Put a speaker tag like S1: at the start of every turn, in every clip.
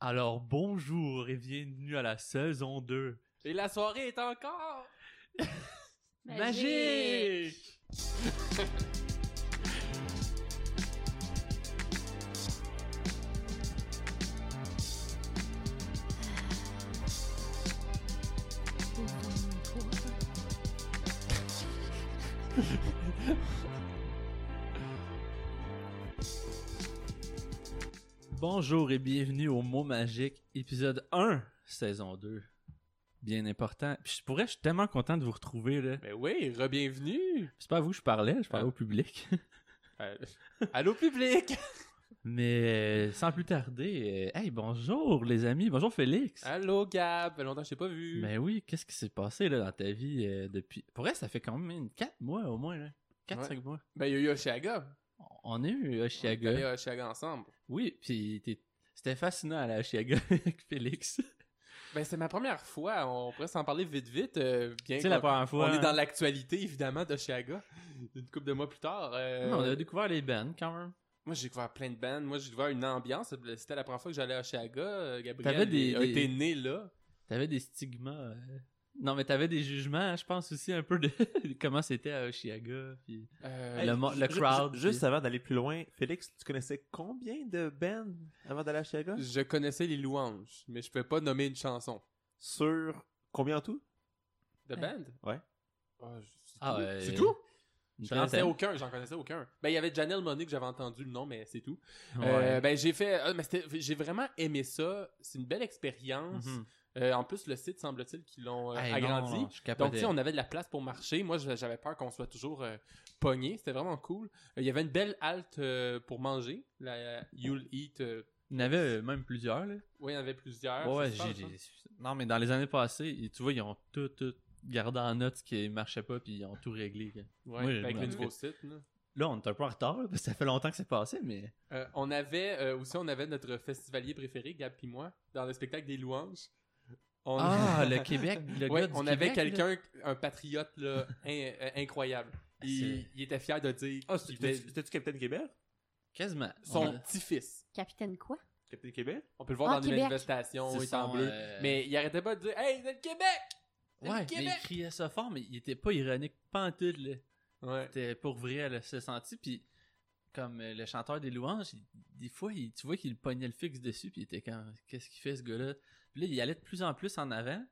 S1: Alors bonjour et bienvenue à la saison 2.
S2: Et la soirée est encore
S1: Magique! Bonjour et bienvenue au Mot Magique, épisode 1, saison 2. Bien important. Puis je pourrais, je suis tellement content de vous retrouver là.
S2: Mais Ben oui, re-bienvenue
S1: C'est pas à vous que je parlais, je parlais
S2: Ah.
S1: au public.
S2: Euh, Allô public
S1: Mais euh, sans plus tarder, euh, hey bonjour les amis, bonjour Félix.
S2: Allô Gab, fait longtemps que je t'ai pas vu.
S1: Mais oui, qu'est-ce qui s'est passé là dans ta vie euh, depuis Pour vrai, ça fait quand même 4 mois au moins là. 4
S2: Ouais.
S1: 5 mois.
S2: Ben il y a eu Oshiaga.
S1: On a eu Oshiaga.
S2: On est allé à Oshiaga ensemble.
S1: Oui, puis t'es- c'était fascinant à la Oshiaga avec Félix.
S2: Ben c'est ma première fois, on pourrait s'en parler vite vite. euh, bien
S1: Tu sais la
S2: qu'on-
S1: première fois.
S2: On est dans
S1: hein.
S2: l'actualité évidemment d'Oshiaga. Une couple de mois plus tard. euh,
S1: Non, on a découvert les bands quand même.
S2: Moi j'ai découvert plein de bandes, moi j'ai découvert une ambiance. C'était la première fois que j'allais à Oshiaga. euh, Gabriel
S1: T'avais des-
S2: il a
S1: des-
S2: été né là.
S1: T'avais des stigmas. euh. Non, mais t'avais des jugements, je pense aussi un peu de de comment c'était à Oshiaga. Puis...
S2: Euh,
S1: Le mo- le
S3: Ju-
S1: crowd,
S3: ju- Juste
S1: puis-
S3: avant d'aller plus loin, Félix, tu connaissais combien de bands avant d'aller à Chicago?
S2: Je connaissais les louanges, mais je peux pas nommer une chanson.
S3: Sur combien en tout?
S2: De band?
S3: Ouais.
S2: Ah, c'est
S1: Ah,
S2: tout.
S1: euh,
S2: C'est tout?
S1: une
S2: J'en connaissais
S1: trentaine.
S2: aucun, j'en connaissais aucun. Ben, il y avait Janelle Monet que j'avais entendu le nom, mais c'est tout.
S1: Ouais.
S2: Euh, ben, j'ai fait, ah, mais c'était- j'ai vraiment aimé ça. C'est une belle expérience.
S1: Mhm.
S2: Euh, en plus, le site, semble-t-il, qu'ils l'ont euh,
S1: Hey, non,
S2: agrandi.
S1: non, je
S2: Donc,
S1: capotais.
S2: tu sais, on avait de la place pour marcher. Moi, je- j'avais peur qu'on soit toujours euh, pogné. C'était vraiment cool. Euh, Il y avait une belle halte euh, pour manger. La euh, You'll Eat. euh,
S1: Il y en avait euh, même plusieurs, là.
S2: ouais, il y en avait plusieurs.
S1: ouais,
S2: Ça se hein? parle,
S1: j'ai...
S2: Ah, ça?
S1: j'ai- Non, mais dans les années passées, tu vois, ils ont tout, tout gardé en note ce qui marchait pas, puis ils ont tout réglé. là.
S2: Ouais,
S1: Moi, je-
S2: avec
S1: en
S2: le
S1: tout
S2: nouveau
S1: cas.
S2: site. là.
S1: Là, on est un peu en retard, là, parce que ça fait longtemps que c'est passé, mais...
S2: Euh, on avait euh, aussi on avait notre festivalier préféré Gab puis moi dans le spectacle des louanges. On,
S1: Ah, le Québec, le
S2: Ouais,
S1: gars du
S2: on
S1: Québec, là.
S2: avait quelqu'un un patriote là, in- euh, incroyable. Il, il était fier de dire
S3: Ah,
S2: qu'il
S3: c'était-
S2: venait-
S3: c'était-tu Capitaine Québec?
S1: Quasiment.
S2: son
S1: On a-
S2: petit-fils.
S4: Capitaine quoi?
S3: Capitaine Québec?
S2: On peut le voir
S4: Ah,
S2: dans les
S4: Québec.
S2: manifestations, il
S1: c'est
S2: est en
S1: son,
S2: bleu.
S1: euh,
S2: Mais il arrêtait pas de dire "Hey, c'est le Québec." C'est
S1: Ouais,
S2: le
S1: mais il
S2: Québec.
S1: criait ça fort, mais il était pas ironique pantoute, là.
S2: Ouais.
S1: C'était pour vrai, elle se sentit, puis comme euh, le chanteur des louanges, il- des fois, il- tu vois qu'il pognait le fixe dessus, puis il était quand qu'est-ce qu'il fait, ce gars-là? Puis là, il allait de plus en plus en avant,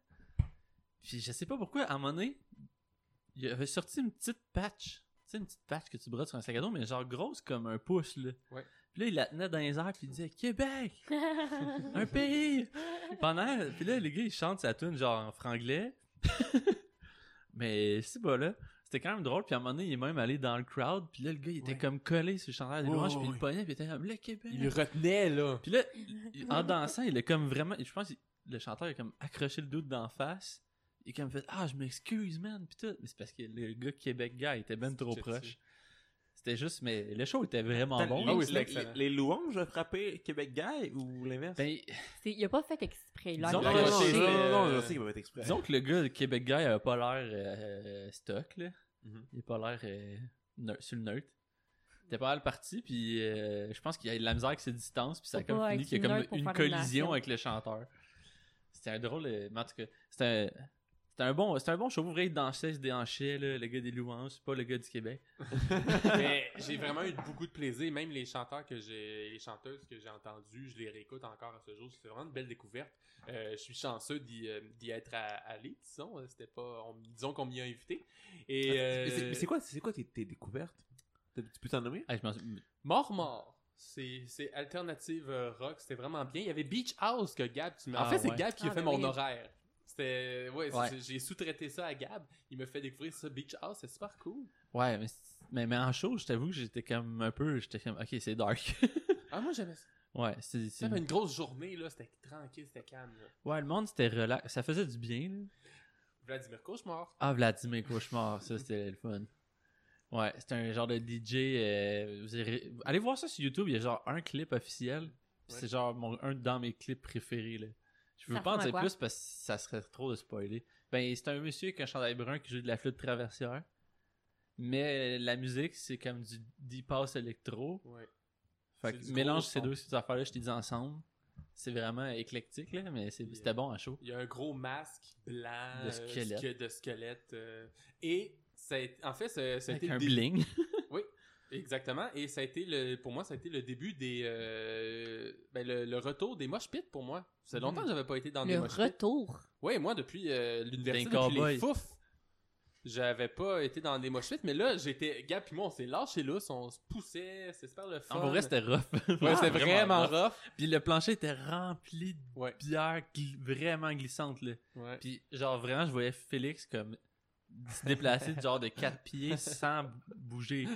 S1: puis je sais pas pourquoi, à un moment donné, il avait sorti une petite patch, tu sais, une petite patch que tu brodes sur un sac à dos, mais genre grosse comme un pouce, là.
S2: Ouais.
S1: Puis là, il la tenait dans les airs, puis il disait « Québec! » un pays pendant puis là les gars ils chantent sa tune genre en franglais mais c'est pas là c'était quand même drôle puis à un moment donné il est même allé dans le crowd puis là le gars il était
S2: Ouais.
S1: comme collé sur le chandail des
S2: Ouais,
S1: louanges
S2: ouais,
S1: puis il
S2: ouais.
S1: le pognait puis il était comme le Québec
S2: Il le retenait là.
S1: puis là il- en dansant il est comme vraiment je pense qu'il- le chanteur il a comme accroché le doute d'en face il a comme fait ah je m'excuse man puis tout mais c'est parce que le gars Québec gars il était ben trop
S2: J'ai
S1: proche c'était juste mais le show était vraiment
S3: Attends,
S1: bon
S3: les,
S2: Ah oui, c'était
S3: les-
S2: excellent.
S3: les louanges frappaient Québec Guy ou l'inverse?
S1: Ben,
S4: C'est- Il a pas fait exprès. Il a
S1: Disons
S3: non,
S1: que-
S2: c'est-
S3: non,
S4: accroché.
S3: non, non,
S2: euh,
S3: je sais qu'il va être exprès.
S1: Disons que le gars, le Québec Guy, a pas l'air euh, euh, stock, là.
S3: Mhm.
S1: Il a pas l'air euh, neu- sur le neutre. T'es pas mal parti, puis euh, je pense qu'il y a eu de la misère avec ses distances, puis ça a
S4: Faut
S1: comme
S4: pas
S1: fini
S4: être
S1: qu'il y a
S4: neutre
S1: comme
S4: pour
S1: une
S4: faire une
S1: collision
S4: action.
S1: avec le chanteur. C'était un drôle, euh, mais en tout cas, c'était un, c'était un bon, c'était un bon show. Vous vrai, il dansait, il se déhanchait, là, le gars des louanges, c'est pas le gars du Québec.
S2: Mais j'ai vraiment eu beaucoup de plaisir, même les chanteurs que j'ai, les chanteuses que j'ai entendues, je les réécoute encore à ce jour. C'est vraiment une belle découverte. Euh, je suis chanceux d'y, euh, d'y être à- allé, disons. Euh, C'était pas, on- disons qu'on m'y a invité. Et euh,
S3: Mais Ah, c'est- mais c'est quoi, c'est quoi tes, tes découvertes? T'as- Tu peux t'en nommer?
S1: Ah, je m'en-
S2: Mort Mort. C'est, c'est alternative euh, rock. C'était vraiment bien. Il y avait Beach House que Gab, tu m'as.
S1: Ah,
S2: en fait, c'est
S1: ouais.
S2: Gab qui a
S4: Ah,
S2: fait
S4: ben
S2: mon
S4: oui.
S2: horaire. C'était, ouais, c'est-
S1: Ouais.
S2: j'ai sous-traité ça à Gab. Il me fait découvrir ça Beach House. C'est super cool.
S1: Ouais, mais, c'est- mais, mais en show, je t'avoue que j'étais comme un peu, j'étais comme, ok, c'est dark.
S2: Ah, moi, j'aimais ça.
S1: ouais, c'est, c'est-
S2: J'avais une grosse journée, là. C'était tranquille, c'était calme, là.
S1: ouais, le monde, c'était relax, ça faisait du bien, là.
S2: Vladimir Cauchemar.
S1: Ah, Vladimir Cauchemar, ça c'était le fun. Ouais, c'est un genre de DJ. euh, vous irez- Allez voir ça sur YouTube, il y a genre un clip officiel. puis
S2: Ouais.
S1: C'est genre mon, un dans mes clips préférés. Là. Je veux
S4: Ça
S1: pas en
S4: ressemble à
S1: dire
S4: quoi?
S1: plus parce que ça serait trop de spoiler. Ben, c'est un monsieur avec un chandail brun qui joue de la flûte traversière. Mais la musique, c'est comme du deep house électro.
S2: Ouais.
S1: Fait
S2: C'est
S1: que
S2: du
S1: mélange
S2: gros
S1: ces
S2: son.
S1: deux ces affaires-là, je t'ai dit ensemble. C'est vraiment éclectique, là, mais c'est-
S2: Puis,
S1: c'était
S2: euh,
S1: bon à chaud.
S2: Il y a un gros masque blanc
S1: De
S2: euh,
S1: squelette.
S2: sque- de squelette. euh, et ça a été- en fait, ça, ça a
S1: Avec
S2: été le
S1: un
S2: début-
S1: bling.
S2: Exactement. Et ça a été le, pour moi, ça a été le début des, euh, ben, le, le retour des mosh pits pour moi. Ça fait longtemps que j'avais pas été dans des
S4: Le
S2: mosh pits.
S4: retour.
S2: Ouais, moi depuis euh, l'université,
S1: Des
S2: depuis les
S1: cowboys.
S2: fouf, j'avais pas été dans des mosh pits, mais là j'étais, Gab puis moi on s'est lâché là, on se poussait, c'est super le fun.
S1: En vrai, c'était rough.
S2: Ouais, c'était vraiment rough.
S1: Puis le plancher était rempli de
S2: Ouais.
S1: bière gl- vraiment glissante, là.
S2: Ouais.
S1: Puis genre vraiment, je voyais Félix comme se déplacer de genre de quatre pieds sans b- bouger.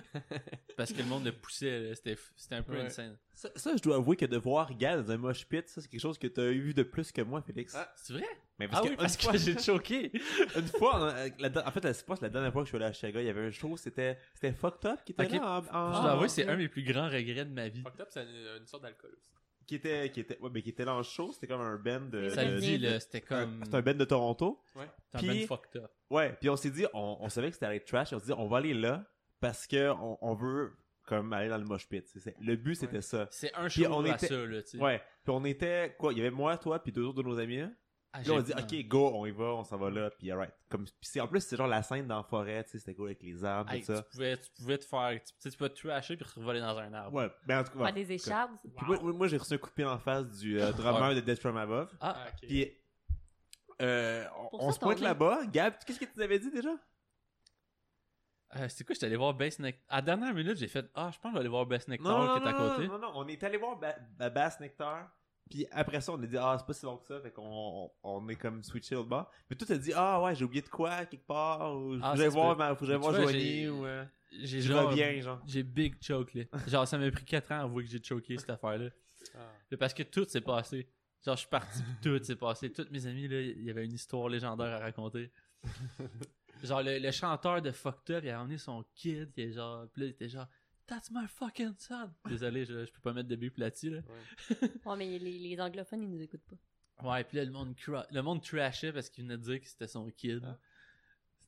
S1: Parce que le monde le poussait, là. C'était f- c'était un peu
S2: Ouais.
S1: insane.
S3: Ça, ça, je dois avouer que de voir Gad dans un mosh pit, ça, c'est quelque chose que t'as eu de plus que moi, Félix.
S2: Ah.
S1: C'est vrai?
S3: Mais parce que, une, fois,
S1: j'ai choqué.
S3: une fois, on a- la- en fait, la, je pense que la dernière fois que je suis allé à Chicago, il y avait un show, c'était, c'était Fucked Up qui était
S1: Ok.
S3: là en, en-
S1: je dois avouer,
S3: en-
S1: c'est un des plus grands regrets de ma vie.
S2: Fucked up, c'est une, une sorte d'alcool aussi.
S3: qui était, qui était, ouais, mais qui était là en show, c'était comme un band de,
S1: Ça le
S3: de-
S1: dit,
S4: dit,
S1: là, c'était comme.
S3: un- c'était un band de Toronto.
S1: t'as
S3: puis-
S1: ben fucked up.
S3: Ouais, puis on s'est dit, on, on savait que c'était aller trash, on s'est dit, on va aller là parce que on, on veut comme aller dans le mosh pit. c'est- c'est- le but c'était ça.
S1: C'est un show
S3: on
S1: à
S3: était-
S1: ça, là, tu sais.
S3: Ouais, puis on était quoi Il y avait moi, toi, puis deux autres de nos amis. Là,
S1: Ah,
S3: Puis là, on a dit,
S1: j'ai-
S3: ok, go, on y va, on s'en va là, puis alright. Comme puis c'est en plus c'est genre la scène dans la forêt, tu sais, c'était cool avec les arbres
S1: Hey,
S3: tout ça.
S1: tu, pouvais, tu pouvais te faire. Tu, tu sais, tu pouvais te trasher puis te revoler dans un arbre.
S3: Ouais, ben en tout cas.
S4: Ah,
S3: ouais.
S4: des échardes.
S3: Puis moi, moi, j'ai reçu un coup de pied en face du euh, drummer de Dead From Above.
S1: Ah,
S2: ok.
S3: Puis euh, on,
S4: Pour
S3: on
S4: ça,
S3: se pointe
S4: t'en es.
S3: là-bas. Gab, qu'est-ce que tu nous avais dit déjà
S1: euh, c'est quoi? J'étais allé voir Bass Nectar. À la dernière minute, j'ai fait Ah, je pense que je vais aller voir Bass Nectar qui est à côté.
S3: non, non, on est allé voir Ba- Ba- Bass Nectar. Puis après ça, on a dit, ah, c'est pas si long que ça, fait qu'on on, on est comme switché au bas. Mais toi, t'as dit, ah, ouais, j'ai oublié de quoi, quelque part, ou je
S1: Ah,
S3: voulais
S1: ça se
S3: voir,
S1: peut.
S3: ma- faut que j'aille
S1: Mais tu
S3: voir
S1: vois,
S3: Joanie,
S1: j'ai-
S3: ou. euh,
S1: J'ai
S3: Je
S1: genre.
S3: reviens, genre.
S1: J'ai big choke, là. Genre, ça m'a pris 4 ans à voir que j'ai choqué cette affaire-là.
S2: Ah.
S1: Là, Parce que tout s'est passé. Genre, je suis parti, puis tout s'est passé. Toutes mes amis, là, il y avait une histoire légendaire à raconter. genre, le, le chanteur de Fucked Up, il a emmené son kid, il est genre, puis là, il était genre, That's my fucking son! Désolé, je, je peux pas mettre de but là-dessus, là.
S4: Ouais, mais les, les anglophones, ils nous écoutent pas.
S1: Ouais, puis là, le monde, cra- le monde trashait parce qu'il venait de dire que c'était son kid.
S2: Ah.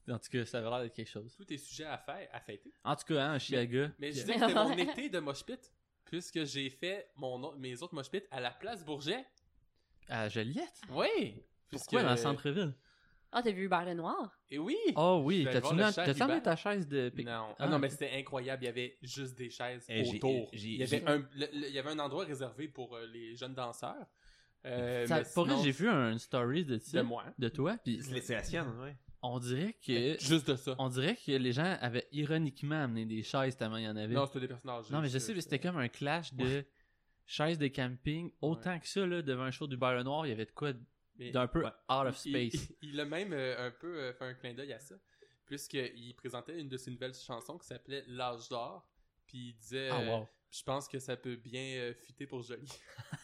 S1: En tout cas, ça avait l'air de quelque chose.
S2: Tout est sujet à faire, à fêter.
S1: En tout cas, hein, un Chiaga.
S2: Mais je
S1: puis-
S2: disais que c'était mon été de mosh pit, puisque j'ai fait mon, au- mes autres mosh pits à la place Bourget.
S1: euh, à Joliette?
S2: Oui!
S1: Pourquoi dans le centre-ville?
S4: Ah, t'as vu Hubert Lenoir?
S2: Et Eh oui!
S1: Oh oui,
S2: Je vais aller
S1: t'as-tu
S2: voir
S1: mis-
S2: le chat
S1: t'as-tu emmené
S2: Hubert.
S1: ta chaise de pique-
S2: Non.
S1: Ah,
S2: Ah non,
S1: ok.
S2: mais c'était incroyable. Il y avait juste des chaises
S3: Eh, j'ai-
S2: autour.
S3: j'ai-
S2: il, y avait
S4: j'ai-
S2: un, le- le- il y avait un endroit réservé pour euh, les jeunes danseurs. Euh,
S1: Ça-
S2: mais
S1: pour vrai,
S2: sinon,
S1: j'ai vu un story de,
S2: de moi. Ben,
S1: de toi, puis
S3: C'est c'est la sienne, ouais.
S1: on dirait que
S2: Juste de ça.
S1: on dirait que les gens avaient ironiquement amené des chaises tellement il y en avait.
S2: Non,
S1: Non,
S2: c'était des personnages. euh,
S1: mais je sais, mais c'était comme un clash de chaises de camping. Autant que ça, là, devant un show du Bar Noir, il y avait de quoi
S2: Mais-
S1: d'un peu
S2: ouais.
S1: out of
S2: Il-
S1: space.
S2: Il, il a même euh, un peu euh, fait un clin d'œil à ça, puisqu'il présentait une de ses nouvelles chansons qui s'appelait L'âge d'or, puis il disait
S1: Ah,
S2: euh,
S1: wow.
S2: Je pense que ça peut bien euh, fitter pour Jolie.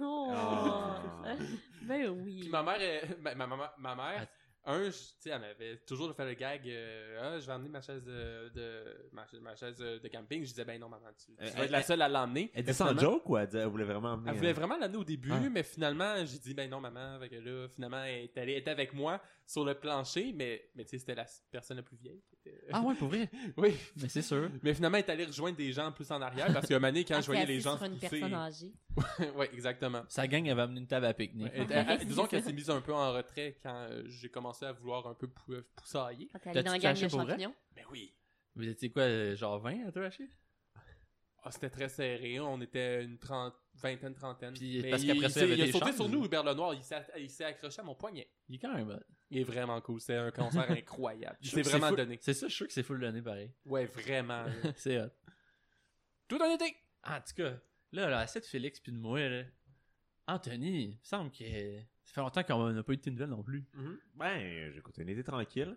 S4: Oh.
S3: Ah.
S4: ben oui.
S2: Puis ma mère, euh, ma, ma, ma- ma mère,
S1: Att-
S3: Ah.
S2: un, je- tu sais, elle m'avait toujours fait le gag euh, Ah, Je vais emmener ma chaise de, de- ma, cha- ma chaise de camping. Je disais Ben non, maman, tu, tu vas
S3: Euh, elle-
S2: être la
S3: elle-
S2: seule à l'emmener.
S3: Elle
S2: Mais
S3: dit ça en
S2: finalement,
S3: joke ou elle, dit- elle voulait vraiment amener.
S2: Elle voulait vraiment l'amener au début,
S3: Ah.
S2: mais finalement, j'ai dit, ben non, maman, fait que là, finalement, elle est allée, elle était avec moi sur le plancher, mais, mais tu sais, c'était la personne la plus vieille. qui était- euh,
S1: Ah ouais, pour vrai.
S2: Oui,
S1: Mais c'est sûr.
S2: mais finalement, elle est allée rejoindre des gens plus en arrière parce que Mané, quand
S4: Ah,
S2: je voyais
S4: t'es
S2: les
S4: assis
S2: gens
S4: sur une
S2: se pousser-
S4: personne âgée.
S2: ouais, exactement.
S1: Sa gang avait amené une table à pique-nique.
S2: Elle- elle- elle- euh, disons qu'elle s'est mise un peu en retrait quand euh, j'ai commencé à vouloir un peu pou- euh, poussailler.
S4: Quand t'es allé dans la
S1: T'as-tu
S4: gang
S1: caché
S4: de
S1: pour vrai?
S4: champignons.
S2: Mais Ben oui.
S1: Vous étiez quoi, euh, genre 20 à trasher?
S2: Ah, c'était très serré, on était une trente- vingtaine, trentaine.
S1: Puis,
S2: Mais
S1: parce
S2: il,
S1: qu'après
S2: il
S1: ça,
S2: s'est-
S1: il y avait
S2: il a
S1: des
S2: sauté
S1: chances.
S2: sur nous, Hubert Lenoir, il s'est att- il s'est accroché à mon poignet.
S1: Il est quand même hot.
S2: Il est vraiment cool, c'est un concert incroyable. Il
S1: Je
S2: s'est
S1: trouve que
S2: vraiment
S1: full-
S2: donné.
S1: C'est ça, je suis sûr que c'est full donné pareil.
S2: Ouais, vraiment. là.
S1: c'est hot.
S2: Tout en été!
S1: Ah, en tout cas, là, là, à cette Félix puis de moi, là, Anthony, il me semble que ça fait longtemps qu'on n'a pas eu de tes nouvelles non plus.
S3: Ben, j'ai écouté un été tranquille.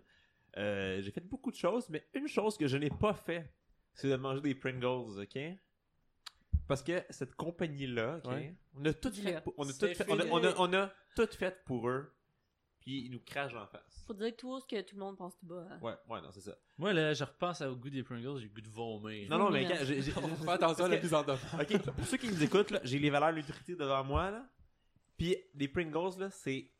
S3: Euh, j'ai fait beaucoup de choses, mais une chose que je n'ai pas fait, c'est de manger des Pringles, ok? Parce que cette compagnie-là, ok,
S2: Ouais.
S3: on a tout
S4: Dis-le.
S3: fait, pour- on a tout
S2: C'est
S3: fait, on a,
S2: fini.
S3: on a- on a tout fait pour eux, puis ils nous crachent en face.
S4: Faut dire tout ce que tout le monde pense tout bas. hein.
S3: Ouais, ouais, non, c'est ça.
S1: Moi, là, je repense au goût des Pringles, j'ai le goût de vomir.
S3: Non, non, mais
S4: Fini,
S3: quand, j'ai, j'ai-
S2: Fais attention à
S3: parce que-
S2: l'épisode d'avant.
S3: ok, pour ceux qui nous écoutent, là, j'ai les valeurs nutritives devant moi, là. Puis les Pringles, là, c'est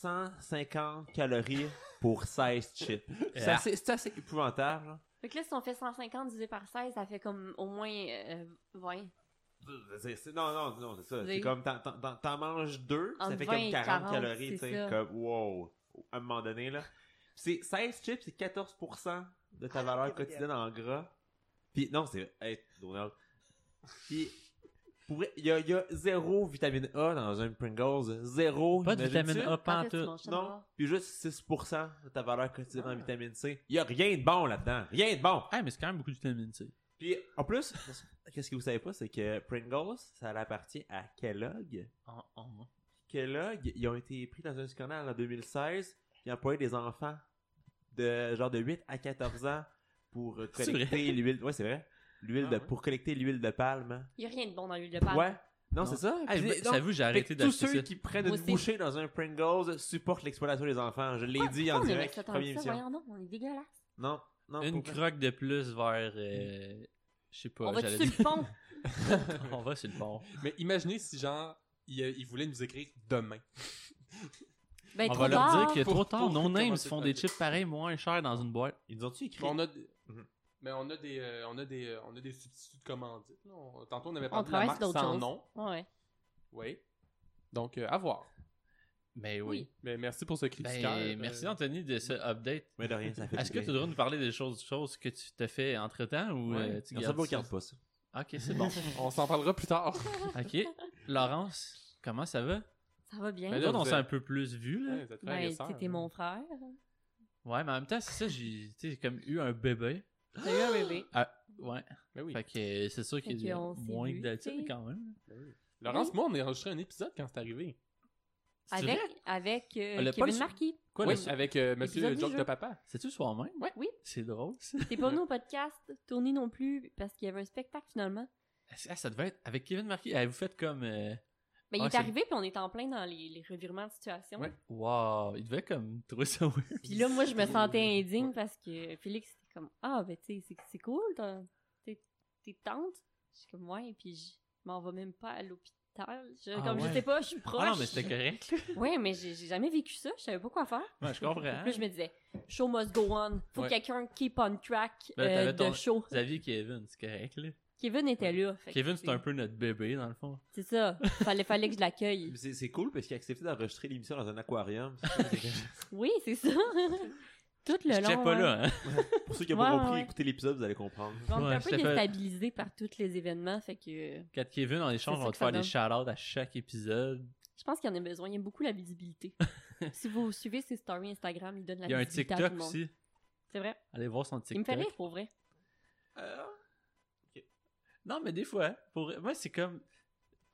S3: 150 calories pour 16 chips. C'est
S1: Ah.
S3: assez, c'est assez épouvantable, là.
S4: Fait que là, si on fait 150 divisé par 16, ça fait comme au moins euh, 20.
S3: C'est- c'est- Non, non, non, c'est ça.
S4: Des-
S3: C'est comme, t'en- t'en t'en- t'en manges deux, puis ça
S4: Entre
S3: fait
S4: 20
S3: comme
S4: et
S3: 40,
S4: 40,
S3: calories, tu
S4: c'est
S3: sais,
S4: ça.
S3: comme, wow, à un moment donné, là. Puis c'est 16 chips, c'est 14% de ta
S5: Ah,
S3: valeur
S5: c'est bien.
S3: quotidienne en gras. Puis non, c'est, hey, Donald. Puis, pour vrai, il y a, il y a zéro vitamine A dans un Pringles, zéro.
S1: Pas de
S3: imagines-tu?
S1: vitamine A,
S4: Quand
S1: pas en
S4: est-ce que tu
S1: tout.
S4: manges ça
S3: Non,
S4: d'abord?
S3: puis juste 6% de ta valeur quotidienne
S5: Ah.
S3: en vitamine C. Il y a rien de bon là-dedans, rien de bon.
S1: Ah, mais c'est quand même beaucoup de vitamine C.
S3: Puis en plus, qu'est-ce que vous savez pas, c'est que Pringles, ça appartient à Kellogg.
S1: En- en-
S3: Kellogg, ils ont été pris dans un scandale en 2016 qui employait des enfants de genre de 8 à 14 ans pour euh,
S1: C'est
S3: collecter l'huile. Ouais, c'est vrai. L'huile
S2: Ah,
S3: de
S2: ouais.
S3: pour collecter l'huile de palme. hein.
S4: Il n'y a rien de bon dans l'huile de palme.
S3: Ouais. Non,
S1: Non.
S3: c'est ça.
S1: Ah,
S3: Puis,
S1: je-
S3: non,
S1: J'avoue, j'ai
S3: fait
S1: arrêté
S3: que tous
S1: d'acheter
S3: ceux
S1: ça.
S3: qui prennent
S4: Moi
S3: une
S4: aussi.
S3: bouchée dans un Pringles supportent l'exploitation des enfants. Je l'ai dit en
S4: Pourquoi on
S3: direct.
S4: ça tant
S3: première
S4: que Ah, ça?
S3: émission.
S4: Voyons donc, on est dégueulasse.
S3: Non, non.
S1: Une
S3: pour vrai.
S1: croque de plus vers. euh, Je sais pas.
S4: on va
S1: j'allais
S4: sur
S1: dire-
S4: le pont.
S1: On va sur le pont.
S2: Mais imaginez si, genre, il, euh, il voulait nous écrire demain.
S4: Ben,
S1: On
S4: trop
S1: va leur
S4: tard.
S1: dire qu'il est
S2: Pour-
S1: trop tard.
S2: pour-
S1: Non
S2: pour-
S1: name
S2: pour-
S1: se font des chips pareils moins chers dans une boîte.
S3: Ils nous ont-tu écrit?
S2: Bon, on a...
S3: Mhm.
S2: Mais on a des, euh, on a des, euh, on a des substituts de commandites. là. On- Tantôt, on avait
S4: On
S2: parlé de la
S4: travaille sur
S2: marque
S4: d'autres
S2: sans
S4: choses.
S2: nom.
S4: Ouais.
S2: Oui. Donc, euh, à voir.
S1: Mais Ben oui.
S2: Mais merci pour ce cri du cœur. euh,
S1: Ben, merci Anthony de ce update.
S3: Mais de rien, ça fait
S1: Est-ce que
S3: du
S1: tu
S3: bien.
S1: voudrais nous parler des choses, choses que tu t'as fait entre temps ou
S2: Ouais.
S1: euh, tu
S3: Non, ça
S1: gardes
S3: me regarde pas, ça.
S1: Ok, c'est bon.
S2: On s'en parlera plus tard.
S1: ok. Laurence, comment ça va?
S4: Ça va bien.
S1: Ben,
S2: Ben
S1: là,
S2: là,
S1: on
S2: vous
S1: s'est un
S2: êtes-
S1: peu plus vus, là.
S2: Ouais, vous êtes frères et
S4: Ben,
S2: sœurs,
S4: t'étais
S2: hein.
S4: mon frère.
S1: Ouais, mais en même temps, c'est ça, j'ai tu sais, j'ai comme eu un bébé.
S4: T'as eu un bébé.
S1: Ouais.
S2: Ben oui.
S1: Fait que euh, c'est sûr qu'il y a
S4: qu'on s'est
S1: moins que
S4: vus,
S1: d'habitude,
S4: tu sais.
S1: mais quand même.
S2: Laurence, moi, on a enregistré un épisode quand c'est arrivé.
S1: C'est
S4: Avec,
S1: vrai?
S4: avec euh,
S1: On l'a pas
S4: Kevin
S1: le-
S4: Marquis.
S1: Quoi,
S2: oui,
S1: le-
S2: avec euh, Monsieur
S4: Épisode du
S2: Joke
S4: jeu.
S2: de Papa.
S1: C'est-tu soi-même?
S4: Ouais. Oui.
S1: C'est drôle, ça.
S4: T'es pas venu au podcast, tourné non plus, parce qu'il y avait un spectacle finalement.
S1: Ah, ça devait être avec Kevin Marquis. Ah, vous faites comme. euh,
S4: Mais
S1: Ah,
S4: Ben, il est
S1: c'est-
S4: arrivé, puis on est en plein dans les, les revirements de situation.
S2: Ouais.
S1: Wow, il devait comme trouver ça weird.
S4: Puis là, moi, je me sentais indigne
S2: Ouais.
S4: parce que Félix était comme Ah, ben, tu sais, c'est- c'est cool, t'as- t'es t'es tante. Je suis comme Ouais, puis je m'en vais même pas à l'hôpital. Je-
S1: Ah
S4: comme
S1: ouais.
S4: je sais pas, je suis proche.
S1: Ah non, mais c'était correct. là.
S4: Ouais, mais j'ai j'ai jamais vécu ça, je savais pas quoi faire.
S1: Ouais, je comprends.
S4: Puis là, je me disais Show must go on. Faut
S2: Ouais.
S4: quelqu'un keep on track
S1: Ben,
S4: euh,
S1: t'avais
S4: de
S1: ton-
S4: show.
S1: Vous aviez Kevin, c'est correct, là.
S4: Kevin était là. fait que
S1: Kevin, c'est
S4: c'est-
S1: un peu notre bébé, dans le fond.
S4: C'est ça. Fallait, fallait que je l'accueille.
S3: Mais C'est c'est cool parce qu'il a accepté d'enregistrer l'émission dans un aquarium.
S4: Oui, c'est ça. Tout le
S1: J'étais
S4: long.
S1: pas
S4: hein.
S1: là, hein.
S3: Pour ceux qui n'ont pas
S4: Ouais,
S3: compris,
S4: ouais.
S3: écoutez l'épisode, vous allez comprendre.
S4: On était
S1: Ouais,
S4: un peu
S1: j'étais pas-
S4: déstabilisé par tous les événements, fait que
S1: Quand Kevin, en échange,
S4: C'est
S1: on
S4: ça
S1: va
S4: que
S1: te
S4: ça
S1: faire des
S4: donne.
S1: shout-outs à chaque épisode.
S4: je pense qu'il y en a besoin. Il y a beaucoup la visibilité. si vous suivez ses stories Instagram, il donne la
S1: Il y a un
S4: visibilité à tout
S1: TikTok
S4: le monde.
S1: aussi.
S4: C'est vrai.
S1: Allez voir son TikTok.
S4: Il me fait rire pour vrai. Euh.
S1: Non, mais des fois, pour... moi, c'est comme.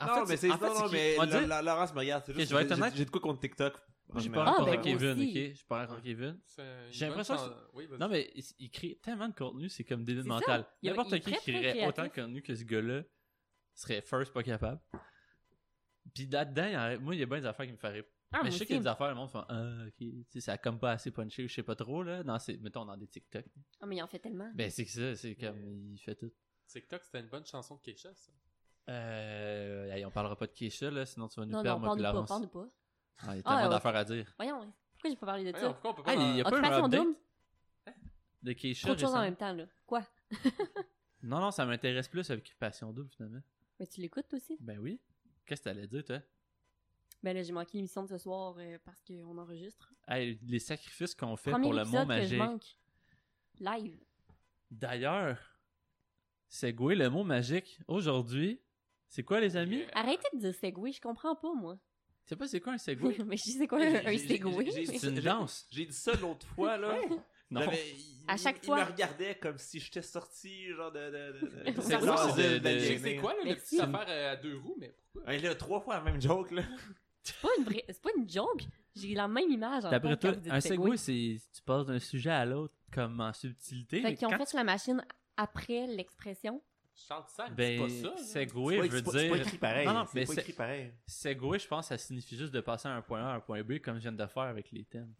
S1: En
S3: non,
S1: fait,
S3: mais c'est
S1: en fait,
S3: non, non,
S1: qu'il-
S3: mais
S1: on va
S3: la-
S1: dire-
S3: la- Laurence me regarde. c'est
S1: Ok,
S3: juste-
S1: je vais être
S3: j'ai-
S1: honnête.
S3: J'ai de quoi contre TikTok.
S1: Moi, j'ai
S3: en
S1: pas
S3: général.
S4: Ah,
S1: rencontré
S4: ben,
S1: Kevin,
S4: moi
S1: ok?
S4: aussi.
S1: J'ai pas rencontré Kevin.
S2: C'est une
S1: J'ai
S2: bonne
S1: l'impression
S2: chan- Oui, vas-y.
S1: Non, mais il, il crée tellement de contenu, c'est comme débile
S4: C'est ça.
S1: mental.
S4: Il y a- il
S1: N'importe
S4: est
S1: qui
S4: très,
S1: qui
S4: très
S1: créerait autant de
S4: créatif.
S1: contenu que ce gars-là serait first pas capable. Puis là-dedans, il y en a- moi, il y a bien des affaires qui me font rire. mais
S4: Ah, moi
S1: je sais
S4: aussi.
S1: qu'il y a des affaires, le monde fait Ah, ok, tu sais, ça a comme pas assez punché ou je sais pas trop, là, dans ces, mettons, dans des TikTok. Euh,
S4: Ah, mais il en fait tellement.
S1: Ben, c'est que ça, c'est comme, il fait tout.
S2: TikTok, c'était une bonne chanson de Keisha, ça.
S1: Euh, hey, on parlera pas de Keisha, là, sinon tu vas nous
S4: Non, non,
S1: perdre, moi,
S4: parle
S1: puis
S4: pas,
S1: Laurence.
S4: parle pas.
S1: Ah, il y a
S4: Ah,
S1: tellement
S4: ouais.
S1: d'affaires à dire.
S4: Voyons, pourquoi j'ai pas parlé de
S2: Voyons,
S4: ça?
S2: pourquoi on peut pas
S1: Ah, il y
S2: en-
S1: a
S4: En
S1: pas
S4: tout
S1: un
S4: cas, on
S1: update
S4: double
S1: de Keisha
S4: trop de choses en
S1: récemment?
S4: même temps, là. Quoi?
S1: Non, non, ça m'intéresse plus avec Occupation Double, finalement.
S4: Mais tu l'écoutes toi aussi?
S1: Ben oui. Qu'est-ce que t'allais dire, toi?
S4: Ben là, j'ai manqué l'émission de ce soir euh, parce qu'on enregistre.
S1: Hey, les sacrifices qu'on fait
S4: Premier
S1: pour le
S4: épisode
S1: monde
S4: que je
S1: magique.
S4: manque. Live.
S1: D'ailleurs, Segway, le mot magique, aujourd'hui, c'est quoi, les amis?
S2: Yeah.
S4: Arrêtez de dire segway, je comprends pas, moi.
S1: Tu sais pas c'est quoi un Segway?
S4: mais je sais quoi
S3: J'ai-
S4: un
S3: j'ai-
S4: segway.
S3: j'ai-
S4: mais-
S1: C'est une
S3: J'ai-
S1: danse.
S3: J'ai dit ça l'autre fois, là.
S1: Non.
S3: J'avais- il-
S4: À chaque
S3: il-
S4: fois.
S3: Il me regardait comme si j'étais sorti, genre, de. de, de, de-
S4: C'est
S3: de-
S4: quoi,
S3: de-
S1: c'est de-
S3: de-
S1: de-
S2: Je
S3: d'aliéné.
S2: sais C'est quoi, là, le
S4: Merci.
S2: petit affaire euh, à deux roues, mais pourquoi?
S3: Hey, là, trois fois la même joke, là.
S4: C'est pas, une vraie- c'est pas une joke. J'ai la même image en
S1: D'après
S4: tête quand
S1: toi,
S4: vous dites
S1: un Segway, c'est tu passes d'un sujet à l'autre comme en subtilité.
S4: Fait
S1: mais
S4: qu'ils ont
S1: quand
S4: fait la machine après l'expression.
S2: Charles Sack,
S1: tu-
S2: c'est
S1: ben,
S2: pas ça. là.
S1: Segway
S3: C'est pas-
S1: veut
S3: C'est pas
S1: dire.
S3: écrit pareil.
S1: Non, non, mais
S3: C'est pas
S1: c'est-
S3: écrit pareil.
S1: Segway, je pense, ça signifie juste de passer à un point A à un point B, comme je viens de faire avec les thèmes.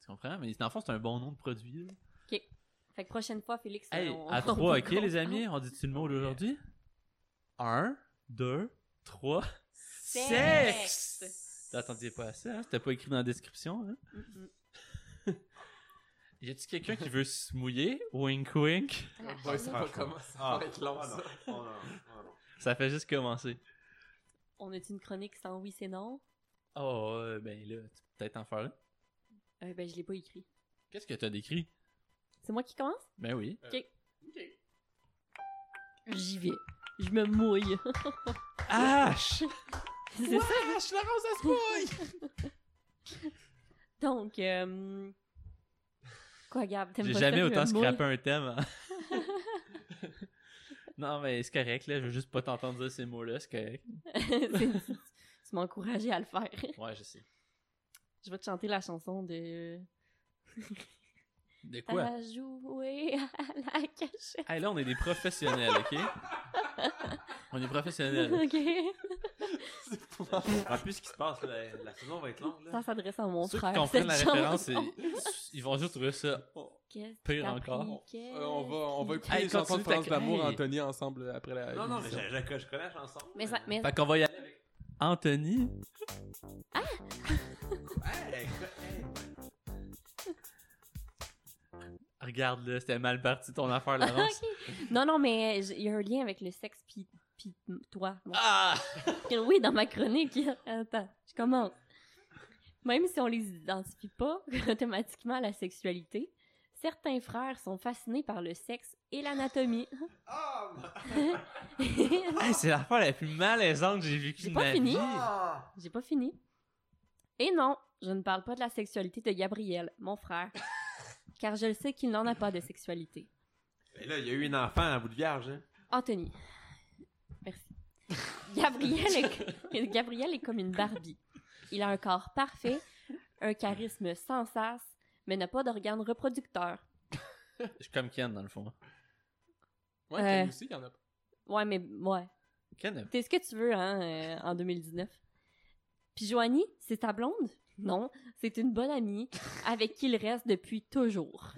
S1: Tu comprends? Mais dans le fond, c'est un bon nom de produit. là.
S4: Fait que prochaine fois, Félix,
S1: Hey,
S4: on-
S1: à
S4: on-
S1: 3,
S4: on-
S1: ok, les amis? On dit-tu le mot d'aujourd'hui? 1, 2, 3,
S4: Sexe!
S1: N'attendiez pas à ça, hein? c'était pas écrit dans la description. Hein?
S4: Mm-mm.
S1: Y a-tu quelqu'un qui veut se mouiller? Wink wink.
S2: Boy, ça va
S3: Ah.
S2: commencer à
S3: Ah.
S2: être long,
S3: Oh,
S2: ça.
S3: non. Oh, non. Oh, non.
S1: Ça fait juste commencer.
S4: On a-tu une chronique sans oui, c'est non?
S1: Oh, euh, ben là, tu peux peut-être en faire une.
S4: Euh, ben, je l'ai pas écrit.
S1: Qu'est-ce que t'as décrit?
S4: C'est moi qui commence?
S1: Ben oui.
S2: Ok.
S4: J'y vais. Je me mouille.
S1: H!
S4: C'est ça.
S1: Wesh, la rose, elle se mouille!
S4: Donc, euh... quoi, Gab? t'aimes
S1: J'ai
S4: pas
S1: jamais
S4: ça,
S1: autant
S4: je me mouille?
S1: scrappé un thème. hein. non, mais c'est correct, là. Je veux juste pas t'entendre dire ces mots-là, c'est correct.
S4: C'est- tu tu m'as encouragé à le faire.
S1: Ouais, je sais.
S4: Je vais te chanter la chanson de...
S1: De quoi?
S4: À jouer à la cachette.
S1: Hey, là, on est des professionnels, OK? on est professionnels.
S4: ok.
S3: En plus, ce qui se passe, la, la saison va être longue. Là.
S4: Ça s'adresse à mon
S1: Ceux qui
S4: frère.
S1: comprennent la
S4: cette
S1: référence,
S4: chanson.
S1: c'est- ils vont juste trouver ça
S4: Qu'est-ce que
S1: pire
S4: t'as
S1: encore.
S4: pris?
S2: Euh, on va, on va écouter
S1: Hey,
S2: les chansons de
S1: continue ta-
S2: France d'amour,
S1: hey.
S2: Anthony, ensemble après la.
S3: Non, non, mais
S1: Euh,
S2: l'émission.
S3: je, je- je connais la chanson.
S4: Mais ça, mais
S1: Fait qu'on va y aller avec Anthony.
S3: Hey, hey.
S1: Regarde là, c'était mal parti ton affaire, Laurence.
S4: Ok. Non, non, mais j- il y a un lien avec le sexe puis puis m- toi. Bon.
S1: ah!
S4: Oui, dans ma chronique. Attends, je commence. Même si on les identifie pas automatiquement à la sexualité, certains frères sont fascinés par le sexe et l'anatomie.
S3: Ah, ma-
S1: Hey, c'est l'affaire la plus malaisante que j'ai vécue
S4: J'ai
S1: de
S4: pas
S1: ma
S4: fini.
S1: vie.
S3: ah.
S4: J'ai pas fini. Et non, je ne parle pas de la sexualité de Gabriel, mon frère, car je le sais qu'il n'en a pas de sexualité.
S3: Mais là, il y a eu une enfant à bout de vierge. Hein.
S4: Anthony. Merci. Gabriel est, Gabriel est comme une Barbie. Il a un corps parfait, un charisme sans sas, mais n'a pas d'organe reproducteur.
S1: Je suis comme Ken dans le fond.
S2: Ouais,
S4: Euh.
S2: Ken aussi, il y en a pas.
S4: Ouais, mais ouais.
S1: Ken, euh,
S4: T'es ce que tu veux, hein, euh, en 2019. Puis Joanie, c'est ta blonde? Non, c'est une bonne amie avec qui il reste depuis toujours.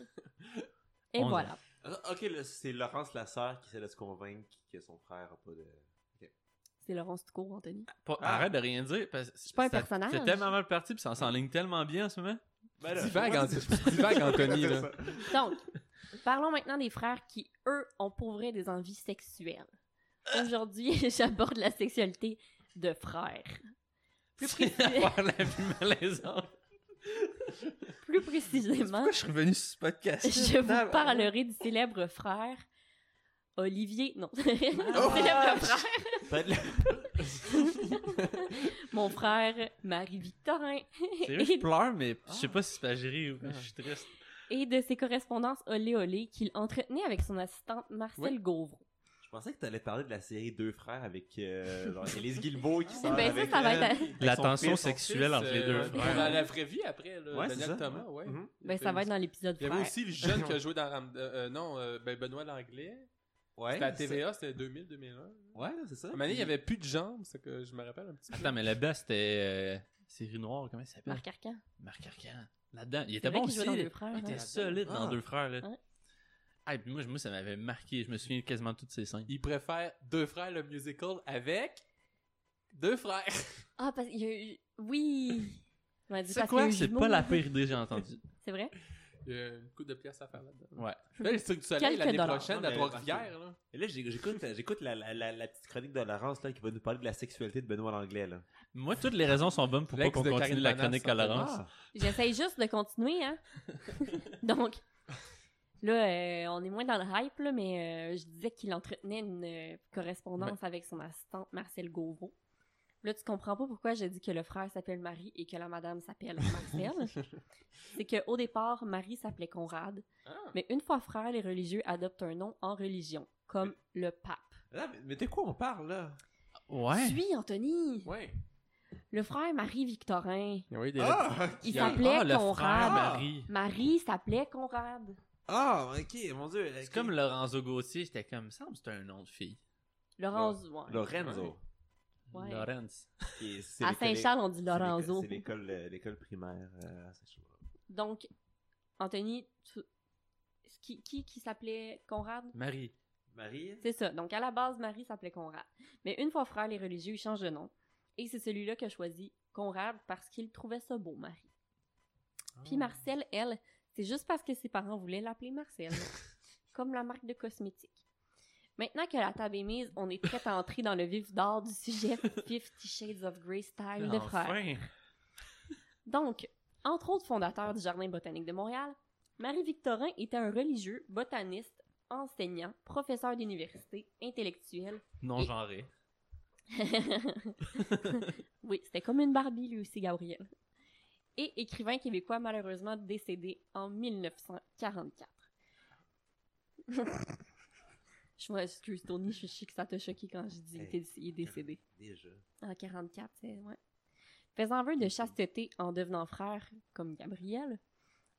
S4: Et
S1: On-
S4: voilà.
S3: Ah, Ok, là, c'est Laurence la sœur qui essaie de se convaincre que son frère a pas de.
S4: C'est Laurence Tucourt, Anthony.
S1: pas-
S3: Ah.
S1: arrête de rien dire. Parce que
S4: suis pas un
S1: ça-
S4: personnage.
S1: C'est tellement mal parti, puis ça s'enligne tellement bien en ce moment.
S3: Ben là,
S2: Divague,
S3: moi,
S2: Anthony, divague, Anthony, là.
S4: Donc, parlons maintenant des frères qui, eux, ont pour vrai des envies sexuelles. Aujourd'hui, j'aborde la sexualité de frères. Plus,
S1: C'est
S4: précis-
S1: l'affaire la plus malaisante.
S4: plus précisément,
S1: Pourquoi je suis revenu sur ce podcast?
S4: je vous parlerai du célèbre frère Olivier. Non,
S1: Ah.
S4: célèbre frère.
S3: Ça va être le-
S4: Mon frère Marie-Victorin.
S1: Sérieux, je
S4: Et-
S1: pleure, mais Ah. je sais pas si c'est pas géré ou je suis triste.
S4: Et de ses correspondances olé olé qu'il entretenait avec son assistante Marcel
S2: Ouais.
S4: Gauvreau.
S3: Je pensais que t'allais parler de la série Deux frères avec euh, genre, Élise Guilbeault qui sort
S4: Ben, ça,
S3: avec
S4: ça va
S3: elle,
S4: être à-
S3: avec
S1: La
S3: son
S1: tension
S3: fils, son
S1: sexuelle
S2: Fils,
S1: entre les
S2: euh,
S1: deux
S2: ouais,
S1: frères.
S2: Dans la vraie vie, après, là,
S3: Ouais, c'est
S2: Daniel
S3: ça,
S2: Thomas, ouais.
S3: Mhm.
S4: Ben, ça va être dans l'épisode
S2: Il y
S4: frère.
S2: avait aussi le jeune qui a joué dans Ram- euh, euh, non, euh, ben Benoît Langlais.
S3: Ouais,
S2: C'était à
S3: c'est-
S2: TVA, c'était 2000-2001.
S3: Ouais, là, c'est ça.
S2: À un moment donné, il n'y avait plus de jambes, c'est que je me rappelle un petit peu.
S1: Attends, mais là-bas, c'était. euh, Série Noire, comment il s'appelle?
S4: Marc Arcan.
S1: Marc Arcan. Là-dedans. Il
S4: C'est
S1: était
S4: vrai
S1: bon
S4: qu'il
S1: aussi.
S4: jouait dans
S1: là.
S4: Deux Frères,
S1: Il
S4: hein.
S1: était solide dans
S3: Ah.
S1: Deux Frères, là.
S4: Ouais.
S1: Ah, et puis moi, je- moi, ça m'avait marqué. Je me souviens de quasiment toutes ces scènes.
S2: Il préfère Deux frères le musical avec Deux frères.
S4: Ah, parce qu'il y a eu... Oui! On m'a dit
S1: C'est
S4: parce
S1: quoi?
S4: qu'il y a eu
S1: C'est
S4: jumeaux.
S1: pas la pire idée que j'ai entendue.
S4: C'est vrai?
S2: Il y a une coupe de pièces à faire là-dedans.
S1: Ouais.
S2: Là, les trucs du soleil,
S4: Quelques
S2: l'année
S4: dollars.
S2: prochaine,
S3: Non,
S2: à
S3: mais-
S2: Trois-Rivières, là.
S3: Et là, j'ai- j'écoute j'écoute la, la, la, la petite chronique de Laurence là, qui va nous parler de la sexualité de Benoît Langlais. Là.
S1: Moi, toutes les raisons sont bonnes pour pas
S2: L'ex
S1: qu'on
S2: de
S1: continue
S2: Karine
S1: la
S2: Vanas,
S1: chronique à Laurence.
S3: Ah.
S4: J'essaye juste de continuer, hein? Donc, là, euh, on est moins dans le hype, là, mais euh, je disais qu'il entretenait une euh, correspondance avec son assistante Marcel Gauvreau. Là, tu comprends pas pourquoi j'ai dit que le frère s'appelle Marie et que la madame s'appelle Marcel. C'est qu'au départ, Marie s'appelait Conrad,
S2: Ah.
S4: mais une fois frère, les religieux adoptent un nom en religion, comme le pape.
S3: Là, mais, mais de quoi on parle là
S1: Ouais.
S4: Suis, Anthony!
S2: Ouais.
S4: Le frère Marie-Victorin.
S2: Il y a eu Ah, des-
S4: Il
S2: Il y a-
S4: s'appelait
S1: Ah, le frère
S4: Conrad.
S1: Marie.
S4: Marie s'appelait Conrad.
S3: Ah, ok, mon dieu.
S1: C'est comme Lorenzo Gauthier, j'étais comme, ça me semble que c'est un nom de fille.
S4: Laurence, ouais.
S3: Lorenzo.
S4: Ouais.
S1: Lorenz.
S3: qui est- c'est
S4: À
S3: l'école-
S4: Saint-Charles, on dit
S3: c'est l'école-
S4: Lorenzo.
S3: C'est l'école euh, l'école primaire euh, à Saint-Charles.
S4: Donc, Anthony, tu- qui, qui, qui s'appelait Conrad?
S1: Marie.
S3: Marie
S4: C'est ça. Donc, à la base, Marie s'appelait Conrad. Mais une fois frère, les religieux, ils changent de nom. Et c'est celui-là que choisit Conrad parce qu'il trouvait ça beau, Marie.
S2: Ah.
S4: Puis Marcel, elle, c'est juste parce que ses parents voulaient l'appeler Marcel. comme la marque de cosmétiques. Maintenant que la table est mise, on est prêt à entrer dans le vif d'or du sujet Fifty Shades of Grey style de frère.
S1: Ah, Enfin!
S4: Donc, entre autres fondateurs du Jardin botanique de Montréal, Marie-Victorin était un religieux, botaniste, enseignant, professeur d'université, intellectuel.
S1: Non genré.
S4: oui, c'était comme une Barbie, lui aussi, Gabriel. Et écrivain québécois malheureusement décédé en 1944. je m'excuse, Tony, je sais que ça t'a choqué quand je dis
S3: Hey.
S4: qu'il est- il est décédé.
S3: Déjà.
S4: En 44, c'est... Ouais. Faisant vœu de chasteté en devenant frère, comme Gabriel,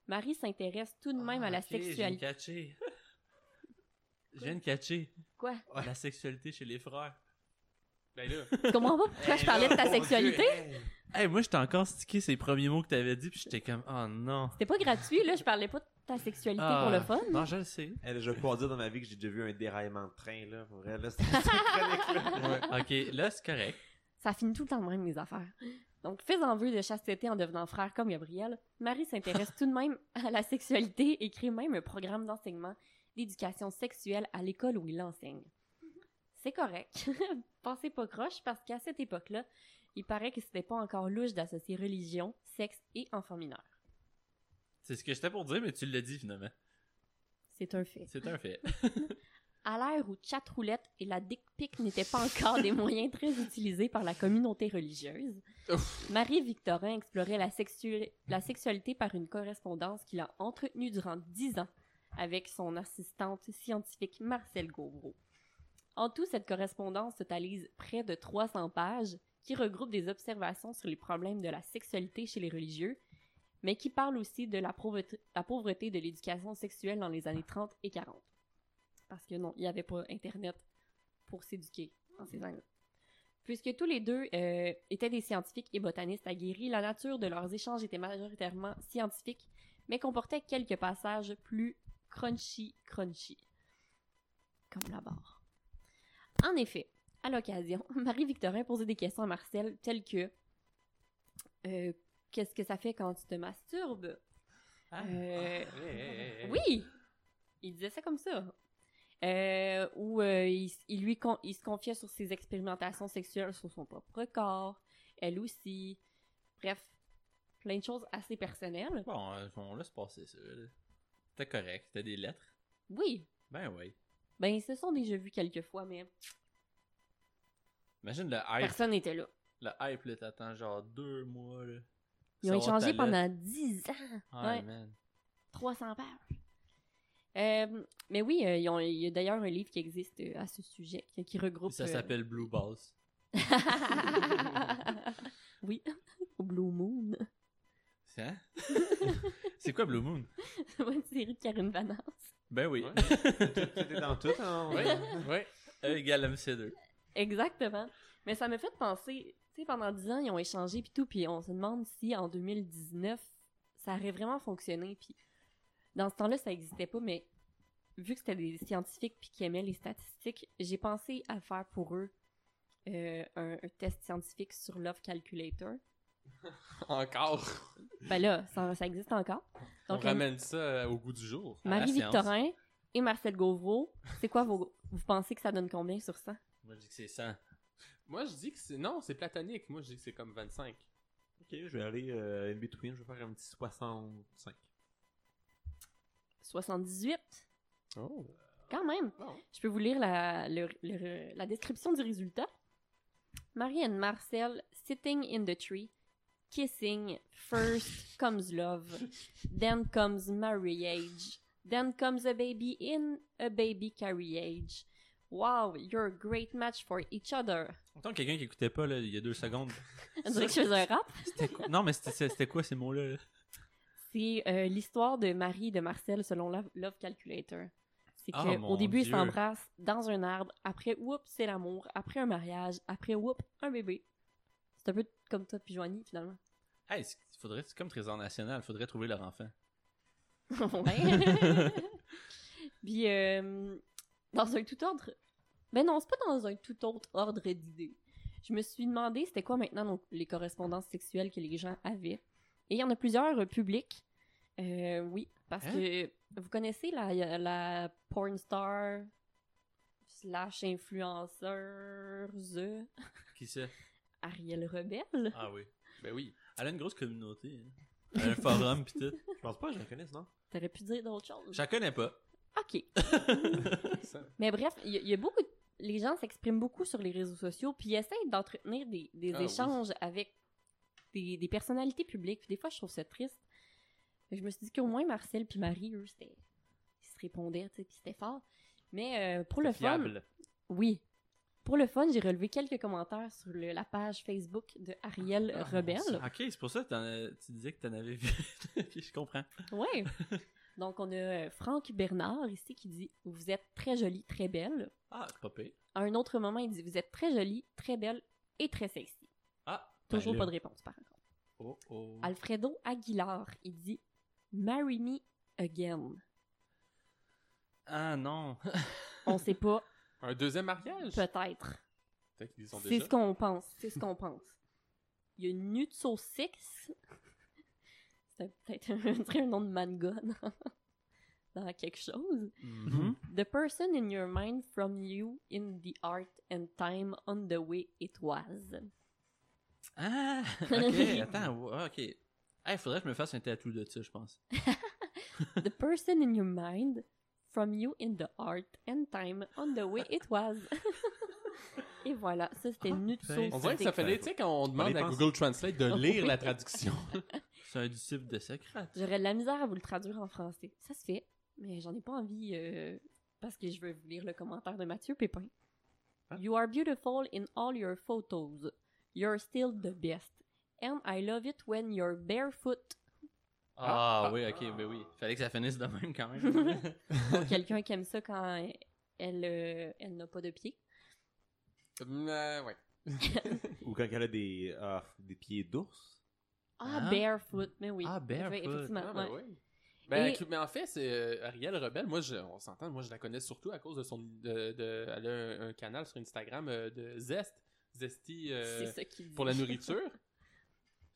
S4: Marie s'intéresse tout de même
S1: Ah,
S4: à la sexualité.
S1: catché. Je viens de catcher
S4: Quoi?
S1: la sexualité chez les frères.
S2: Ben là,
S4: Tu comprends pas pourquoi je parlais de ta sexualité?
S1: Hey, moi, j'étais encore stické ces premiers mots que t'avais dit, puis j'étais comme, oh non.
S4: C'était pas gratuit, là, je parlais pas de ta sexualité
S1: Ah,
S4: pour le fun.
S1: Non, je le sais.
S3: Elle, Eh, je vais pouvoir dire dans ma vie que j'ai déjà vu un déraillement de train, là. Pour vrai, là, c'est- c'est chronique, là.
S1: ok, là, c'est correct.
S4: Ça finit tout le temps de même, mes affaires. Donc, faisant vœu de chasteté en devenant frère comme Gabriel, Marie s'intéresse tout de même à la sexualité et crée même un programme d'enseignement d'éducation sexuelle à l'école où il enseigne. C'est correct. Pensez pas croche parce qu'à cette époque-là, il paraît que c'était pas encore louche d'associer religion, sexe et enfants mineurs.
S1: C'est ce que j'étais pour dire, mais tu l'as dit finalement.
S4: C'est un fait.
S1: C'est un fait.
S4: À l'ère où chatroulette et la dick pic n'étaient pas encore des moyens très utilisés par la communauté religieuse, Marie-Victorin explorait la, sexu- la sexualité par une correspondance qu'il a entretenue durant dix ans avec son assistante scientifique Marcel Gauvreau. En tout, cette correspondance totalise près de 300 pages qui regroupent des observations sur les problèmes de la sexualité chez les religieux, mais qui parle aussi de la pauvreté, la pauvreté de l'éducation sexuelle dans les années 30 et 40 parce que non, il n'y avait pas Internet pour s'éduquer en ces années-là. Puisque tous les deux euh, étaient des scientifiques et botanistes aguerris, la nature de leurs échanges était majoritairement scientifique, mais comportait quelques passages plus crunchy, crunchy. Comme la barre. En effet, à l'occasion, Marie-Victorin posait des questions à Marcel, telles que euh, Qu'est-ce que ça fait quand tu te masturbes Euh,
S2: hey, hey, hey,
S1: Eh.
S2: hey.
S4: oui! Il disait ça comme ça. Euh, où euh, il, s- il lui con- il se confiait sur ses expérimentations sexuelles sur son propre corps, elle aussi. Bref, plein de choses assez personnelles.
S1: Bon, euh, on laisse passer ça. là. C'était correct. T'as des lettres?
S4: Oui,
S1: Ben oui.
S4: ben ils se sont déjà vus quelques fois, mais
S1: Imagine le hype.
S4: personne n'était là.
S1: Le hype, là, t'attends genre deux mois, là.
S4: Ils ont
S1: Savoir
S4: échangé
S1: ta lettre.
S4: pendant 10 ans.
S1: Ah,
S4: ouais.
S1: man.
S4: 300 pages. Euh, mais oui, euh, ils ont- il y a d'ailleurs un livre qui existe euh, à ce sujet, qui, qui regroupe...
S1: Ça
S4: euh,
S1: s'appelle Blue Balls.
S4: oui, au Blue Moon.
S1: C'est hein? C'est quoi Blue Moon?
S4: Ouais, une série de Karine Vanance.
S1: Ben oui.
S2: Ouais.
S3: C'était dans tout, hein.
S2: Oui, oui.
S1: E égale MC2.
S4: Exactement. Mais ça me fait penser, tu sais, pendant 10 ans, ils ont échangé puis tout, puis on se demande si en 2019, ça aurait vraiment fonctionné. Puis dans ce temps-là, ça n'existait pas, mais vu que c'était des scientifiques puis qu'ils aimaient les statistiques, j'ai pensé à faire pour eux euh, un, un test scientifique sur Love Calculator.
S2: Encore.
S4: Ben là, ça, ça existe encore.
S2: On
S4: la-
S2: ramène ça euh, au goût du jour.
S1: à la
S4: Marie-Victorin et Marcel Gauvreau, c'est quoi vos... Vous pensez que ça donne combien sur 100?
S1: Moi, je dis que c'est 100.
S2: Moi, je dis que c'est. Non, c'est platonique. Moi, je dis que c'est comme 25.
S3: Ok, je vais aller euh, in between, je vais faire un petit 65.
S4: 78?
S2: Oh.
S4: Quand même!
S2: Bon.
S4: Je peux vous lire la, le- le- la description du résultat. Marie and Marcel, sitting in the tree, kissing, first comes love, then comes marriage, then comes a baby in a baby carriage. Wow, you're a great match for each other.
S1: Autant que quelqu'un qui écoutait pas, là, il y a deux secondes.
S4: On dirait que je hein? faisais un rap.
S1: C'était quoi- Non, mais c'était- c'était c'était quoi ces mots-là? là?
S4: C'est euh, l'histoire de Marie et de Marcel selon Love, Love Calculator. C'est
S1: Ah,
S4: que
S1: mon
S4: au début, ils
S1: Dieu.
S4: s'embrassent dans un arbre. Après, oups, c'est l'amour. Après, un mariage. Après, oups, un bébé. C'est un peu comme toi puis Joanie, finalement.
S1: Hey, c'est- faudrait, c'est comme Trésor National, faudrait trouver leur enfant. Ben,
S4: Ouais. puis, euh, dans un tout autre... Ben non, c'est pas dans un tout autre ordre d'idées. Je me suis demandé c'était quoi maintenant donc, les correspondances sexuelles que les gens avaient. Et il y en a plusieurs euh, publiques. Euh, oui, parce
S1: Hein?
S4: que vous connaissez la, la porn star slash influenceuse
S1: Qui c'est
S4: Ariel Rebelle.
S1: Ah oui.
S2: Ben oui.
S1: Elle a une grosse communauté. hein. Elle a un forum pis tout.
S3: Je pense pas que je la connaisse, non?
S4: T'aurais pu dire d'autres choses.
S1: Je la connais pas.
S4: Ok.
S2: Ça.
S4: Mais bref, il y, a- il y a beaucoup de- Les gens s'expriment beaucoup sur les réseaux sociaux, puis ils essayent d'entretenir des, des
S2: Ah oui.
S4: échanges avec des, des personnalités publiques. Puis des fois, je trouve ça triste. Fait que je me suis dit qu'au moins Marcel puis Marie, eux, c'était... Ils se répondaient, tu sais, puis c'était fort. Mais euh, pour le fun...
S3: Fiable.
S4: Oui. Pour le fun, j'ai relevé quelques commentaires sur le- la page Facebook de Ariel
S1: Ah, mon Dieu.
S4: Euh, Rebelle.
S1: Ok, c'est pour ça que t'en as- tu disais que t'en avais vu. Ok, je comprends.
S4: Ouais. Donc, on a euh, Franck Bernard ici qui dit Vous êtes très jolie, très belle.
S1: Ah, c'est pas pire.
S4: À un autre moment, il dit Vous êtes très jolie, très belle et très sexy.
S1: Ah,
S4: Toujours
S3: Ben là.
S4: pas de réponse, par contre.
S1: oh oh.
S4: Alfredo Aguilar, il dit Marry me again.
S1: Ah non.
S4: On sait pas,
S2: Un deuxième mariage?
S4: peut-être.
S2: Peut-être qu'ils sont
S4: C'est
S2: déjà.
S4: ce qu'on pense. C'est ce qu'on pense. Il y a Nutso 6. C'est peut-être un, on dirait un nom de manga dans, dans quelque chose.
S1: Mhm.
S4: The person in your mind from you in the art and time on the way it was.
S1: Ah, ok, attends. ouais, Ok. Hey, faudrait que je me fasse un tatou de ça, je pense.
S4: The person in your mind from you in the art and time on the way it was. Et voilà, ça c'était
S1: Ah,
S4: Nutso
S1: ben,
S2: On dirait que ça
S4: 6.
S2: fallait, tu sais, quand on demande
S3: les
S2: à
S3: pense.
S2: Google Translate de
S4: Oh,
S2: lire
S4: oui.
S2: la traduction.
S1: C'est un disciple de Socrate.
S4: J'aurais de la misère à vous le traduire en français. Ça se fait, mais j'en ai pas envie euh, parce que je veux vous lire le commentaire de Mathieu Pépin.
S3: Hein?
S4: You are beautiful in all your photos. You're still the best. And I love it when you're barefoot.
S1: Ah, oui, ok, ben oui. Fallait que ça finisse de même quand même.
S4: Pour quelqu'un qui aime ça quand elle, euh, elle n'a pas de pied.
S2: Hum, euh, ouais.
S3: Ou quand elle a des, ah, des pieds d'ours.
S4: Ah,
S1: Hein?
S4: barefoot, mais oui.
S1: Ah,
S4: Je vais-
S1: barefoot.
S4: Effectivement,
S2: Ah, ben
S4: ouais.
S2: oui. Ben,
S4: Et-
S2: que- mais en fait, c'est euh, Ariel Rebelle. Moi, je- on s'entend, moi, je la connais surtout à cause de son. De, de- elle a un, un canal sur Instagram euh, de Zest. Zesty euh,
S4: C'est ça qu'il dit.
S2: pour la nourriture.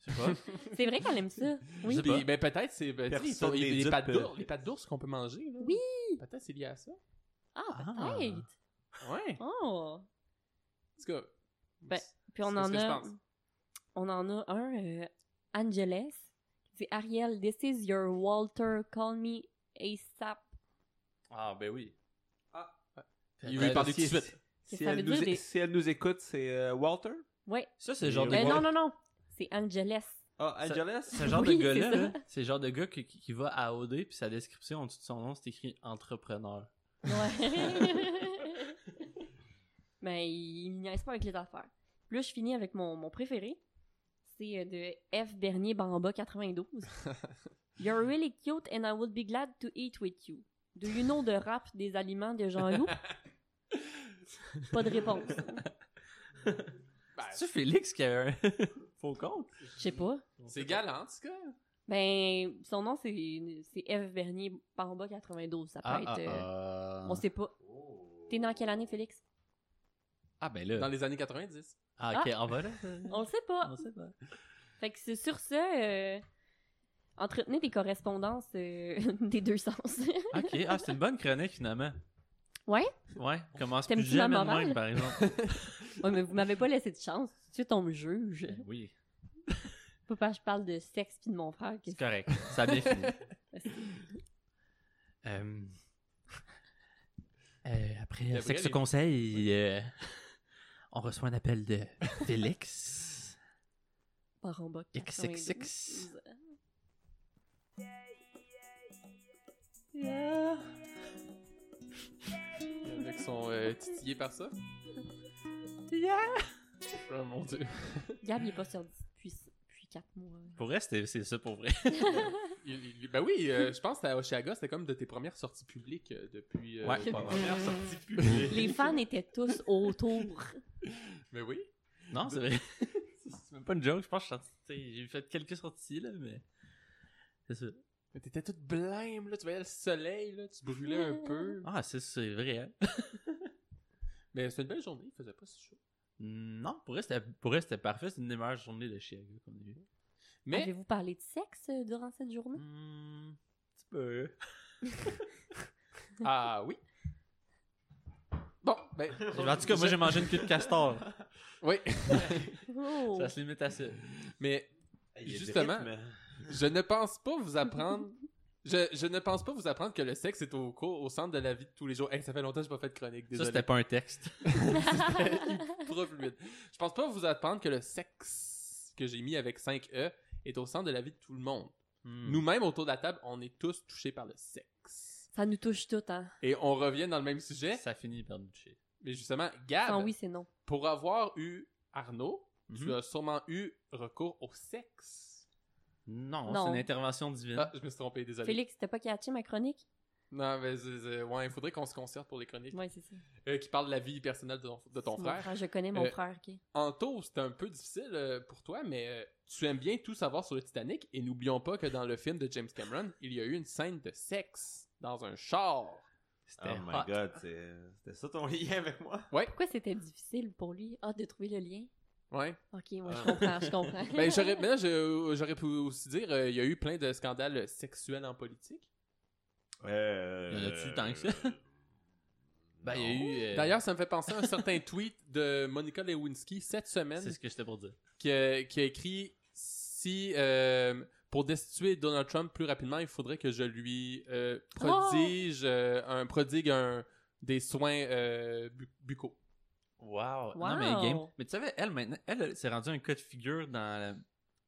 S1: Je sais pas.
S4: C'est vrai qu'elle aime ça. Oui.
S1: Je sais pas.
S2: Puis, ben, peut-être, c'est. ben, tu sais, ils
S3: Personne
S2: font- les,
S3: n'est
S2: les
S3: dupe,
S2: pâtes d'ours-
S3: euh.
S2: les pâtes d'ours qu'on peut manger. là.
S4: Oui.
S2: Peut-être c'est lié à ça.
S4: Ah,
S1: Ah.
S4: peut-être.
S2: Ouais.
S4: Oh.
S2: En tout cas.
S4: Ben, Puis on
S2: C'est ce
S4: en
S2: que je
S4: a.
S2: pense.
S4: On en a un, euh, Angeles. C'est Ariel, this is your Walter, call me ASAP.
S1: Ah, ben oui.
S3: Ah.
S2: Il
S1: Ben,
S2: veut parler tout de
S3: Si-
S2: suite.
S3: Si,
S4: Qu'est-ce que ça veut
S3: elle nous,
S4: dire,
S3: é-
S4: des-
S3: si elle nous écoute, c'est euh, Walter?
S4: Ouais.
S1: Ça, c'est le genre de
S4: Euh,
S1: gars-
S4: non, non, non. C'est Angeles.
S3: Ah, Angeles?
S1: Ce genre
S4: Oui,
S1: de
S4: c'est
S1: gars-là,
S4: ça.
S1: là, c'est le genre de gars qui, qui- qui va à OD, puis sa description en dessous de son nom, c'est écrit entrepreneur.
S4: Ouais. Mais Ben, il n'y a pas avec les affaires. Puis Là, je finis avec mon, mon préféré. C'est euh, de F. Bernier Bamba 92. You're really cute and I would be glad to eat with you. Do you know the rap des aliments de Jean-Loup? pas de réponse.
S2: Ben,
S1: C'est Félix qui a un faux compte?
S4: Je sais pas.
S2: c'est galant, en tout cas.
S4: Ben, son nom, c'est c'est F. Bernier, par en bas 92. Ça peut
S1: Ah,
S4: être.
S1: ah,
S4: euh,
S1: ah.
S4: On sait pas. T'es dans quelle année, Félix
S1: Ah, ben là.
S2: Dans les années 90.
S1: Ah, ok, on va là. euh,
S4: On le sait pas.
S1: On sait pas.
S4: Fait que c'est sur ça, euh, entretenez des correspondances euh, des deux sens.
S1: Ok, ah, c'est une bonne chronique finalement.
S4: Ouais?
S1: Ouais, commence plus
S4: T'aimes-tu la
S1: jamais de
S4: morale?
S1: même, par exemple.
S4: ouais, mais vous m'avez pas laissé de chance. Tout de suite, on me juge.
S1: Ben oui,
S4: Faut pas que je parle de sexe puis de mon frère.
S1: c'est
S4: qu'est-ce
S1: correct. Ça a bien fini.
S4: Merci.
S1: Euh, euh, après
S2: Gabriel
S1: Sexe
S2: est-
S1: Conseil, euh, on reçoit un appel de Félix.
S4: Par en bas.
S1: XXX.
S4: 92.
S2: Avec son euh, titillé par ça. Oh mon dieu.
S4: Gab, il est pas sur 10 depuis, depuis 4 mois.
S1: Pour vrai, c'était- c'est ça pour vrai.
S2: Il- il- ben oui, euh, je pense que à Oshiaga, c'était comme de tes premières sorties publiques euh, depuis. euh,
S1: Ouais,
S2: pas-
S1: première sortie publique.
S4: Les fans étaient tous autour.
S2: Mais Ben oui.
S1: Non, c'est vrai. c'est même pas une joke. Je pense que je suis sorti- tu sais, j'ai fait quelques sorties, là, mais. C'est ça.
S2: Mais t'étais toute blême, là. Tu voyais le soleil, là. Tu brûlais un peu.
S1: Ah, c'est- c'est vrai, hein.
S2: Mais c'était une belle journée, il faisait pas si chaud.
S1: Non, pour vrai, c'était- pour vrai, c'était parfait. C'est une des meilleures journées de Chicago qu'on a eues.
S2: Mais
S4: Avez-vous parlé de sexe euh, durant cette journée?
S1: Hmm, un petit peu.
S2: Ah oui. Bon, ben.
S1: En tout cas, moi, j'ai mangé une queue de castor.
S2: Oui,
S4: Oh.
S1: Ça se limite à ça.
S2: mais
S3: Il y a du
S2: Justement.
S3: rythme.
S2: je ne pense pas vous apprendre. Je, je ne pense pas vous apprendre que le sexe est au, cours- au centre de la vie de tous les jours. Hey, ça fait longtemps que j'ai pas fait de chronique,
S1: Ça,
S2: désolé.
S1: c'était pas un texte.
S2: Trop fluide. Je pense pas vous apprendre que le sexe que j'ai mis avec 5E est au centre de la vie de tout le monde.
S1: Hmm.
S2: Nous-mêmes, autour de la table, on est tous touchés par le sexe.
S4: Ça nous touche tout, hein.
S2: Et on revient dans le même sujet,
S1: Ça finit par nous toucher.
S2: mais justement, Gab,
S4: Sans Ah oui, c'est non.
S2: pour avoir eu Arnaud, tu
S1: Mhm.
S2: as sûrement eu recours au sexe.
S1: Non,
S4: Non.
S1: c'est une intervention divine.
S2: Ah, je me suis trompé, désolé.
S4: Félix, t'as pas catché ma chronique?
S2: Non, mais c'est- c'est- ouais, il faudrait qu'on se concerte pour les chroniques
S4: Oui, c'est ça.
S2: euh, qui parlent de la vie personnelle de ton, de ton
S4: C'est mon
S2: frère.
S4: Je connais mon
S2: Euh,
S4: frère, ok.
S2: Anto, c'était un peu difficile euh, pour toi, mais euh, tu aimes bien tout savoir sur le Titanic et n'oublions pas que dans le film de James Cameron, il y a eu une scène de sexe dans un char.
S1: C'était
S3: Oh my
S1: hot.
S3: god, c'est- c'était ça ton lien avec moi?
S4: Pourquoi c'était difficile pour lui? Ah, de trouver le lien?
S2: Ouais.
S4: Ok, moi, je
S3: Ah.
S4: comprends, je comprends.
S2: Ben, j'aurais, mais là, je- j'aurais pu aussi dire, euh, il y a eu plein de scandales sexuels en politique.
S3: Euh,
S1: Y en a-tu tant que ça?
S3: euh,
S1: Ben, il y a
S3: non.
S1: eu. euh,
S2: D'ailleurs, ça me fait penser à un certain tweet de Monica Lewinsky cette semaine
S1: c'est ce que j'étais pour dire.
S2: qui, a- qui a écrit si euh, pour destituer Donald Trump plus rapidement, il faudrait que je lui euh,
S1: Oh!
S2: prodige euh, un prodigue un- des soins euh, bu- buccaux.
S1: Wow.
S4: Wow.
S1: Non, mais game. Mais tu savais, elle, maintenant, elle, elle s'est rendue un cas de figure dans la-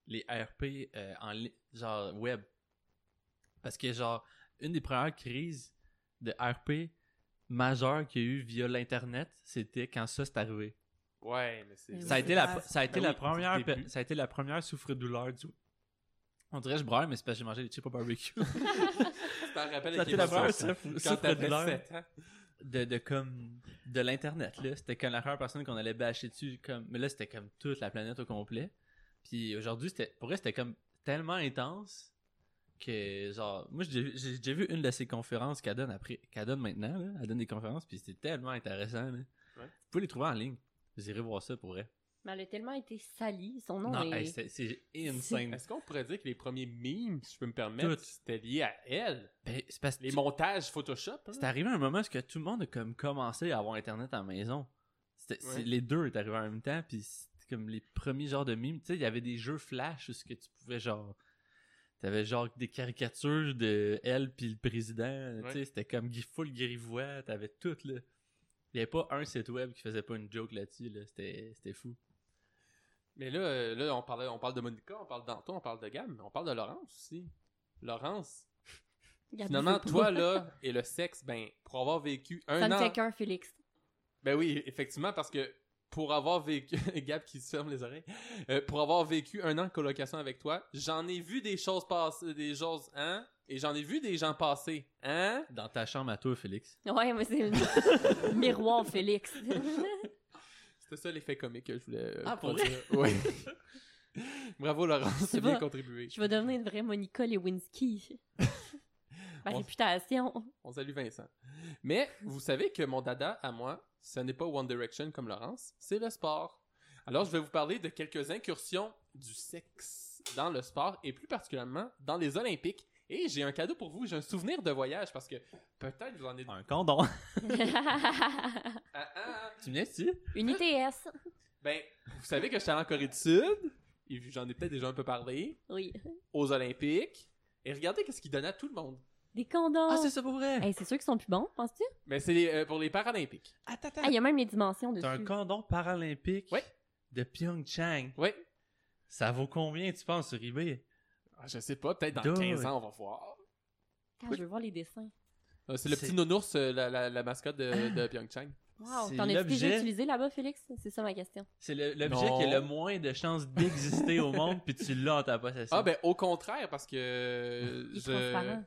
S1: les RP euh, en li- genre web. Parce que, genre, une des premières crises de RP majeures qu'il y a eu via l'Internet, c'était quand ça s'est arrivé.
S2: Ouais, mais c'est
S4: Mais
S1: Ça a
S4: Oui,
S1: été
S4: c'est
S1: la,
S4: grave.
S1: ça a été
S2: Ben
S1: la
S2: oui,
S1: première,
S2: du début.
S1: pe- ça a été la première souffre-douleur du. On dirait que je braille, mais c'est parce que j'ai mangé des chips au barbecue.
S2: Tu t'en rappelles
S1: ça a
S2: avec
S1: été
S2: les
S1: la
S2: bonnes
S1: première
S2: choses,
S1: souffre-
S2: quand t'avais
S1: souffre-douleur
S2: 7 ans.
S1: de, de comme de l'internet là c'était comme la première personne qu'on allait bâcher dessus comme mais là c'était comme toute la planète au complet puis aujourd'hui c'était pour vrai c'était comme tellement intense que genre moi j'ai j'ai déjà vu une de ces conférences qu'elle donne après qu'elle donne maintenant là. elle donne des conférences puis c'était tellement intéressant là. vous pouvez les trouver en ligne vous irez voir ça pour vrai
S4: Mais elle a tellement été salie, son nom
S1: non
S4: est...
S1: hey, c'est c'est insane
S2: Est-ce qu'on pourrait dire que les premiers memes, si je peux me permettre,
S1: Tout.
S2: c'était lié à elle?
S1: Ben, c'est parce que
S2: Les
S1: tu-
S2: montages Photoshop? hein?
S1: c'est arrivé à un moment où est-ce que tout le monde a comme commencé à avoir internet à la maison C'était- c'est-
S2: Ouais.
S1: les deux est arrivé en même temps puis c'était comme les premiers genres de mimes tu sais il y avait des jeux flash où ce que tu pouvais genre t'avais genre des caricatures de elle puis le président tu sais
S2: Ouais.
S1: c'était comme gui- full grivois t'avais tout là il y avait pas un site web qui faisait pas une joke là-dessus là c'était c'était fou
S2: Mais là, euh, là on, parlait, on parle de Monica, on parle d'Anton, on parle de Gam, mais on parle de Laurence aussi. Laurence,
S4: Regarde,
S2: finalement,
S4: c'est-
S2: toi, là, et le sexe, ben, pour avoir vécu un
S4: Ça ne
S2: an...
S4: fait qu'un, Félix.
S2: Ben oui, effectivement, parce que pour avoir vécu... Gab qui se ferme les oreilles. Euh, pour avoir vécu un an de colocation avec toi, j'en ai vu des choses passer, des choses, hein? Et j'en ai vu des gens passer, hein?
S1: dans ta chambre à toi Félix
S4: Ouais, mais c'est le miroir, Félix.
S2: C'était ça l'effet comique que je voulais. euh,
S1: Ah, pour
S2: produire. Ouais. Bravo Laurence, t'as
S4: C'est
S2: bien
S4: pas-
S2: contribué.
S4: je vais devenir une vraie Monica Lewinsky. Ma
S2: On-
S4: réputation.
S2: On salue Vincent. Mais vous savez que mon dada à moi, ce n'est pas One Direction comme Laurence, c'est le sport. Alors je vais vous parler de quelques incursions du sexe dans le sport et plus particulièrement dans les Olympiques. Et j'ai un cadeau pour vous, j'ai un souvenir de voyage parce que peut-être vous en êtes.
S1: un condom
S2: Ah, ah.
S1: tu me tu
S4: une ITS.
S2: Ben, vous savez que j'étais allé en Corée du Sud, et j'en ai peut-être déjà un peu parlé,
S4: Oui.
S2: aux Olympiques. Et regardez qu'est-ce qu'ils donnaient à tout le monde.
S4: Des condoms.
S1: ah c'est ça pour vrai
S4: Hey, c'est sûr qu'ils sont plus bons, penses-tu?
S2: Mais c'est les- euh, pour les Paralympiques.
S1: attends
S4: Ah, il y a même les dimensions dessus.
S1: t'as un condom paralympique
S2: Ouais.
S1: de Pyeongchang
S2: Oui.
S1: Ça vaut combien, tu penses, sur eBay?
S2: Ah, Je sais pas, peut-être dans
S1: Dude.
S2: 15 ans, on va voir.
S4: Attends, Ah, je veux voir les dessins.
S2: Euh, c'est le
S1: C'est-
S2: petit nounours, euh, la, la- la mascotte de,
S1: Ah.
S2: de Pyeongchang.
S4: Wow,
S1: C'est
S4: t'en as déjà
S1: l'objet.
S4: utilisé là-bas, Félix? C'est ça ma question.
S1: C'est le- l'objet
S2: Non.
S1: qui a le moins de chances d'exister au monde, puis tu l'as en ta possession.
S2: Ah ben au contraire, parce que euh,
S4: Il est
S2: je...
S4: transparent.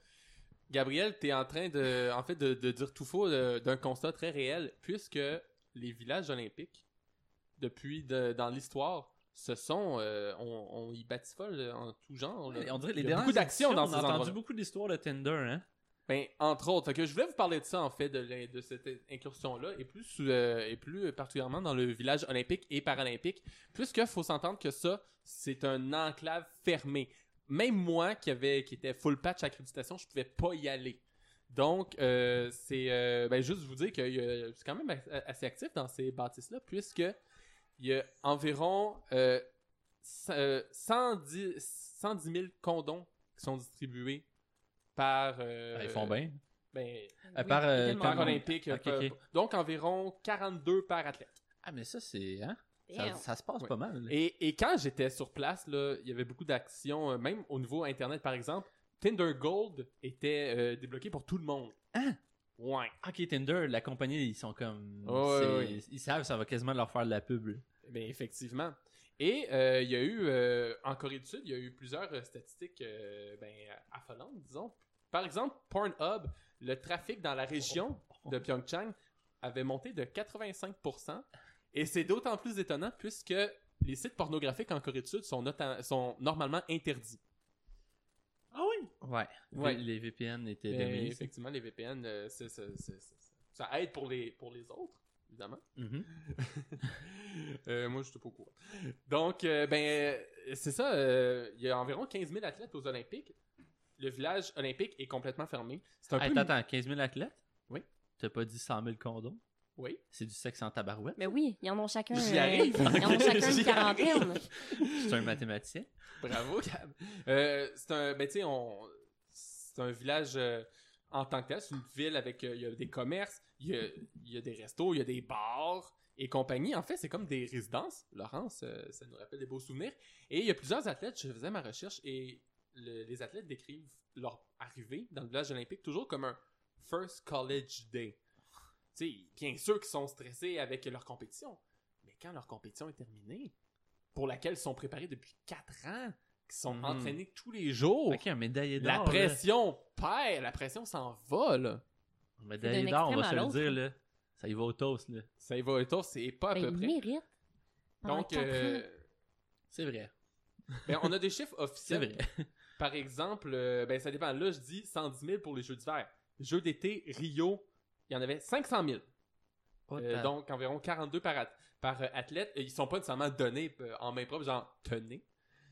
S2: Gabriel, t'es en train de, en fait, de, de dire tout faux euh, d'un constat très réel, puisque les villages olympiques, depuis de- dans l'histoire, se sont, euh, on, on y batifole en tout genre. là.
S1: Et on dirait les
S2: Il y a
S1: dernières
S2: beaucoup d'actions
S1: émissions,
S2: dans
S1: On
S2: ces
S1: a entendu
S2: endroits.
S1: beaucoup d'histoires de Tinder, hein?
S2: Ben, entre autres. Fait que je voulais vous parler de ça, en fait, de, l'in- de cette incursion-là, et plus, sous, euh, et plus particulièrement dans le village olympique et paralympique, puisque faut s'entendre que ça, c'est un enclave fermé. Même moi, qui, avait, qui était full patch accréditation, je pouvais pas y aller. Donc, euh, c'est euh, ben, juste vous dire que euh, c'est quand même a- assez actif dans ces bâtisses-là, puisque il y a environ euh, c- euh, 110, 110 000 condoms qui sont distribués par... euh,
S1: Ah, ils font bien.
S2: ben,
S1: À part, euh,
S4: tellement.
S2: par
S1: Quand-
S2: olympique.
S1: Ok,
S2: euh,
S1: ok.
S2: Donc, environ 42 par athlète.
S1: Ah, mais ça, c'est. Hein? Ça,
S4: Damn.
S1: ça se passe
S2: Ouais.
S1: pas mal. là.
S2: Et, et quand j'étais sur place, là, il y avait beaucoup d'actions, euh, même au niveau Internet, par exemple. Tinder Gold était euh, débloqué pour tout le monde.
S1: Hein?
S2: Ouais.
S1: Ok, Tinder, la compagnie, ils sont comme.
S2: Ouais,
S1: c'est-
S2: ouais, ouais.
S1: Ils savent, ça va quasiment leur faire de la pub. là.
S2: Ben, effectivement. Et euh, il y a eu, euh, en Corée du Sud, il y a eu plusieurs euh, statistiques euh, ben, affolantes, disons. Par exemple, Pornhub, le trafic dans la région
S1: Oh,
S2: de Pyeongchang avait monté de 85%. Et c'est d'autant plus étonnant puisque les sites pornographiques en Corée du Sud sont, nota- sont normalement interdits.
S1: Ouais.
S2: Ouais.
S1: Ah
S2: Euh,
S1: Les VPN étaient
S2: Mais
S1: dominés. c'est-
S2: effectivement, les VPN, euh, c'est- c'est- c'est- c'est- ça aide pour les, pour les autres, évidemment.
S1: Mhm.
S2: Euh, moi, je suis pas au courant. Donc, euh, ben, euh, c'est ça. euh, Il y a environ 15 000 athlètes aux Olympiques. Le village olympique est complètement fermé. C'est un
S1: Hey,
S2: peu...
S1: attends, attends, 15 000 athlètes?
S2: Oui.
S1: T'as pas dit 100 000 condoms?
S2: Oui.
S1: C'est du sexe en tabarouette?
S4: Mais oui, ils en ont chacun.
S2: J'y
S4: euh,
S2: arrive.
S4: Ils en ont chacun
S2: J'y
S4: une quarantaine.
S1: C'est un mathématicien?
S2: Bravo, Gab. Euh, c'est un, ben, tu sais, on, c'est un village euh, en tant que tel. C'est une ville avec, euh, il y a des commerces, il y a, il y a des restos, il y a des bars et compagnie. En fait, c'est comme des résidences. Laurence, euh, ça nous rappelle des beaux souvenirs. Et il y a plusieurs athlètes. Je faisais ma recherche et le- les athlètes décrivent leur arrivée dans le village olympique toujours comme un first college day. Tu sais, bien sûr qu'ils sont stressés avec leur compétition, mais quand leur compétition est terminée, pour laquelle ils sont préparés depuis 4 ans, qu'ils sont
S1: Mhm.
S2: entraînés tous les jours,
S1: Ok, un médaillé d'or.
S2: la
S1: là.
S2: pression perd, la pression s'envole.
S1: Un médaillé
S4: D'un
S1: d'or, on va se
S4: extrême à
S1: le dire, là. Ça y va au toast, là.
S2: Ça y va et tour, c'est pas à
S4: Ben,
S2: peu
S4: ils
S2: près.
S4: méritent. Pendant
S2: Donc,
S4: quatre ans.
S2: euh,
S1: C'est vrai.
S2: ben, on a des chiffres
S1: C'est
S2: officiels.
S1: vrai.
S2: Par exemple, euh, ben, ça dépend. Là, je dis 110 000 pour les Jeux d'hiver. Jeux d'été, Rio, il y en avait 500 000. Euh,
S1: donc,
S2: donc, environ 42 par, ath- par euh, athlète. Et ils sont pas nécessairement donnés euh, en main propre, genre tenez.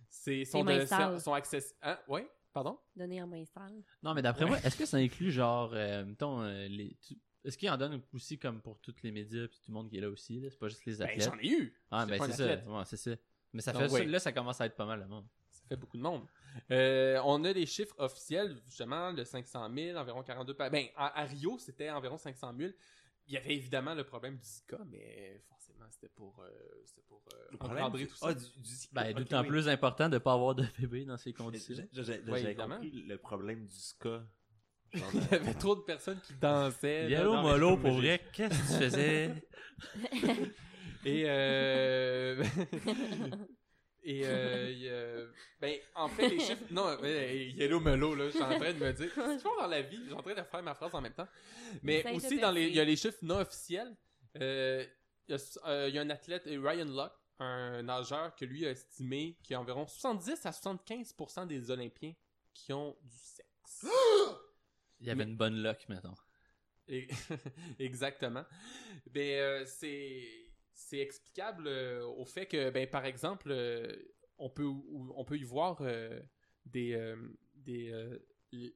S2: C'est sont,
S4: mains
S2: de-
S4: sales.
S2: sont access- Hein? Ouais? Pardon?
S4: Donner en main sale.
S1: non, mais d'après moi, est-ce que ça inclut, genre, euh, mettons, euh, les... tu- Est-ce qu'ils en donnent aussi comme pour tous les médias puis tout le monde qui est là aussi? là? C'est pas juste les
S2: Ben,
S1: athlètes.
S2: j'en ai eu.
S1: ah,
S2: C'est
S1: ben
S2: pas
S1: c'est
S2: un
S1: ça.
S2: athlète.
S1: Ouais, c'est ça. Mais ça
S2: Donc,
S1: fait ça-
S2: oui.
S1: là, ça commence à être pas mal, le monde.
S2: Ça fait beaucoup de monde. Euh, on a des chiffres officiels, justement, de 500 000, environ 42 par... Ben, à, à Rio, c'était environ 500 000. Il y avait évidemment le problème du Zika, mais forcément, c'était pour, euh, c'était pour euh, encadrer tout ça.
S3: Ah, du, du...
S1: Ben,
S3: ok,
S1: d'autant
S3: oui.
S1: plus important de pas avoir de bébé dans ces
S3: J'ai-
S1: conditions.
S3: j'ai- j'ai-
S2: Ouais,
S3: J'avais
S2: évidemment.
S3: compris le problème du ska. Genre,
S2: Il y avait trop de personnes qui dansaient. là,
S1: Yellow
S2: dans les
S1: Molo,
S2: rues.
S1: pour vrai, qu'est-ce que tu faisais?
S2: Et, euh... Et euh, il y a- ben, en fait, les chiffres. Non, mais, Yellow Melo, là, je suis en train de me dire. C'est toujours dans la vie, je suis en train de faire ma phrase en même temps. Mais
S4: Essaye de
S2: aussi, dans les, il y a
S4: percer.
S2: les chiffres non officiels. Euh, il y, a, euh, il y a un athlète, euh, Ryan Locke, un nageur, que lui a estimé qu'il y a environ 70 à 75 des Olympiens qui ont du sexe.
S1: Il y avait une bonne luck, mettons.
S2: Et- Exactement. Ben, euh, c'est c'est explicable euh, au fait que, ben, par exemple, euh, on, peut, ou- on peut y voir euh, des... euh, des euh, l-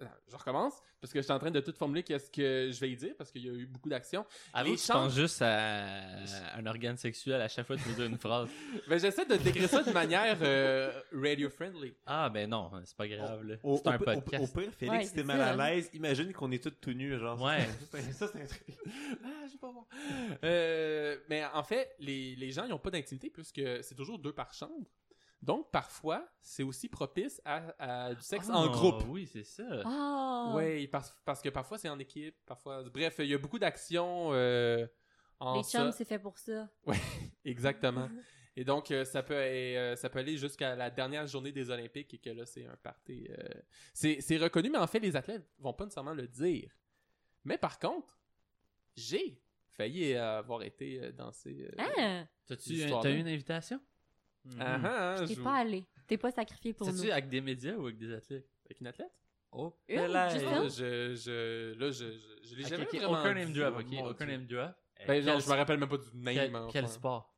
S2: Ah, je recommence, parce que je suis en train de tout formuler qu'est-ce que je vais y dire, parce qu'il y a eu beaucoup d'actions.
S1: Avoue,
S2: Les
S1: que tu
S2: chances-
S1: penses juste à un organe sexuel à chaque fois que tu veux dire une phrase.
S2: Ben, j'essaie de décrire ça de manière euh, radio-friendly.
S1: Ah, ben non, c'est pas grave, là.
S3: Au,
S1: C'est un
S3: au- au- au
S1: podcast.
S3: pire,
S4: Ouais,
S3: Félix, si t'es
S4: c'est
S3: mal
S4: ça. hein.
S3: à l'aise, imagine qu'on est tous tout nus, genre. ça,
S1: Ouais.
S3: c'est un- Ça, c'est un truc.
S2: Ah, je vais pas voir. Euh, mais en fait, les, les gens, ils n'ont pas d'intimité puisque c'est toujours deux par chambre. Donc, parfois, c'est aussi propice à, à du sexe
S1: Ah,
S2: en groupe.
S1: Oui, c'est ça.
S4: Ah!
S2: Oui, parce, parce que parfois, c'est en équipe. parfois Bref, il y a beaucoup d'actions euh, en
S4: Les
S2: ça.
S4: chums, c'est fait pour ça.
S2: Exactement. Et donc, euh, ça, peut, euh, ça peut aller jusqu'à la dernière journée des Olympiques et que là, c'est un party. euh, c'est c'est reconnu, mais en fait, les athlètes vont pas nécessairement le dire. Mais par contre, j'ai failli avoir été euh, dans ces... euh,
S4: Hein?
S1: T'as-tu euh,
S2: L'histoire
S1: t'as
S2: de-
S1: eu une invitation?
S2: Ah,
S1: Mhm.
S2: ah, ah,
S4: T'es
S2: je-
S4: pas allé. T'es pas sacrifié pour nous.
S1: T'as-tu avec des médias ou avec des athlètes?
S2: Avec une athlète?
S1: Oh,
S4: Une,
S1: là,
S4: juste
S2: Là,
S4: Non.
S2: Euh, je, je, là, je, je, je l'ai jamais vraiment
S1: Aucun name
S2: dit,
S1: drop,
S2: oh
S1: ok?
S2: mon
S1: Aucun
S2: Dieu.
S1: name drop.
S2: Ben, genre,
S1: Quel-
S2: je me rappelle même pas du name. hein,
S1: Quel-
S2: enfin.
S1: Quel sport?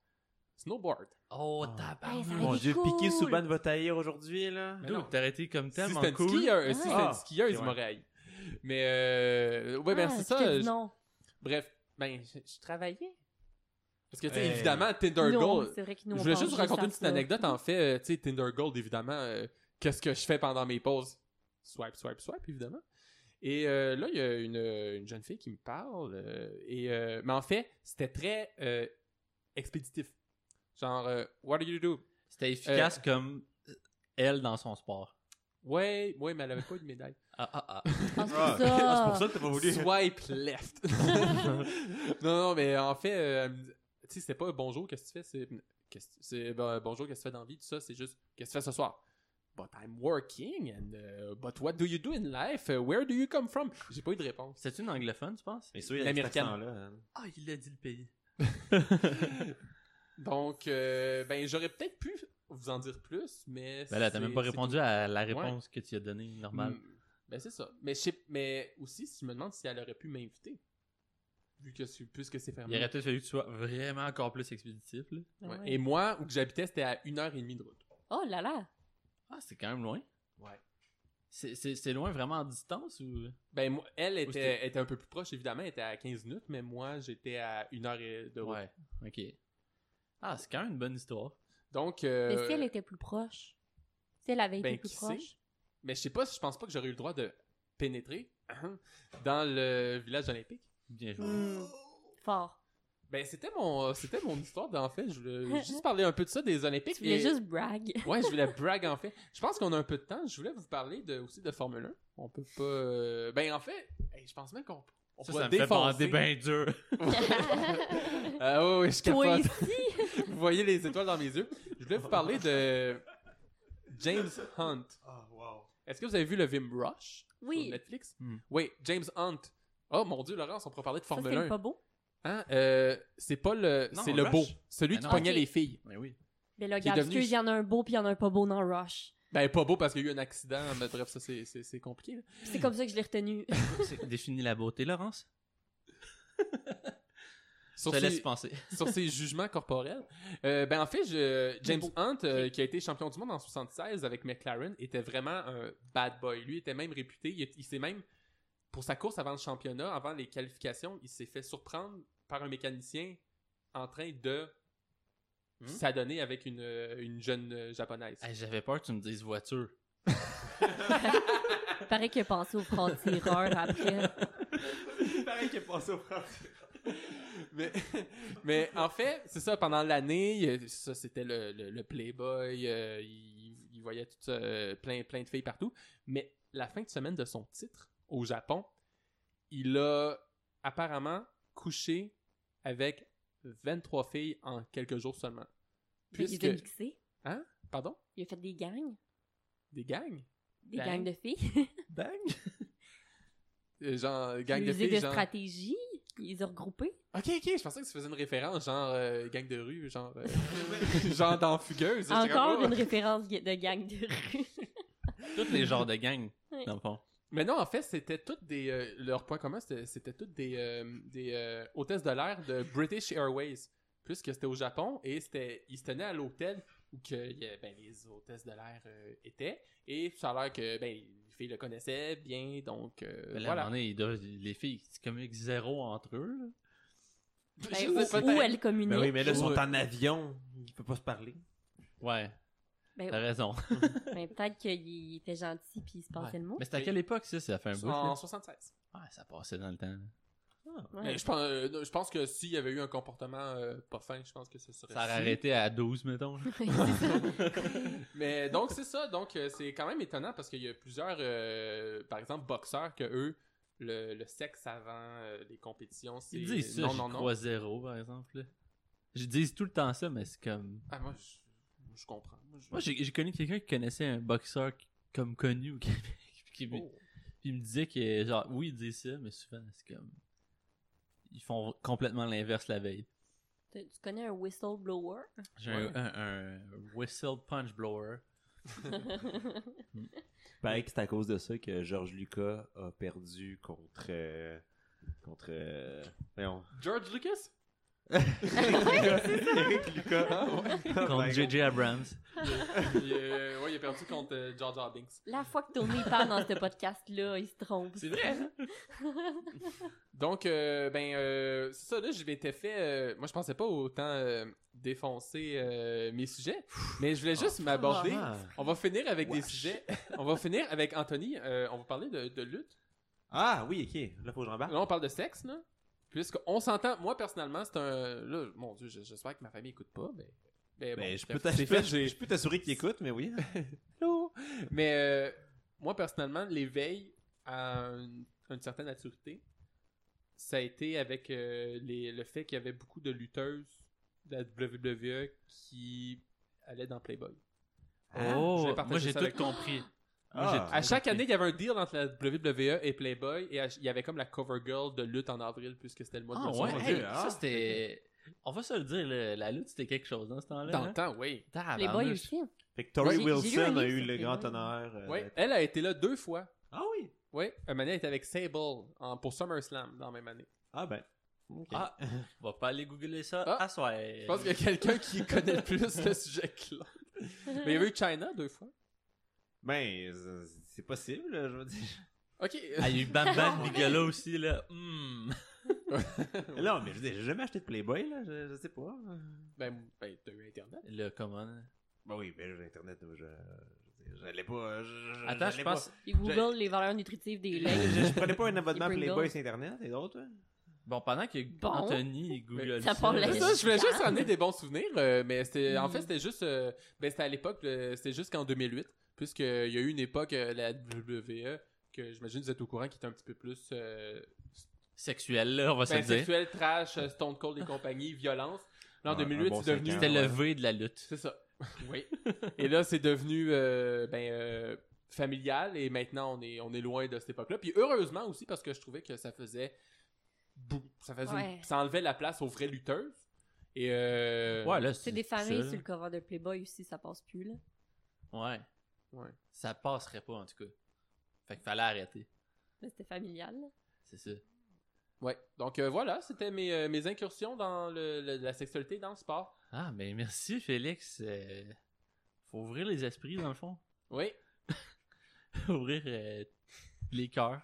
S2: Snowboard.
S1: Oh,
S3: Ah.
S1: tabarnak.
S4: Ben, ça
S3: Mon
S4: Il est
S3: dieu,
S4: cool.
S3: Piqué Souban va tailler aujourd'hui, là.
S2: Mais
S1: Dude,
S2: non.
S1: t'as arrêté comme
S2: Si
S1: tellement
S2: c'était une
S1: cool.
S2: skieur, si
S4: Ouais.
S2: c'était une
S3: Ah,
S2: skieuse,
S3: ok,
S2: il
S3: ouais.
S2: m'aurait haï. Mais euh, ouais, ben
S4: Ah,
S2: c'est
S4: je t'ai
S2: ça.
S4: dit
S2: je-
S4: Non,
S2: Bref, ben je, je travaillais. Parce que tu sais,
S3: Euh,
S2: évidemment, Tinder
S4: non
S2: Gold.
S4: c'est vrai que nous,
S2: Je
S4: on
S2: voulais
S4: pense
S2: juste vous raconter
S4: à
S2: une petite
S4: ça.
S2: anecdote. En fait, euh, tu sais, Tinder Gold, évidemment, euh, qu'est-ce que je fais pendant mes pauses? Swipe, swipe, swipe, évidemment. Et euh, là, il y a une, euh, une jeune fille qui me parle. euh, et, euh, mais en fait, c'était très euh, expéditif. Genre, euh, what do you do?
S1: C'était efficace
S2: Euh.
S1: comme euh, elle dans son sport.
S2: Ouais, ouais, mais elle avait pas eu de médaille.
S1: Ah, ah, ah.
S4: Ah, c'est
S3: Ah,
S4: ça.
S3: C'est pour ça que t'as pas voulu.
S2: Swipe left. non, non, mais en fait, euh, elle me dit- tu sais, c'était pas bonjour, qu'est-ce que tu fais? C'est, qu'est-ce que- c'est ben, bonjour, qu'est-ce que tu fais dans la vie? Tout ça, c'est juste, qu'est-ce que tu fais ce soir? But I'm working, and uh, but what do you do in life? Uh, Where do you come from? J'ai pas eu de réponse.
S1: C'est une anglophone, tu penses
S3: Mais sûr, il y a cet
S2: L'américaine.
S3: accent-là. hein.
S1: Ah, il a dit le pays.
S2: Donc, euh, ben, j'aurais peut-être pu vous en dire plus, mais.
S1: Ben là, t'as
S2: c'est-
S1: même pas
S2: c'est
S1: répondu
S2: tout.
S1: à la réponse que tu as donnée normale.
S2: Mm. Ben, c'est ça. Mais, je sais- mais aussi, si je me demande si elle aurait pu m'inviter. Vu que, c'est- puisque c'est fermé.
S1: Il aurait peut-être fallu que tu sois vraiment encore plus expéditif. Là.
S4: Ah
S2: Ouais.
S4: ouais.
S2: Et moi, où que j'habitais, c'était à une heure et demie de route.
S4: Oh là là.
S1: Ah, c'est quand même loin.
S2: Ouais.
S1: C'est- C'est c'est loin vraiment en distance ou.
S2: Ben, moi, elle était,
S1: c'était-
S2: était un peu plus proche, évidemment, elle était à 15 minutes, mais moi, j'étais à une heure et- de route.
S1: Ouais, ok. Ah, c'est quand même une bonne histoire.
S2: Donc, euh,
S4: Mais si elle était plus proche, si elle avait été
S2: ben,
S4: plus
S2: qui
S4: proche,
S2: sait? Mais je sais pas, je pense pas que j'aurais eu le droit de pénétrer hein, dans le village olympique.
S1: Bien joué.
S2: Mm.
S4: Hmm. fort.
S2: Ben, c'était mon, c'était mon histoire, en fait. Je voulais juste parler un peu de ça, des Olympiques.
S4: Tu
S2: et-
S4: voulais juste brag.
S2: Ouais, je voulais brag, en fait. Je pense qu'on a un peu de temps. Je voulais vous parler de, aussi de Formule 1. On peut pas... euh, Ben, en fait, hey, je pense même qu'on on
S1: Ça,
S2: pourra
S1: ça me fait bander
S2: défoncer.
S1: bien dur.
S2: Ah ouais, ouais, je
S4: Toi
S2: capote.
S4: ici.
S2: vous voyez les étoiles dans mes yeux. Je voulais vous parler de James Hunt.
S3: Ah, wow.
S2: Est-ce que vous avez vu le Vim Rush sur
S4: Oui.
S2: Netflix?
S1: Hmm.
S2: Oui, James Hunt. Oh mon dieu, Laurence, on pourrait parler de
S4: Ça,
S2: Formule
S4: c'est
S2: 1.
S4: pas beau.
S2: Hein? Euh, c'est pas le.
S1: Non,
S2: C'est le
S1: Rush.
S2: beau. Celui
S1: Ah
S2: qui
S1: non.
S2: pognait
S4: Ok.
S2: les filles.
S1: Mais oui.
S4: Mais là,
S2: Qui est
S4: regarde,
S2: devenu-
S4: excuse, il y en a un beau puis il y en a un pas beau dans Rush.
S2: Ben, pas beau parce qu'il y a eu un accident, mais bref, ça c'est- c'est c'est compliqué. là.
S4: Puis C'est comme ça que je l'ai retenu.
S1: C'est- Définis la beauté, Laurence. Je
S2: Sur
S1: te laisse
S2: ses,
S1: y penser.
S2: sur ses jugements corporels. Euh, ben, en fait, je- James
S4: beau.
S2: Hunt, euh, qui a été champion du monde en 76 avec McLaren, était vraiment un bad boy. Lui était même réputé. Il, il s'est même, pour sa course avant le championnat, avant les qualifications, il s'est fait surprendre par un mécanicien en train de
S1: Hmm?
S2: s'adonner avec une, euh, une jeune euh, japonaise.
S1: Hey, J'avais peur que tu me dises voiture.
S4: Pareil qu'il a pensé au franc-tireur après.
S3: Pareil qu'il est passé au français.
S2: mais, mais en fait, c'est ça, pendant l'année, il- ça c'était le, le- le Playboy, euh, il, il voyait tout, ça, euh, plein, plein de filles partout. Mais la fin de semaine de son titre au Japon, il a apparemment couché avec 23 filles en quelques jours seulement.
S4: Il a
S2: Puisque.
S4: mixé.
S2: Pardon?
S4: Il a fait des gangs.
S2: Des gangs?
S4: Des
S2: Bang.
S4: gangs de filles.
S1: Bang!
S2: Euh, genre, gang
S4: Ils
S2: de
S4: usaient
S2: filles,
S4: de
S2: genre.
S4: stratégie. Ils ont regroupé.
S2: Ok, ok, je pensais que tu faisais une référence, genre euh, gang de rue, genre. euh, genre dans Fugueuse. j'étais comme,
S4: Encore
S2: oh.
S4: une référence de gang de rue.
S1: Tous les genres de gangs,
S4: Oui.
S1: dans le fond.
S2: Mais non, en fait, c'était toutes des. euh, leur point commun, c'était c'était toutes des, euh, des euh, hôtesses de l'air de British Airways. Puisque c'était au Japon et c'était ils se tenaient à l'hôtel où que, il y a- ben, les hôtesses de l'air euh, étaient. Et ça a l'air que ben, les filles le connaissaient bien, donc euh,
S1: Mais Ben là, à un
S2: voilà.
S1: moment donné, ils doivent- les filles, ils communiquent zéro entre eux. là.
S2: Je
S4: Ben,
S2: sais
S4: où,
S2: peut-être.
S4: où elles communiquent.
S3: Ben oui, mais là, ils
S2: Ouais.
S3: sont en avion. Ils peuvent pas se parler.
S1: Ouais,
S4: Ben,
S1: t'as raison.
S4: ben, peut-être qu'il était gentil puis il se passait
S1: Ouais.
S4: le mot.
S1: Mais c'était à quelle époque, ça? Ça fait un bout.
S2: En
S1: là?
S2: 76.
S1: Ouais, ça passait dans le temps. là.
S4: Ouais.
S2: Mais je pense, euh, non, je pense que s'il y avait eu un comportement euh, pas fin, je pense que ce serait
S1: Ça aurait arrêté à 12, mettons. là.
S2: Mais donc c'est ça, donc euh, c'est quand même étonnant parce qu'il y a plusieurs, euh, par exemple, boxeurs que eux, le, le sexe avant euh, les compétitions, c'est
S1: Ils disent ça,
S2: non,
S1: j'y
S2: non, non.
S1: crois zéro, par exemple. là. Ils disent tout le temps ça, mais c'est comme...
S2: Ah moi, je, moi, je comprends. Moi, je-
S1: Moi, j'ai j'ai connu quelqu'un qui connaissait un boxeur qui- comme connu au Québec, puis qui me-
S2: Oh.
S1: puis il me disait que, genre, oui, il dit ça, mais souvent, c'est comme... Ils font complètement l'inverse la veille.
S4: Tu tu connais un whistleblower?
S1: J'ai
S2: Ouais.
S1: un, un- un whistle punch blower.
S3: Pareil que c'est à cause de ça que George Lucas a perdu contre. euh, contre. euh, voyons,
S2: George Lucas?
S3: Eric Lucas. Oh
S1: Contre
S3: my God.
S1: JJ Abrams.
S2: Il, euh, ouais, il a perdu contre euh, Jar Jar Binks.
S4: La fois que Tony parle dans ce podcast-là, il se trompe.
S2: C'est vrai. hein? Donc, euh, ben, euh, c'est ça, là, je m'étais fait. euh, moi, je pensais pas autant euh, défoncer euh, mes sujets, mais je voulais juste m'aborder.
S3: Ah.
S2: On va finir avec des
S3: Wesh.
S2: sujets. On va finir avec Anthony. Euh, on va parler de, de lutte.
S3: Ah oui, ok. Là, faut que je rembarque.
S2: Là, on parle de sexe, là. Puisqu'on s'entend. Moi, personnellement, c'est un. Là, mon Dieu, je- j'espère que ma famille écoute pas, mais. mais bon,
S3: Ben, je
S2: bref,
S3: peux t'a-
S2: c'est
S3: je peux-
S2: fait, j'ai-
S3: je peux t'assurer qu'il écoute, mais oui. Oh.
S2: Allô? Mais euh, moi, personnellement, l'éveil à une, une certaine maturité, ça a été avec euh, les- le fait qu'il y avait beaucoup de lutteuses de la WWE qui allaient dans Playboy. Ah. je vais
S1: Oh,
S2: partager
S1: moi j'ai
S2: ça
S1: tout
S2: avec-
S1: compris.
S3: Ah.
S1: Moi, j'ai tout
S2: À chaque
S1: compris.
S2: année, il y avait un deal entre la WWE et Playboy, et à- il y avait comme la cover girl de lutte en avril, puisque c'était le mois de
S1: Ah
S2: mars.
S1: ouais,
S3: Mon
S1: hey,
S3: Dieu,
S1: ça
S3: ah.
S1: c'était. On va se le dire, le- la lutte c'était quelque chose dans ce temps-là.
S2: Dans
S1: hein?
S2: le temps, oui.
S4: Les
S1: Tabarnouche.
S4: boys aussi. hein.
S3: Fait que Tori
S4: J'ai- j'ai lu un
S3: Wilson
S4: livre
S3: a
S4: sur
S3: eu le
S4: Playboy.
S3: grand honneur.
S1: Ben,
S3: euh,
S2: Ouais,
S3: d'être-
S2: Elle a été là deux fois.
S3: Ah oui.
S2: Oui, Mania était avec Sable en- pour SummerSlam dans la même année.
S3: Ah ben. ok.
S1: Ah, on va pas aller googler ça
S2: Ah.
S1: à soir.
S2: Je pense qu'il y a quelqu'un qui connaît le plus le sujet que l'autre. Mais il y avait eu China deux fois.
S3: Ben, c'est- c'est possible, je veux dire.
S2: Ok.
S1: Ah, il y a eu Bam Bam Bigelow aussi, là. Hmm.
S3: Non, mais je veux dire, j'ai jamais acheté de Playboy, là, je, je sais pas.
S2: ben, ben, t'as eu Internet.
S1: Le comment là?
S3: Ben oui, ben j'ai internet, je, je veux dire, j'allais pas. je- je-
S1: Attends, je
S3: j'allais
S1: pense.
S4: Ils googlent les valeurs nutritives des
S3: pas- Je,
S4: laits.
S3: je prenais pas un abonnement
S4: Les Pringles.
S3: Playboy sur internet et d'autres. hein.
S1: Bon, pendant que
S4: Bon.
S1: Anthony il google euh,
S4: Ça parle
S2: C'est
S4: là-
S2: ça, je voulais juste
S4: Regarde.
S2: ramener des bons souvenirs, euh, mais c'était, en
S4: Mm.
S2: fait, c'était juste, euh, ben, c'était à l'époque, euh, c'était jusqu'en 2008, puisqu'il y a eu une époque, euh, la WWE, que j'imagine vous êtes au courant, qui était un petit peu plus euh,
S1: sexuel, là, on va
S3: Ah,
S2: ben,
S1: se le dire.
S2: sexuelle, trash, euh, Stone Cold et compagnie, violence. Là, en
S3: Ouais,
S2: 2008,
S3: un bon
S2: c'est
S3: cinq
S2: devenu
S3: ans.
S1: C'était le V de la lutte.
S2: C'est ça. Oui. et là, c'est devenu euh, ben, euh, familial et maintenant on est, on est loin de cette époque-là. Puis heureusement aussi parce que je trouvais que ça faisait. bou- Ça, faisait
S4: Ouais.
S2: une- ça enlevait la place aux vraies lutteuses. Et euh,
S1: Ouais, là,
S4: C'est des familles
S1: ça,
S4: sur le cover de Playboy aussi, ça passe plus, là.
S1: Ouais.
S2: Ouais.
S1: Ça passerait pas, en tout cas. Fait qu'il fallait arrêter.
S4: Mais c'était familial. là.
S1: C'est ça.
S2: ouais. Donc euh, voilà, c'était mes, euh, mes incursions dans le- le- la sexualité dans le sport.
S1: Ah, ben merci, Félix. Euh, Faut ouvrir les esprits, dans le fond.
S2: Oui.
S1: ouvrir euh, les cœurs.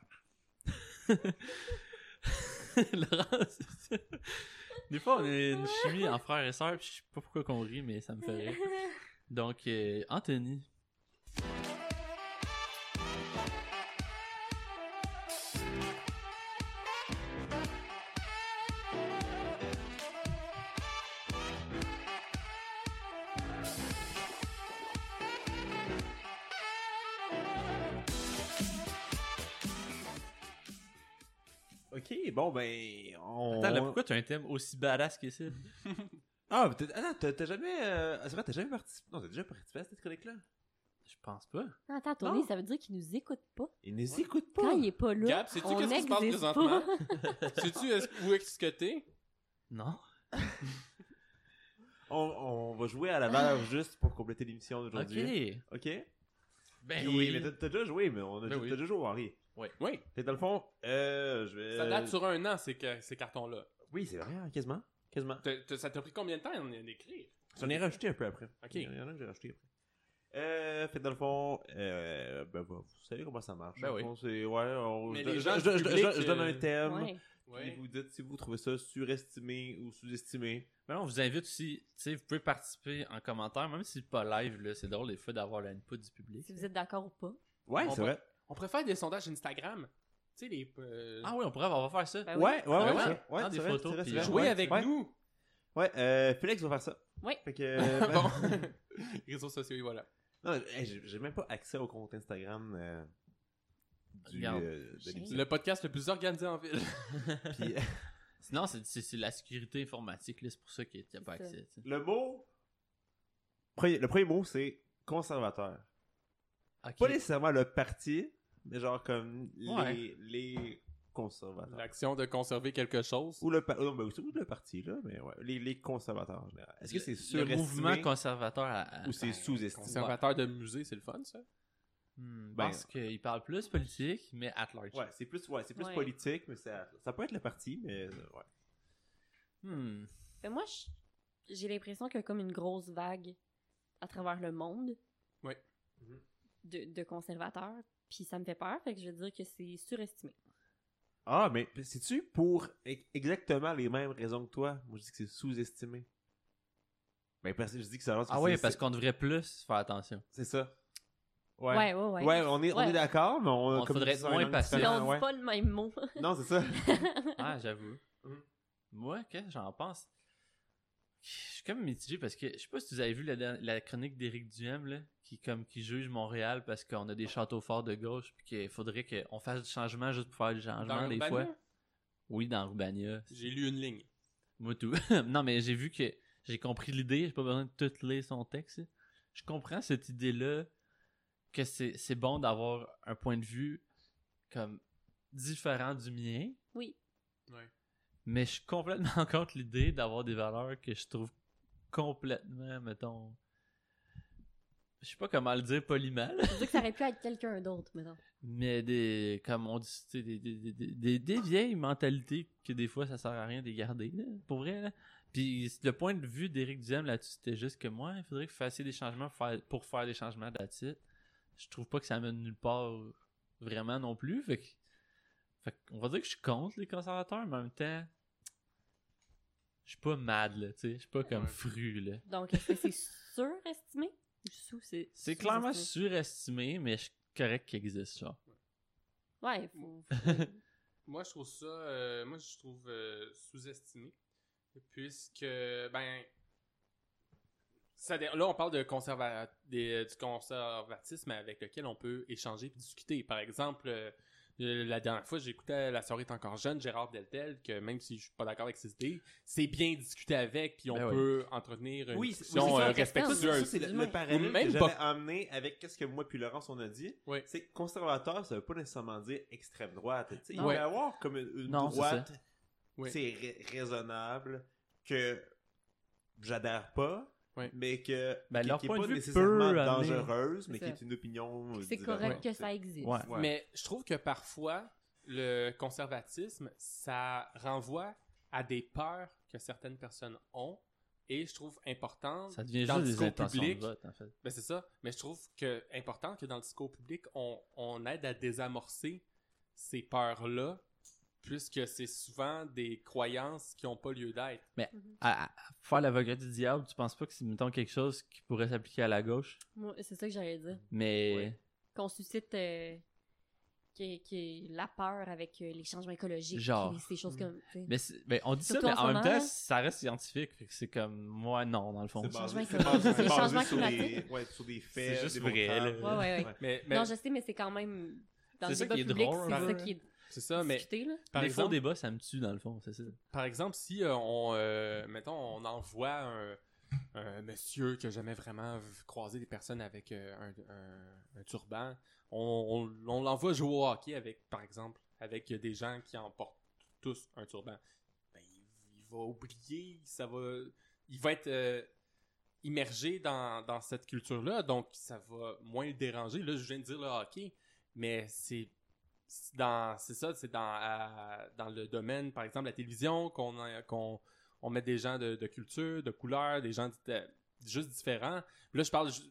S1: Laurent, c'est ça. Des fois, on est une chimie en frères et sœurs, puis je sais pas pourquoi qu'on rit, mais ça me fait rire. Donc, euh, Anthony.
S3: Ok, bon, ben. On...
S1: Attends, là, pourquoi t'as un thème aussi badass que ça?
S3: Ah, mais t'as- attends, t'as- t'as jamais. euh, C'est vrai, t'as jamais participé. Non, t'as déjà participé à cette chronique-là.
S1: Je pense pas.
S4: Non, attends, Tony,
S3: Non.
S4: ça veut dire qu'il nous écoute pas.
S3: Il ne s'écoute pas.
S4: Quand il est pas là,
S2: Gab, sais-tu
S4: on
S2: qu'est-ce qui se passe
S4: n'existe
S2: présentement?
S4: pas.
S2: Sais-tu est-ce- où est-ce que t'es?
S1: Non?
S3: On, on va jouer à la
S4: Ah.
S3: valeur juste pour compléter l'émission d'aujourd'hui.
S1: Ok.
S3: Ok.
S1: Ben
S3: Puis- Mais t'as- t'as déjà joué, mais on a
S2: Ben
S3: t'as
S2: oui.
S3: déjà joué, Henri.
S2: Oui.
S3: Fait que dans le fond, euh, je vais.
S2: Ça date sur un an, ces, ca- ces cartons-là.
S3: Oui, c'est vrai, hein, quasiment. Quasiment.
S2: T'as- t'as- ça t'a pris combien de temps d'en écrire?
S3: J'en ai rajouté un peu après.
S2: Ok.
S3: Il y en a que j'ai rajouté après. Euh, fait que dans le fond, euh, ben, bah, vous savez comment ça marche.
S2: Ben
S3: Dans le
S2: oui.
S3: fond, c'est- ouais, on-
S2: Mais
S3: je,
S2: les
S3: je-
S2: gens
S3: je-
S2: du
S3: je-
S2: public,
S3: je- je donne
S2: euh,
S3: un thème,
S4: Ouais.
S3: puis
S2: Ouais.
S3: vous dites si vous trouvez ça surestimé ou sous-estimé.
S1: Ben, on vous invite aussi, tu sais, vous pouvez participer en commentaire, même si c'est pas live, là, c'est drôle des fois d'avoir l'input du public.
S4: Si vous êtes d'accord ou pas.
S3: Ouais,
S2: On
S3: c'est
S2: va-
S3: vrai.
S2: On préfère des sondages Instagram. Tu sais, les. euh,
S1: Ah oui, on pourrait, on va faire ça.
S4: Ben oui.
S3: Ouais, ouais, ouais,
S1: Ah ouais?
S3: c'est vrai. ouais.
S1: Prends des
S3: c'est vrai,
S1: photos,
S3: c'est vrai,
S1: puis
S3: c'est vrai.
S2: jouer
S3: Ouais,
S2: avec
S3: ouais.
S2: nous!
S3: Ouais, euh, Félix va faire ça.
S4: Ouais.
S3: Fait que. euh,
S2: bon. Réseaux sociaux, et voilà.
S3: non, hey, j'ai j'ai même pas accès au compte Instagram euh, du,
S1: Regarde.
S3: euh, de
S4: J'ai-
S3: l'émission.
S2: Le podcast le plus organisé en ville.
S3: Puis, euh,
S1: Sinon, c'est- c'est c'est la sécurité informatique, là, c'est pour ça qu'il n'y a pas
S4: C'est ça.
S1: accès. tu sais.
S3: Le mot. Premier- le premier mot, c'est conservateur.
S1: Ok.
S3: Pas nécessairement le parti, mais genre comme les,
S1: Ouais.
S3: les conservateurs.
S2: L'action de conserver quelque chose.
S3: Ou le, par- non, ben mais aussi- ou le parti, là, mais ouais, les, les conservateurs en général. Est-ce que
S1: Le-
S3: c'est
S1: Le mouvement
S3: surestimé
S1: conservateur à- à-
S3: ou c'est sous-estimé?
S2: Conservateur de musée, c'est le fun, ça.
S1: Hmm,
S3: Ben,
S1: parce qu'il parle plus politique, mais at large.
S3: Ouais, c'est plus, ouais, c'est plus
S4: Ouais.
S3: politique, mais ça, ça peut être le parti, mais euh, ouais.
S1: Hmm.
S4: Fait Mais Ben, moi, je- j'ai l'impression qu'il y a comme une grosse vague à travers le monde Mm-hmm.
S2: Ouais. Mhm.
S4: de, de conservateurs. Puis ça me fait peur, fait que je veux dire que c'est surestimé.
S3: Ah, mais c'est-tu pour e- exactement les mêmes raisons que toi? Moi, je dis que c'est sous-estimé. Ben, parce que je dis que ça lance
S1: Ah oui, parce qu'on devrait plus faire attention.
S3: C'est ça.
S4: Ouais, ouais, ouais.
S3: Ouais, on est, on
S4: Ouais.
S3: est d'accord, mais on,
S1: On
S3: comme
S1: faudrait
S3: tu dis,
S1: être moins
S3: on est
S4: Puis
S1: patient.
S3: différent,
S4: on dit
S3: ouais.
S4: pas le même mot.
S3: Non, c'est ça.
S1: Ah, j'avoue.
S3: Hmm.
S2: Mhm.
S1: Moi, qu'est-ce que j'en pense? Je suis comme mitigé parce que je sais pas si vous avez vu la, der- la chronique d'Éric Duhem, là, qui, comme, qui juge Montréal parce qu'on a des châteaux forts de gauche puis qu'il faudrait qu'on fasse du changement juste pour faire du changement
S2: Dans
S1: des
S2: Urbania,
S1: fois. Oui, dans Urbania.
S2: J'ai lu une ligne.
S1: Moi tout. non, mais j'ai vu que j'ai compris l'idée, j'ai pas besoin de tout lire son texte. Je comprends cette idée-là que c'est c'est bon d'avoir un point de vue comme différent du mien,
S4: Oui.
S1: mais je suis complètement contre l'idée d'avoir des valeurs que je trouve complètement, mettons. Je sais pas comment le dire poliment, là,
S4: Je veux dire que ça aurait pu être quelqu'un d'autre, maintenant.
S1: mais des. Comme on dit, tu sais, des, des, des- des- des- des vieilles mentalités que des fois ça sert à rien de les garder, là, pour vrai. là. Puis le point de vue d'Éric Duhem là-dessus, c'était juste que moi, il faudrait que vous fassiez des changements pour faire, pour faire des changements là-dessus. Je trouve pas que ça mène nulle part vraiment non plus. Fait que- fait qu'on va dire que je suis contre les conservateurs, mais en même temps, je suis pas mad, là, tu sais. Je suis pas comme
S2: Ouais.
S1: fru, là.
S4: Donc, est-ce que c'est surestimé ou sous c'est
S1: C'est clairement
S4: sous-estimé?
S1: surestimé, mais je suis correct qu'il existe, genre.
S4: Ouais, faut-
S2: Moi, je trouve ça, euh, moi, je trouve euh, sous-estimé, puisque, ben, ça, dé- là, on parle de conserva- des- euh, du conservatisme avec lequel on peut échanger et discuter. Par exemple, euh, euh, la dernière fois, j'écoutais La soirée est encore jeune, Gérard Deltel, que même si je suis pas d'accord avec ses idées, c'est bien discuter avec, puis on
S1: Ben oui.
S2: peut entretenir une
S3: Oui, c'est- oui,
S2: discussion
S4: c'est
S2: euh,
S4: ça,
S3: Ça,
S2: respectueuse.
S3: c'est le, le parallèle
S2: Même
S3: que j'avais
S2: pas-
S3: amené avec ce que moi puis Laurence on a dit.
S2: Oui.
S3: C'est que conservateur, ça veut pas nécessairement dire extrême droite. tu sais. Il
S4: Non.
S3: va y
S2: Ouais.
S3: avoir comme une, une
S1: Non, c'est
S3: droite,
S2: Oui.
S3: c'est ra- raisonnable, que j'adhère pas,
S2: Ouais.
S3: mais que
S1: Ben,
S3: qui-
S1: leur
S3: qui est
S1: point
S3: pas
S1: de vue
S3: nécessairement
S1: peut amener-
S3: dangereuse, mais
S4: C'est
S3: qui est
S4: ça.
S3: une opinion. euh,
S4: c'est
S3: différente,
S4: correct
S3: tu
S4: que
S3: sais.
S4: ça existe.
S1: Ouais.
S3: Ouais.
S2: Mais je trouve que parfois, le conservatisme, ça renvoie à des peurs que certaines personnes ont et je trouve importante
S1: Ça devient
S2: dans
S1: juste
S2: le
S1: des
S2: discours
S1: intentions
S2: public.
S1: de vote, en fait.
S2: Ben c'est ça, mais je trouve que important que dans le discours public, on, on aide à désamorcer ces peurs-là, puisque c'est souvent des croyances qui n'ont pas lieu d'être.
S1: à, à- faire l'avocat du diable, tu penses pas que c'est, mettons, quelque chose qui pourrait s'appliquer à la gauche,
S4: Moi, c'est ça que j'allais
S2: Mm.
S4: dire.
S1: mais...
S2: Ouais.
S4: Qu'on suscite euh, qui, qui- la peur avec euh, les changements écologiques.
S1: Genre.
S4: puis Ces
S2: Mm.
S4: choses comme. tu sais.
S1: Mais, c'est- mais on dit ça,
S4: Surtout
S1: mais
S4: en
S1: en
S4: ce
S1: même
S4: moment,
S1: temps,
S4: là.
S1: ça reste scientifique, fait que c'est comme, moi, non, dans le fond.
S3: C'est
S4: Changement
S3: basé, c'est
S4: écologique.
S3: basé- c'est
S4: Les
S3: basé
S4: changements
S3: sur, des,
S4: climatiques.
S3: ouais, sur des faits.
S1: C'est juste vrai,
S3: démontrables.
S1: là.
S4: Ouais, ouais, ouais.
S2: Mais, mais
S4: Non, je sais, mais c'est quand même. Dans
S1: C'est
S4: le
S1: ça
S4: débat
S1: qui est
S4: public,
S1: drôle, hein.
S4: c'est
S1: un
S4: ça
S1: peu.
S4: qui est
S2: c'est ça, mais
S4: discuté, là.
S2: par
S1: les faux
S2: exemple,
S1: débats, ça me tue, dans le fond, c'est ça.
S2: Par exemple, si euh, on, euh, mettons, on envoie un, un monsieur que jamais vraiment v- croiser des personnes avec euh, un, un- un turban, on, on- on l'envoie jouer au hockey avec, par exemple, avec des gens qui en portent tous un turban. Ben, il, il va oublier, ça va, il va être euh, immergé dans, dans cette culture-là, donc ça va moins le déranger. Là, je viens de dire le hockey, mais c'est c'est dans c'est ça c'est dans à- dans le domaine par exemple la télévision qu'on a- qu'on on met des gens de, de culture de couleur des gens di- de- juste différents là je parle ju-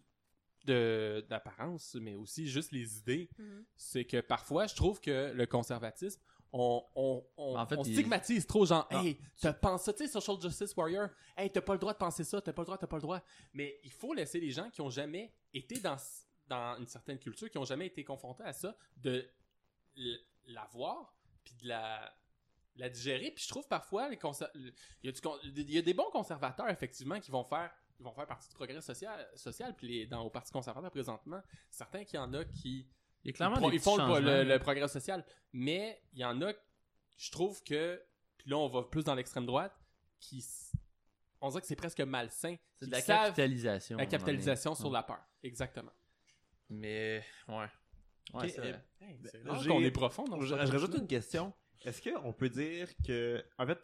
S2: de d'apparence mais aussi juste les idées c'est que parfois je trouve que le conservatisme on, on, on-
S1: Ben, En fait,
S2: on
S1: il- Ah.
S2: stigmatise trop genre
S1: Non.
S2: hey tu penses ça tu sais social justice warrior hey t'as pas le droit de penser ça t'as pas le droit t'as pas le droit mais il faut laisser les gens qui ont jamais été dans s- dans une certaine culture qui ont jamais été confrontés à ça de l- la voir puis de la la digérer puis je trouve parfois les conser- le- il y a du con- il y a des bons conservateurs effectivement qui vont faire ils vont faire partie du progrès social social puis les- dans au parti conservateur présentement certains qu'il y en a qui
S1: Il y a clairement
S2: ils, pro-
S1: des
S2: ils font
S1: petits
S2: le,
S1: changements.
S2: le- le progrès social. Mais il y en a, je trouve que, puis là on va plus dans l'extrême droite, qui, s- on dirait que c'est presque malsain.
S1: C'est
S2: Ils
S1: de la
S2: savent
S1: capitalisation.
S2: la capitalisation
S1: on en est.
S2: sur la peur. Exactement.
S1: Mais, ouais. Ouais,
S3: Ok, euh,
S1: c'est
S2: euh,
S1: vrai.
S2: c'est
S3: rare
S2: Ben, qu'on
S3: j'ai-
S2: est profond dans
S3: Je,
S2: ce
S3: je
S2: podcast-là.
S3: rajoute une question. Est-ce qu'on peut dire que, en fait,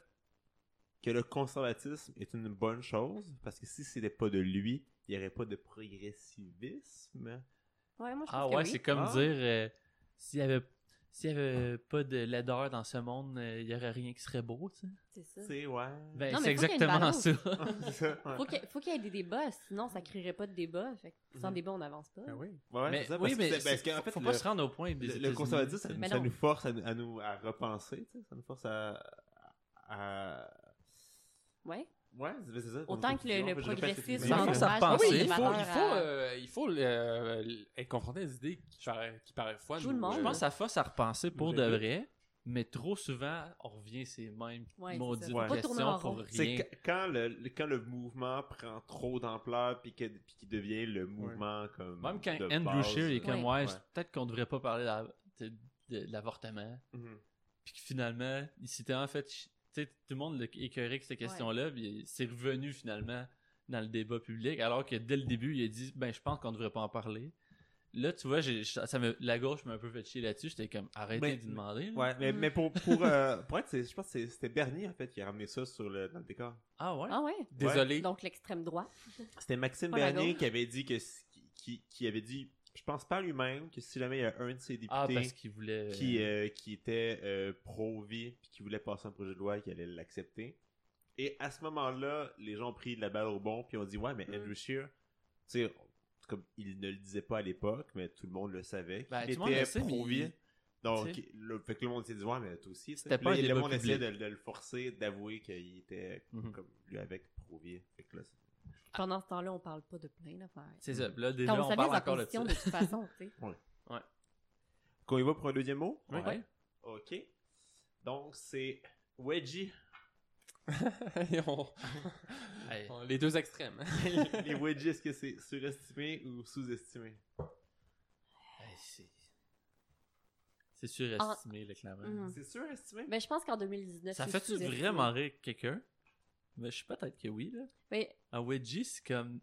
S3: que le conservatisme est une bonne chose? Parce que si c'était pas de lui, il n'y aurait pas de progressivisme.
S4: Ouais, moi, je
S1: Ah
S4: pense que
S1: ouais,
S4: oui.
S1: c'est comme
S3: Ah.
S1: dire, euh, s'il y avait... S'il y avait pas de laideur dans ce monde, euh, il y aurait rien qui serait beau, tu sais.
S4: C'est ça.
S3: C'est ouais.
S1: Ben, c'est
S4: Non, mais faut qu'il y ait une
S1: exactement
S4: balance.
S1: ça.
S3: C'est ça, ouais.
S4: Faut qu'il faut qu'il y ait des débats, sinon ça créerait pas de débat. Fait que sans
S2: Mhm.
S4: débat, on n'avance pas.
S2: Ben oui.
S3: Ouais, ouais,
S1: mais
S3: c'est ça,
S1: oui,
S3: parce que
S1: mais
S3: c'est- parce
S1: c'est-
S3: qu'en fait,
S1: faut
S3: le-
S1: pas se rendre au point des
S3: le, le
S1: États-Unis,
S3: conservatisme,
S1: tu
S3: ça,
S1: sais.
S3: nous-
S4: Mais
S3: ça
S4: non.
S3: nous force à, nous- à nous à repenser, tu sais, ça nous force à, à-
S4: Ouais.
S3: ouais, c'est c'est ça.
S4: Autant que le- le progressisme
S1: en
S3: ça.
S1: hommage
S2: Ah
S1: Ah,
S2: oui,
S1: c'est
S2: il faut,
S4: valeur
S2: il faut,
S4: à-
S2: euh, il faut euh, être confronté à des idées qui, paraissent- qui paraissent folles.
S4: Tout le
S2: ou,
S4: monde.
S1: Je
S2: euh,
S1: pense que ça force à repenser pour
S2: Nous
S1: de
S2: écoute.
S1: vrai, mais trop souvent, on revient ces mêmes
S4: Ouais, c'est
S1: maudites
S4: ça.
S3: Faut pas
S4: tourner en
S1: questions
S4: rond.
S1: pour
S3: C'est
S1: rien.
S3: qu- quand le, le- quand le mouvement prend trop d'ampleur puis que- puis qu'il devient le mouvement comme
S1: Même quand
S3: de
S1: Andrew
S3: base,
S1: Scheer est
S3: euh,
S1: comme,
S4: Ouais.
S1: ouais,
S3: Ouais.
S1: peut-être qu'on devrait pas parler de la- de- de- de l'avortement.
S3: mhm.
S1: Puis que finalement, il s'est tellement fait. chi- Tu sais, tout le monde l'a écœuré avec ces questions-là, puis c'est revenu finalement dans le débat public, alors que dès le début, il a dit Ben, je pense qu'on devrait pas en parler. Là, tu vois, j'ai- ça ça me- la gauche m'a un peu fait chier là-dessus. J'étais comme Arrêtez
S3: Mais-
S1: d'y demander. là.
S3: Ben, Ouais, mais,
S4: Mm.
S3: mais pour, pour, euh, pour être, c'est- je pense que c'est- c'était Bernier, en fait, qui a ramené ça sur le, dans le décor.
S1: Ah ouais
S4: Ah ouais.
S2: Désolé.
S4: Donc l'extrême droite.
S3: C'était Maxime
S4: Pas la
S3: Bernier
S4: gauche.
S3: qui avait dit que, si- qui, qui avait dit, je pense pas lui-même, que si jamais il y a un de ses députés
S1: Ah, parce qu'il voulait.
S3: qui, euh, qui était euh, pro-vie puis qui voulait passer un projet de loi et qui allait l'accepter. Et à ce moment-là, les gens ont pris de la balle au bon puis ont dit ouais mais
S4: Mm.
S3: Andrew Scheer, tu sais comme il ne le disait pas à l'époque mais tout le monde le savait
S1: Ben,
S3: qu'il
S1: tout le monde le
S3: était
S1: sait, mais
S3: pro-vie.
S1: il-
S3: Donc
S1: tu sais.
S3: le, fait que le monde s'est dit ouais mais toi aussi. tu sais.
S1: C'était
S3: Puis
S1: pas
S3: là,
S1: un
S3: le
S1: débat
S3: monde
S1: public.
S3: essayait de, de le forcer d'avouer qu'il était
S1: Mhm.
S3: comme lui avec pro-vie. Fait que là, c'est-
S2: Ah.
S4: Pendant ce temps-là, on parle pas de plein d'affaires.
S1: C'est ça. Là, déjà,
S4: Quand
S1: on
S4: on savait
S1: parle
S4: sa
S1: encore de ça.
S4: position de toute façon, tu sais.
S3: Qu'on y va pour un deuxième mot.
S1: Ouais.
S4: Ouais.
S3: Ok. Donc c'est Wedgie.
S2: Et on-
S1: Hey,
S2: on- les deux extrêmes.
S3: les wedgies, est-ce que c'est surestimé ou sous-estimé?
S1: hey, c'est. C'est surestimé, le clavin.
S4: Mhm.
S3: C'est surestimé?
S4: Mais je pense qu'en 2019.
S1: Ça
S4: c'est
S1: fait-tu
S4: sous-estimé.
S1: vraiment rire quelqu'un Mais je sais peut-être que oui, là.
S4: Mais,
S1: Un wedgie, c'est comme.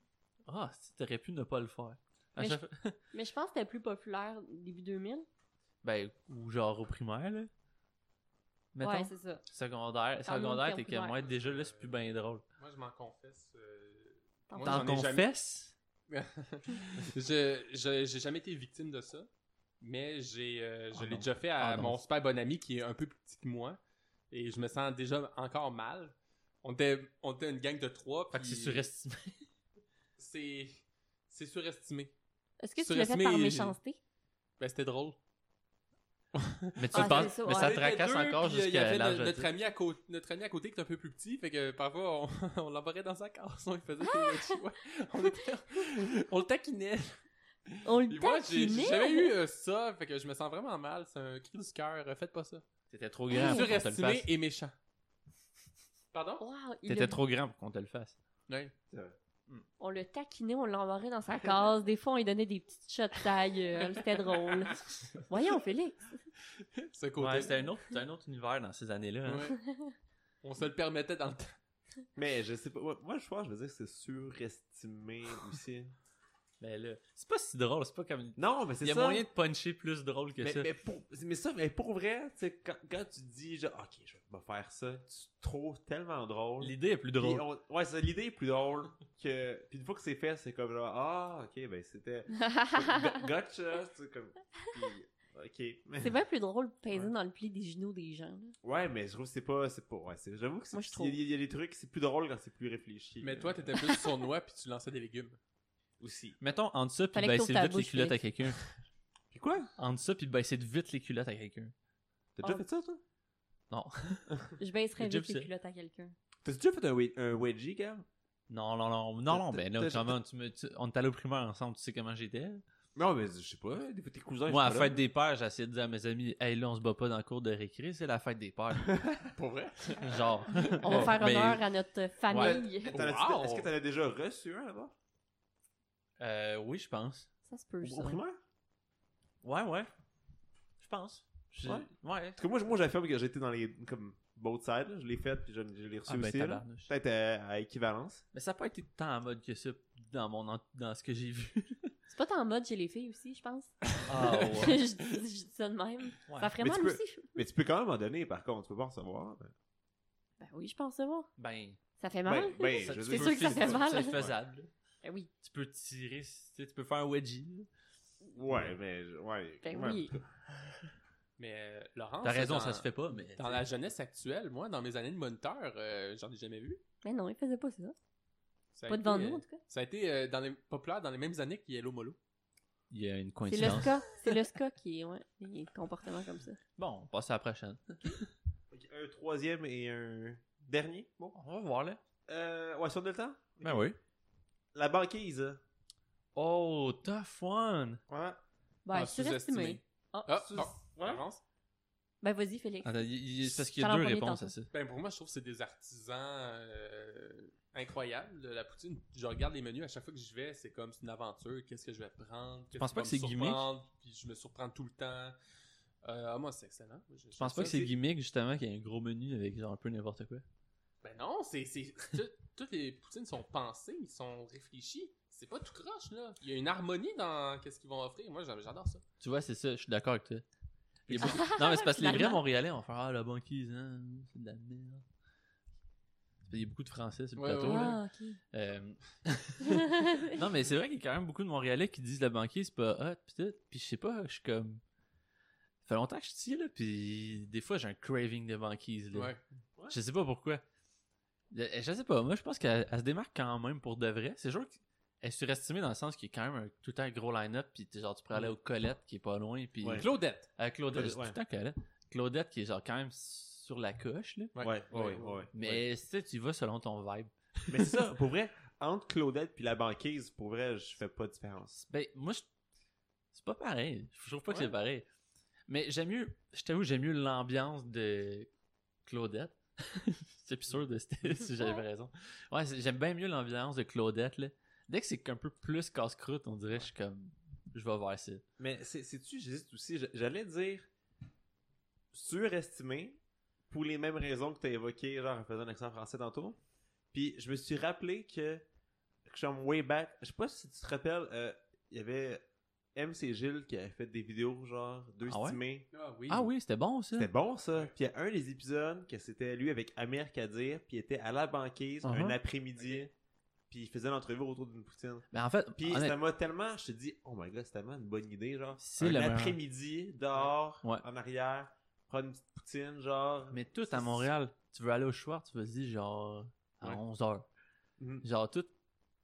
S1: Ah, si t'aurais pu ne pas le faire. À
S4: Mais
S1: chaque fois-
S4: mais je pense que c'était plus populaire début 2000.
S1: Ben, ou genre au primaire, là. Mettons.
S4: Ouais, c'est ça.
S1: secondaire,
S4: Quand
S1: secondaire
S4: on
S1: t'es
S4: était au
S1: comme,
S4: primaire.
S1: ouais, déjà là, c'est plus bien drôle.
S2: Moi, je m'en confesse. euh,
S4: T'en
S2: moi,
S1: T'en
S2: j'en ai jamais-
S1: confesses
S2: je je- j'ai jamais été victime de ça, mais j'ai euh, je
S1: Oh
S2: l'ai
S1: non.
S2: déjà fait à
S1: Oh non.
S2: mon super bon ami qui est un peu plus petit que moi et je me sens déjà encore mal. On était, on était une gang de trois.
S1: Fait que
S2: puis
S1: c'est surestimé.
S2: C'est c'est surestimé.
S4: Est-ce que tu l'as fait
S2: Sous-estimé,
S4: par
S2: j'ai-
S4: méchanceté?
S2: Ben c'était drôle.
S1: Mais tu
S4: Ah,
S1: le penses-
S4: c'est ça,
S1: mais
S4: ouais.
S1: ça
S2: On
S1: te
S2: était
S1: tracasse
S2: deux,
S1: encore
S2: puis, euh, il y
S1: jusqu'à
S2: avait
S1: l'âge
S2: no-
S1: de
S2: notre, ami à côté- notre ami à côté qui est un peu plus petit, fait que parfois on, on l'envoyait dans sa casse, on lui faisait des wedgies, ouais. on, était- on le taquinait.
S4: On le
S2: Puis moi, j'ai j'ai
S4: taquinait?
S2: jamais eu euh, ça, fait que je me sens vraiment mal, c'est un cri du cœur, euh, faites pas ça.
S1: T'étais trop grand pour Ah, qu'on te le
S2: Surestimé
S1: fasse.
S2: et méchant. Pardon?
S4: Wow, il
S1: T'étais
S4: a-
S1: trop grand pour qu'on te le fasse.
S2: Oui.
S4: On le taquinait, on l'embarrait dans sa case. Des fois, on lui donnait des petites shots à la gueule. C'était drôle. Voyons, Félix.
S2: Ce côté.
S1: Ouais, c'était un autre, c'était un autre univers dans ces années-là. hein.
S2: Ouais. On se le permettait dans le temps.
S3: Mais je sais pas. ouais, Moi, je crois, je veux dire que c'est surestimé aussi.
S1: Mais là, c'est pas si drôle, c'est pas comme.
S3: Non, mais c'est
S1: Il y a
S3: ça.
S1: moyen de puncher plus drôle que
S3: mais,
S1: ça.
S3: mais pour, mais ça, mais pour vrai, tu sais, quand, quand tu dis, genre, ok, je vais me faire ça, tu trouves tellement drôle.
S1: L'idée est plus
S3: Puis
S1: drôle.
S3: on- ouais, c'est- l'idée est plus drôle que. Puis une fois que c'est fait, c'est comme genre, ah, ok, ben c'était. go- gotcha, tu sais, comme. puis, ok.
S4: C'est bien plus drôle de peser
S3: Ouais.
S4: dans le pli des genoux des gens. là.
S3: Ouais, mais je trouve que c'est pas. C'est pas ouais, c'est- j'avoue que c'est.
S4: Moi, je
S3: Il y a- il y, a des trucs, c'est plus drôle quand c'est plus réfléchi.
S2: Mais
S3: Euh,
S2: toi, t'étais plus sournois puis tu lançais des légumes.
S3: Aussi.
S1: Mettons, entre ça, puis ben,
S4: Fallait que
S1: baisser
S4: t'ouvres ta
S1: vite les
S4: bouche,
S1: culottes à quelqu'un.
S3: Puis quoi
S1: Entre ça, puis baisser vite les culottes à quelqu'un.
S3: T'as
S4: Oh.
S3: déjà fait ça, toi
S4: Je baisserais
S1: Le
S4: vite
S1: gypsy.
S4: les culottes à quelqu'un.
S3: T'as déjà fait un, wed- un wedgie, gars
S1: Non, non, non, non, non, ben là,
S3: T'as- t'as-
S1: comment tu me. tu- On est allé au primaire ensemble, tu sais comment j'étais.
S3: Non, mais je sais pas. hein, Des fois, tes cousins.
S1: Moi, à la fête des pères, j'ai essayé de dire à mes amis, hey, là, on se bat pas dans le cours de récré, c'est la fête des pères.
S2: Pour vrai?
S1: Genre.
S4: On va faire
S1: Mais,
S4: honneur à notre famille.
S2: Wow!
S3: Est-ce que t'en as déjà reçu un là-bas
S1: euh, oui, je pense.
S4: Ça se peut,
S3: Au- Au
S4: ça.
S3: primaire
S1: Ouais, ouais. Je pense. Je-
S3: Ouais?
S1: Ouais.
S3: Parce que moi, je- moi j'affirme que j'étais dans les. Comme. Both sides, là. je l'ai fait, puis je, je l'ai reçu
S1: Ah, ben,
S3: aussi. là.
S1: tabarnouche.
S3: Peut-être à, à équivalence.
S1: Mais ça n'a pas été tant en mode que ça dans mon en- dans ce que j'ai vu.
S4: C'est pas tant en mode chez les filles aussi, je pense.
S1: Ah
S4: je, dis- je dis ça de même.
S1: Ouais.
S4: Ça ferait
S3: Mais
S4: mal
S3: tu peux-
S4: aussi.
S3: Mais tu peux quand même en donner, par contre. Tu peux pas en savoir. Ben,
S4: Ben oui, je pense que bon.
S1: Ben,
S4: Ça fait mal.
S3: ben,
S1: ça-
S3: je
S1: tu
S3: veux
S4: C'est
S1: peux
S4: sûr que ça
S1: fais-
S4: fait mal.
S1: C'est faisable.
S4: Ben oui.
S1: Tu peux tirer, tu sais, tu peux faire un wedgie.
S3: Ouais, mais. je- Ouais.
S4: Ben
S3: ouais,
S4: oui.
S3: en tout cas.
S2: Mais euh, Laurence.
S1: T'as raison,
S2: dans-
S1: ça se fait pas, mais.
S2: Dans la jeunesse actuelle, moi, dans mes années de moniteur, euh, j'en ai jamais vu.
S4: Mais non, il faisait pas ça.
S2: Ça a
S4: Pas devant
S2: été,
S4: nous,
S2: euh,
S4: en tout cas.
S2: Ça a été euh, dans les, populaire dans les mêmes années que Yellow Molo.
S1: Il y a une
S4: C'est le
S1: coïncidence.
S4: SCA. C'est le SCA qui est, ouais, des comportements comme ça.
S1: Bon, on passe à la prochaine.
S3: Ok, Un troisième et un dernier. Bon.
S1: On va voir, là.
S3: Euh, ouais, sur le temps.
S1: Ben oui.
S3: La banquise.
S1: Oh, tough one!
S3: Ouais.
S4: Ben,
S2: Ah,
S4: surestimé.
S2: sous-estimé.
S4: Ah,
S2: Ah,
S3: sous-
S2: bon,
S3: ouais.
S2: Laurence?
S4: Ben, vas-y, Félix.
S1: Attends, il- il- c'est parce qu'il y
S4: Parle
S1: a
S4: en
S1: deux
S4: premier,
S1: réponses
S4: tantôt.
S1: à ça.
S2: Ben pour moi, je trouve que c'est des artisans euh, incroyables. La poutine, je regarde les menus à chaque fois que j'y vais, c'est comme c'est une aventure. Qu'est-ce que je vais prendre Je
S1: penses pas que c'est gimmick?
S2: Puis je me surprends tout le temps. Euh, ah, moi, c'est excellent. Moi,
S1: Je pense pas
S3: Ça,
S1: que c'est
S3: c'est-
S1: gimmick, justement, qu'il y a un gros menu avec genre un peu n'importe quoi.
S2: Ben non, c'est c'est tout- toutes les poutines sont pensées, ils sont réfléchis. C'est pas tout croche là. Il y a une harmonie dans qu'est-ce qu'ils vont offrir. Moi, j'a- j'adore ça.
S1: Tu vois, c'est ça, je suis d'accord avec toi. Il y a beaucoup- non, mais c'est parce que les vrais
S4: Finalement.
S1: Montréalais vont faire Ah, la banquise, hein, c'est de la merde. Il y a beaucoup de Français sur le
S2: Ouais,
S1: plateau.
S2: ouais,
S1: là.
S4: Ah, ok.
S1: Euh, non, mais c'est vrai qu'il y a quand même beaucoup de Montréalais qui disent la banquise, c'est pas hot, pis tout. Pis je sais pas, je suis comme. Ça fait longtemps que je suis ici, là, pis des fois j'ai un craving de banquise, là.
S2: Ouais.
S1: Je sais pas pourquoi. Le- Je sais pas, moi je pense qu'elle elle se démarque quand même pour de vrai. C'est sûr qu'elle est surestimée dans le sens qu'il y a quand même un- tout le temps un gros line-up, pis t'es genre tu pourrais aller au Colette qui est pas loin, pis.
S3: Ouais.
S2: Claudette.
S1: À Claudette,
S3: Claudette,
S1: c'est tout le
S3: ouais.
S1: temps Colette. Claudette qui est genre quand même sur la coche, là.
S3: Ouais,
S2: Ouais.
S3: ouais, ouais.
S2: Ouais.
S3: ouais.
S1: Mais tu sais, tu vas selon ton vibe.
S3: Mais c'est ça, pour vrai, entre Claudette puis la banquise, pour vrai, je fais pas de différence.
S1: Ben, moi, je- c'est pas pareil. Je trouve pas que
S3: Ouais.
S1: c'est pareil. Mais j'aime mieux, je t'avoue, j'aime mieux l'ambiance de Claudette. J'étais plus sûr de c'était- si j'avais raison. Ouais, c'est- j'aime bien mieux l'ambiance de Claudette, là. Dès que c'est un peu plus casse-croûte, on dirait, je suis comme, je vais voir ça.
S3: Mais c'est- sais-tu, j'hésite aussi, j- j'allais dire surestimé pour les mêmes raisons que t'as évoquées, genre en faisant un accent français tantôt. Puis je me suis rappelé que, que je suis en way back, je sais pas si tu te rappelles, euh, il y avait MC Gilles qui avait fait des vidéos genre deux
S1: Ah ouais?
S3: stimés.
S2: Ah oui.
S1: Ah oui, c'était bon, ça.
S3: C'était bon ça. Puis il y a un des épisodes que c'était lui avec Amir Kadir, puis il était à la banquise
S1: Uh-huh.
S3: un après-midi, puis il faisait l'entrevue autour d'une poutine.
S1: Mais Ben, en fait,
S3: Puis
S1: honnête-
S3: ça m'a tellement, je te dis, oh my god, c'est tellement une bonne idée, genre.
S1: C'est
S3: un
S1: le meilleur.
S3: après-midi, dehors,
S1: Ouais.
S3: en arrière, prendre une petite poutine, genre.
S1: mais tout à Montréal, tu veux aller au Schwartz, tu vas dire genre à
S3: Ouais.
S1: 11h.
S3: Mhm.
S1: Genre tout.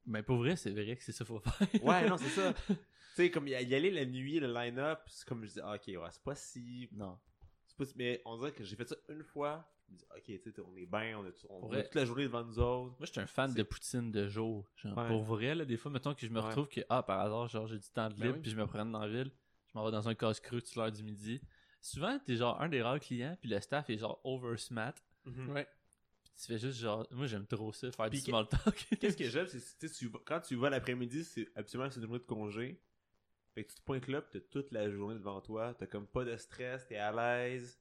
S1: Mais pour vrai, c'est vrai que c'est ça qu'il faut faire.
S3: Ouais, non, c'est ça. tu sais, comme y y aller la nuit, le line-up, c'est comme je dis, ah, ok, ouais, c'est pas si.
S1: Non.
S3: c'est pas si- Mais on dirait que j'ai fait ça une fois. Je me dis, ok, tu sais, on est bien, on, a tout- on
S1: Ouais.
S3: a toute la journée devant nous autres.
S1: Moi, j'étais un fan
S3: C'est-
S1: de poutine de jour. Genre,
S3: Ouais.
S1: Pour vrai, là, des fois, mettons que je me
S3: Ouais.
S1: retrouve que, ah, par hasard, genre, j'ai du temps de
S2: Ben
S1: libre,
S2: oui.
S1: puis je me prenne dans la ville, je m'en vais dans un casse creux toute l'heure du midi. Souvent, t'es genre un des rares clients, puis le staff est genre over smart.
S3: Mhm.
S2: Ouais.
S1: Puis tu fais juste genre, moi, j'aime trop ça, faire
S3: Puis
S1: du
S3: que-
S1: small talk.
S3: Qu'est-ce que j'aime, c'est tu sais, tu vas- quand tu vas l'après-midi, c'est absolument c'est une journée de congé. Fait que tu te pointes là, pis t'as toute la journée devant toi, t'as comme pas de stress, t'es à l'aise.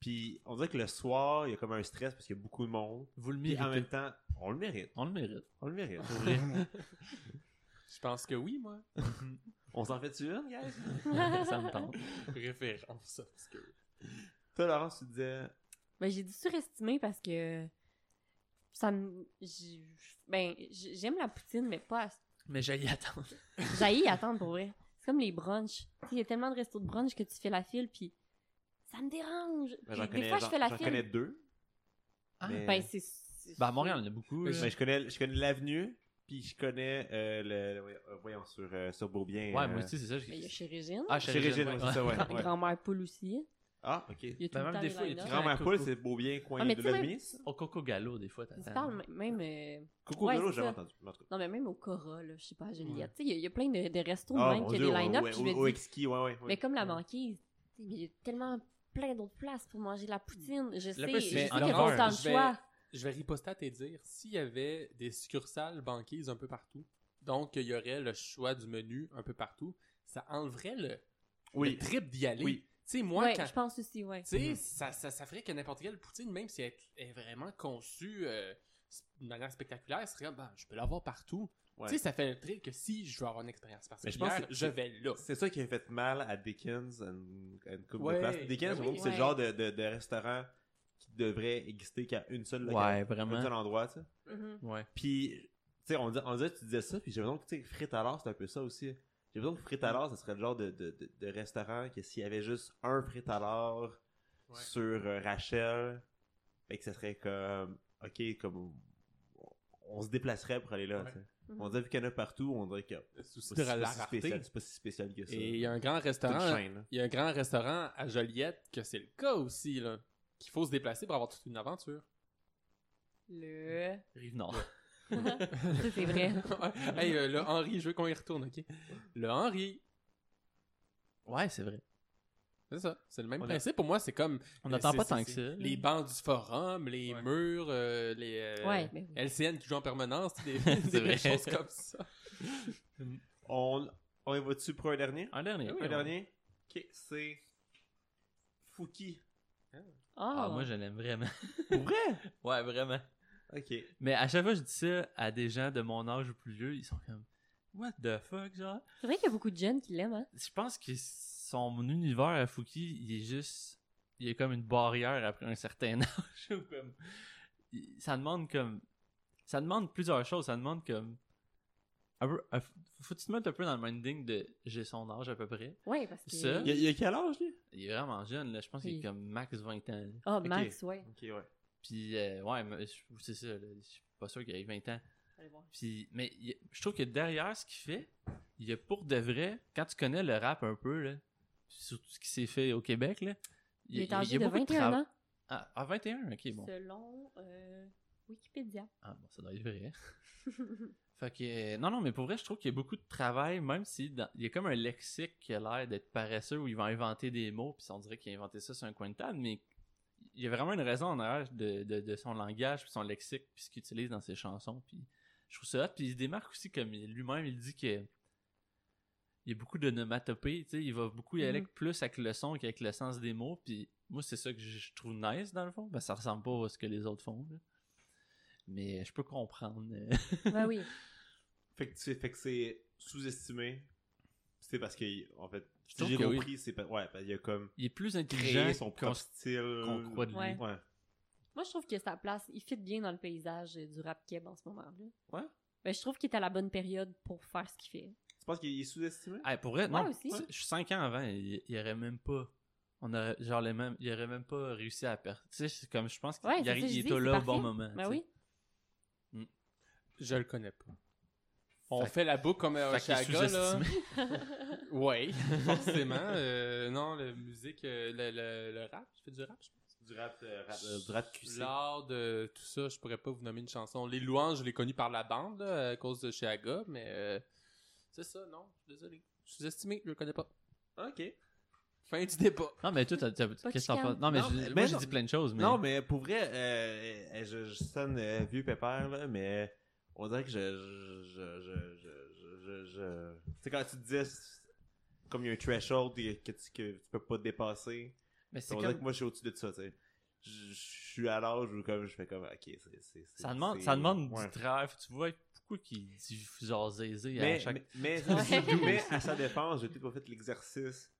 S3: Puis on dirait que le soir, il y a comme un stress parce qu'il y a beaucoup de monde.
S1: Vous le
S3: Puis
S1: méritez.
S3: en même temps, on le mérite,
S1: On le mérite.
S3: on le mérite.
S1: Pour vrai.
S2: Je pense que oui, moi.
S3: on s'en fait-tu une, guys?
S1: ça me tente.
S2: Référence. Parce que...
S3: Toi, Laurence, tu disais...
S4: Ben, j'ai dû surestimer parce que ça me. j'ai- Ben, j'ai- j'aime la poutine, mais pas. à-
S1: Mais j'allais y attendre.
S4: J'haïs y attendre pour vrai. C'est comme les brunchs. Tu sais, Il y a tellement de restos de brunch que tu fais la file, puis ça me dérange.
S3: Ben,
S4: Puis
S3: j'en
S4: des
S3: connais,
S4: fois, je
S3: j'en-
S4: fais la
S3: j'en
S4: file.
S3: connais deux.
S1: Ah,
S3: mais-
S4: Ben, c'est. c'est-
S1: Bah, à Montréal, il y en a beaucoup.
S3: Ben,
S1: là.
S3: je connais, je connais l'avenue, puis je connais euh, le... le- euh, Voyons, sur, euh, sur Beaubien.
S1: Ouais,
S3: euh,
S1: moi aussi, c'est ça. je-
S4: Mais Ben, il y a chez Régine.
S1: Ah,
S3: Chez Régine, ouais, c'est ça, ouais.
S4: ma
S3: ouais.
S4: grand-mère poule aussi.
S3: Ah, ok.
S4: Il y a tout
S1: Ben,
S4: le
S1: même
S4: temps
S1: des
S4: les
S1: fois, il y a tout
S4: line-up.
S1: le temps-
S3: Grand-mère
S1: Ouais,
S3: Poule,
S1: coucou.
S3: c'est Beaubien, coin
S4: Ah, mais
S3: de
S4: tu sais,
S3: la
S4: même-
S1: Au Coco Gallo, des fois,
S4: Tu
S1: t'attends.
S4: parles m- même. euh,
S3: Coucou
S4: Ouais,
S3: Golo,
S4: c'est
S3: j'avais
S4: ça.
S3: entendu. mais en tout cas.
S4: Non, mais même au Cora, là, je sais pas, à Joliette. Tu sais, il y a- il y, a plein de, de restos de
S3: Ah,
S4: même
S3: mon
S4: qui a
S3: Dieu,
S4: des line-up,
S3: au-
S4: puis je me
S3: au-
S4: dis,
S3: au exquis, ouais, ouais, ouais.
S4: Mais comme la
S3: Ouais.
S4: banquise, tu sais, il y a tellement plein d'autres places pour manger de la poutine. Je sais,
S2: plus,
S4: je
S2: mais
S4: sais qu'il
S1: en
S4: y a
S1: hiver,
S4: autant de
S2: je vais-
S4: choix.
S2: Je vais riposter à te dire, s'il y avait des succursales banquises un peu partout, donc il y aurait le choix du menu un peu partout, ça enleverait le,
S3: Oui.
S2: le trip d'y aller.
S3: Oui.
S2: Tu sais, moi,
S4: ouais,
S2: quand,
S4: je pense aussi, ouais.
S2: Tu sais,
S3: Mhm.
S2: ça, ça, ça ferait que n'importe quelle poutine, même si elle est- est vraiment conçue euh, s- d'une manière spectaculaire, serait ben, je peux l'avoir partout.
S3: Ouais.
S2: Tu sais, ça fait un thrill que si je veux avoir une expérience
S3: Mais je pense
S2: particulière,
S3: que
S2: je,
S3: c'est-
S2: vais là.
S3: C'est ça qui a fait mal à Dickens à une, à une coupe de
S2: Ouais,
S3: place.
S2: ben
S3: Dickens, je trouve
S2: oui.
S3: que c'est le
S4: Ouais.
S3: genre de, de, de restaurant qui devrait exister qu'à une seule
S1: Ouais,
S3: localité, un
S1: vraiment.
S3: seul endroit, tu sais.
S4: Mhm.
S1: Ouais.
S3: Puis, tu sais, on, dis- on disait que tu disais ça, puis j'ai l'impression que, tu sais, frites à l'or, c'est un peu ça aussi. J'ai l'impression que Fritalard, ce serait le genre de, de, de, de restaurant que s'il y avait juste un Fritalard
S2: Ouais.
S3: sur euh, Rachel, fait que ça serait comme, ok, comme, on se déplacerait pour aller là,
S2: Ouais.
S3: tu sais.
S4: Mhm.
S3: On dirait qu'il y en a partout, on dirait que
S2: Le souci
S3: c'est
S2: de
S3: pas,
S2: la
S3: si
S2: rareté.
S3: spécial, c'est pas si spécial que ça.
S2: Et il y a un grand
S3: C'est une
S2: restaurant.
S3: chaîne, là.
S2: Il y a un grand restaurant à Joliette que c'est le cas aussi, là. Qu'il faut se déplacer pour avoir toute une aventure.
S4: Le.
S1: Rive Nord.
S4: Ça, c'est vrai.
S2: Ouais. hey, euh, le Henri, je veux qu'on y retourne, ok? Le Henri,
S1: Ouais, c'est vrai.
S2: c'est ça. C'est le même
S3: On a-
S2: principe. Pour moi, c'est comme.
S1: On
S2: euh,
S1: n'entend
S2: c'est-
S1: pas
S2: c'est-
S1: tant que
S2: c'est
S1: ça.
S2: Les bancs du forum, les
S1: Ouais.
S2: murs, euh, les. euh,
S4: Ouais, mais Ben oui.
S2: LCN qui joue en permanence, des, des
S1: vrai.
S2: choses comme ça.
S3: On, on y va-tu pour un dernier?
S1: Un dernier.
S3: un dernier? Ok, c'est Fouki.
S1: Ah,
S4: Ah,
S1: moi, je l'aime vraiment.
S3: Pour vrai?
S1: Ouais, vraiment.
S3: Ok.
S1: Mais à chaque fois que je dis ça à des gens de mon âge ou plus vieux, ils sont comme What the fuck, genre?
S4: c'est vrai qu'il y a beaucoup de jeunes qui l'aiment, hein.
S1: Je pense que son univers à Fouki, il est juste. Il est comme une barrière après un certain âge. ou comme- il- Ça demande comme. Ça demande plusieurs choses. Ça demande comme. un peu- un- Faut que tu te mettes un peu dans le minding de j'ai son âge à peu près.
S4: Ouais, parce que.
S1: Ça?
S3: Il y a, il y a quel âge, lui?
S1: Il est vraiment jeune, là. Je pense qu'il est
S4: Oui.
S1: comme max 20 ans. là.
S4: Ah,
S3: Ok.
S4: Max, ouais.
S3: Ok, ouais.
S1: Puis, euh, ouais, mais je- c'est ça. là. Je suis pas sûr qu'il ait 20 ans.
S4: Allez voir.
S1: Puis, mais il- je trouve que derrière ce qu'il fait, il y a pour de vrai, quand tu connais le rap un peu, là, surtout ce qui s'est fait au Québec, là,
S4: Il est
S1: y a
S4: âgé de
S1: beaucoup
S4: 21
S1: trava-
S4: ans.
S1: Ah, ah, 21, ok, bon.
S4: Selon euh, Wikipédia.
S1: Ah, bon, ça doit être vrai. fait que, euh, non, non, mais pour vrai, je trouve qu'il y a beaucoup de travail, même si dans- il y a comme un lexique qui a l'air d'être paresseux où il va inventer des mots, puis on dirait qu'il a inventé ça sur un coin de table, mais il y a vraiment une raison en arrière de, de- de son langage, puis son lexique, puis ce qu'il utilise dans ses chansons, puis je trouve ça hot, puis il se démarque aussi comme il- lui-même, il dit que il y a beaucoup de nomatopées, tu sais, il va beaucoup y aller
S4: Mhm.
S1: plus avec le son qu'avec le sens des mots, puis moi, c'est ça que je je trouve nice, dans le fond, ben, ça ressemble pas à ce que les autres font, là. Mais je peux comprendre. euh,
S4: ben oui.
S3: Fait que, tu- fait que c'est sous-estimé. C'est parce que, en fait, si
S1: trouve
S3: j'ai
S1: que oui.
S3: compris, c'est pas. Ouais, parce qu'il y a comme
S1: Il est plus intelligent
S3: créé son
S1: qu'on
S3: propre style.
S1: qu'on croit de lui.
S4: Ouais.
S3: Ouais.
S4: Moi, je trouve que sa place, il fit bien dans le paysage euh, du rap keb en ce moment-là.
S3: Ouais?
S4: Ben, je trouve qu'il est à la bonne période pour faire ce qu'il fait.
S3: Tu penses qu'il est sous-estimé?
S1: Ah, pour vrai,
S4: Moi
S1: non,
S4: aussi.
S1: je suis 5 ans avant, il, il aurait même pas. On aurait, genre, les mêmes, il aurait même pas réussi à perdre. Tu sais, c'est comme je pense qu'il
S4: Ouais, c'est ça que
S1: arri-
S4: je
S1: il
S4: dis,
S1: était
S4: c'est
S1: là au bon
S4: parfait.
S1: moment. tu
S4: Ben
S1: sais.
S4: oui.
S2: Je le connais pas. On
S1: Fait-
S2: fait la boucle comme à
S1: Fait qu'il est
S2: Oshaga, là.
S1: sous-estimé.
S2: Oui, forcément. Euh, non, la musique, euh, le, le- le rap, je fais du rap, je pense.
S3: Du rap, euh, rap, euh, du rap QC.
S2: L'art de tout ça, je pourrais pas vous nommer une chanson. Les louanges, je l'ai connu par la bande, là, à cause de chez Aga, mais euh, c'est ça, non, je suis désolé. Je suis estimé, je le connais pas.
S3: Ok.
S2: Fin du débat.
S1: Non, mais toi, t'as- t'as-
S4: Pas de
S1: qu'est-ce que t'en
S4: chicane.
S1: penses? Non, mais,
S3: Non,
S1: je-
S3: mais-
S1: moi,
S3: mais
S1: j'ai
S3: non.
S1: dit plein de choses, mais.
S3: Non, mais pour vrai, euh, euh, je, je sonne euh, vieux pépère, là, mais on dirait que je. je, je, je, je, je, je- Tu sais, quand tu te dis, comme il y a un threshold et que tu, que tu peux pas te dépasser,
S1: mais
S3: on
S1: c'est
S3: dirait
S1: comme.
S3: que moi, je suis au-dessus de ça, tu sais. Je je suis à l'âge où comme je fais comme ok c'est c'est- c'est-
S1: Ça demande,
S3: c'est-
S1: ça demande
S3: ouais.
S1: du travail. Faut- Tu vois, beaucoup qui dit genre zézé à
S3: mais,
S1: chaque.
S3: mais, mais-
S4: Ouais.
S3: mais à sa défense j'ai peut-être pas fait l'exercice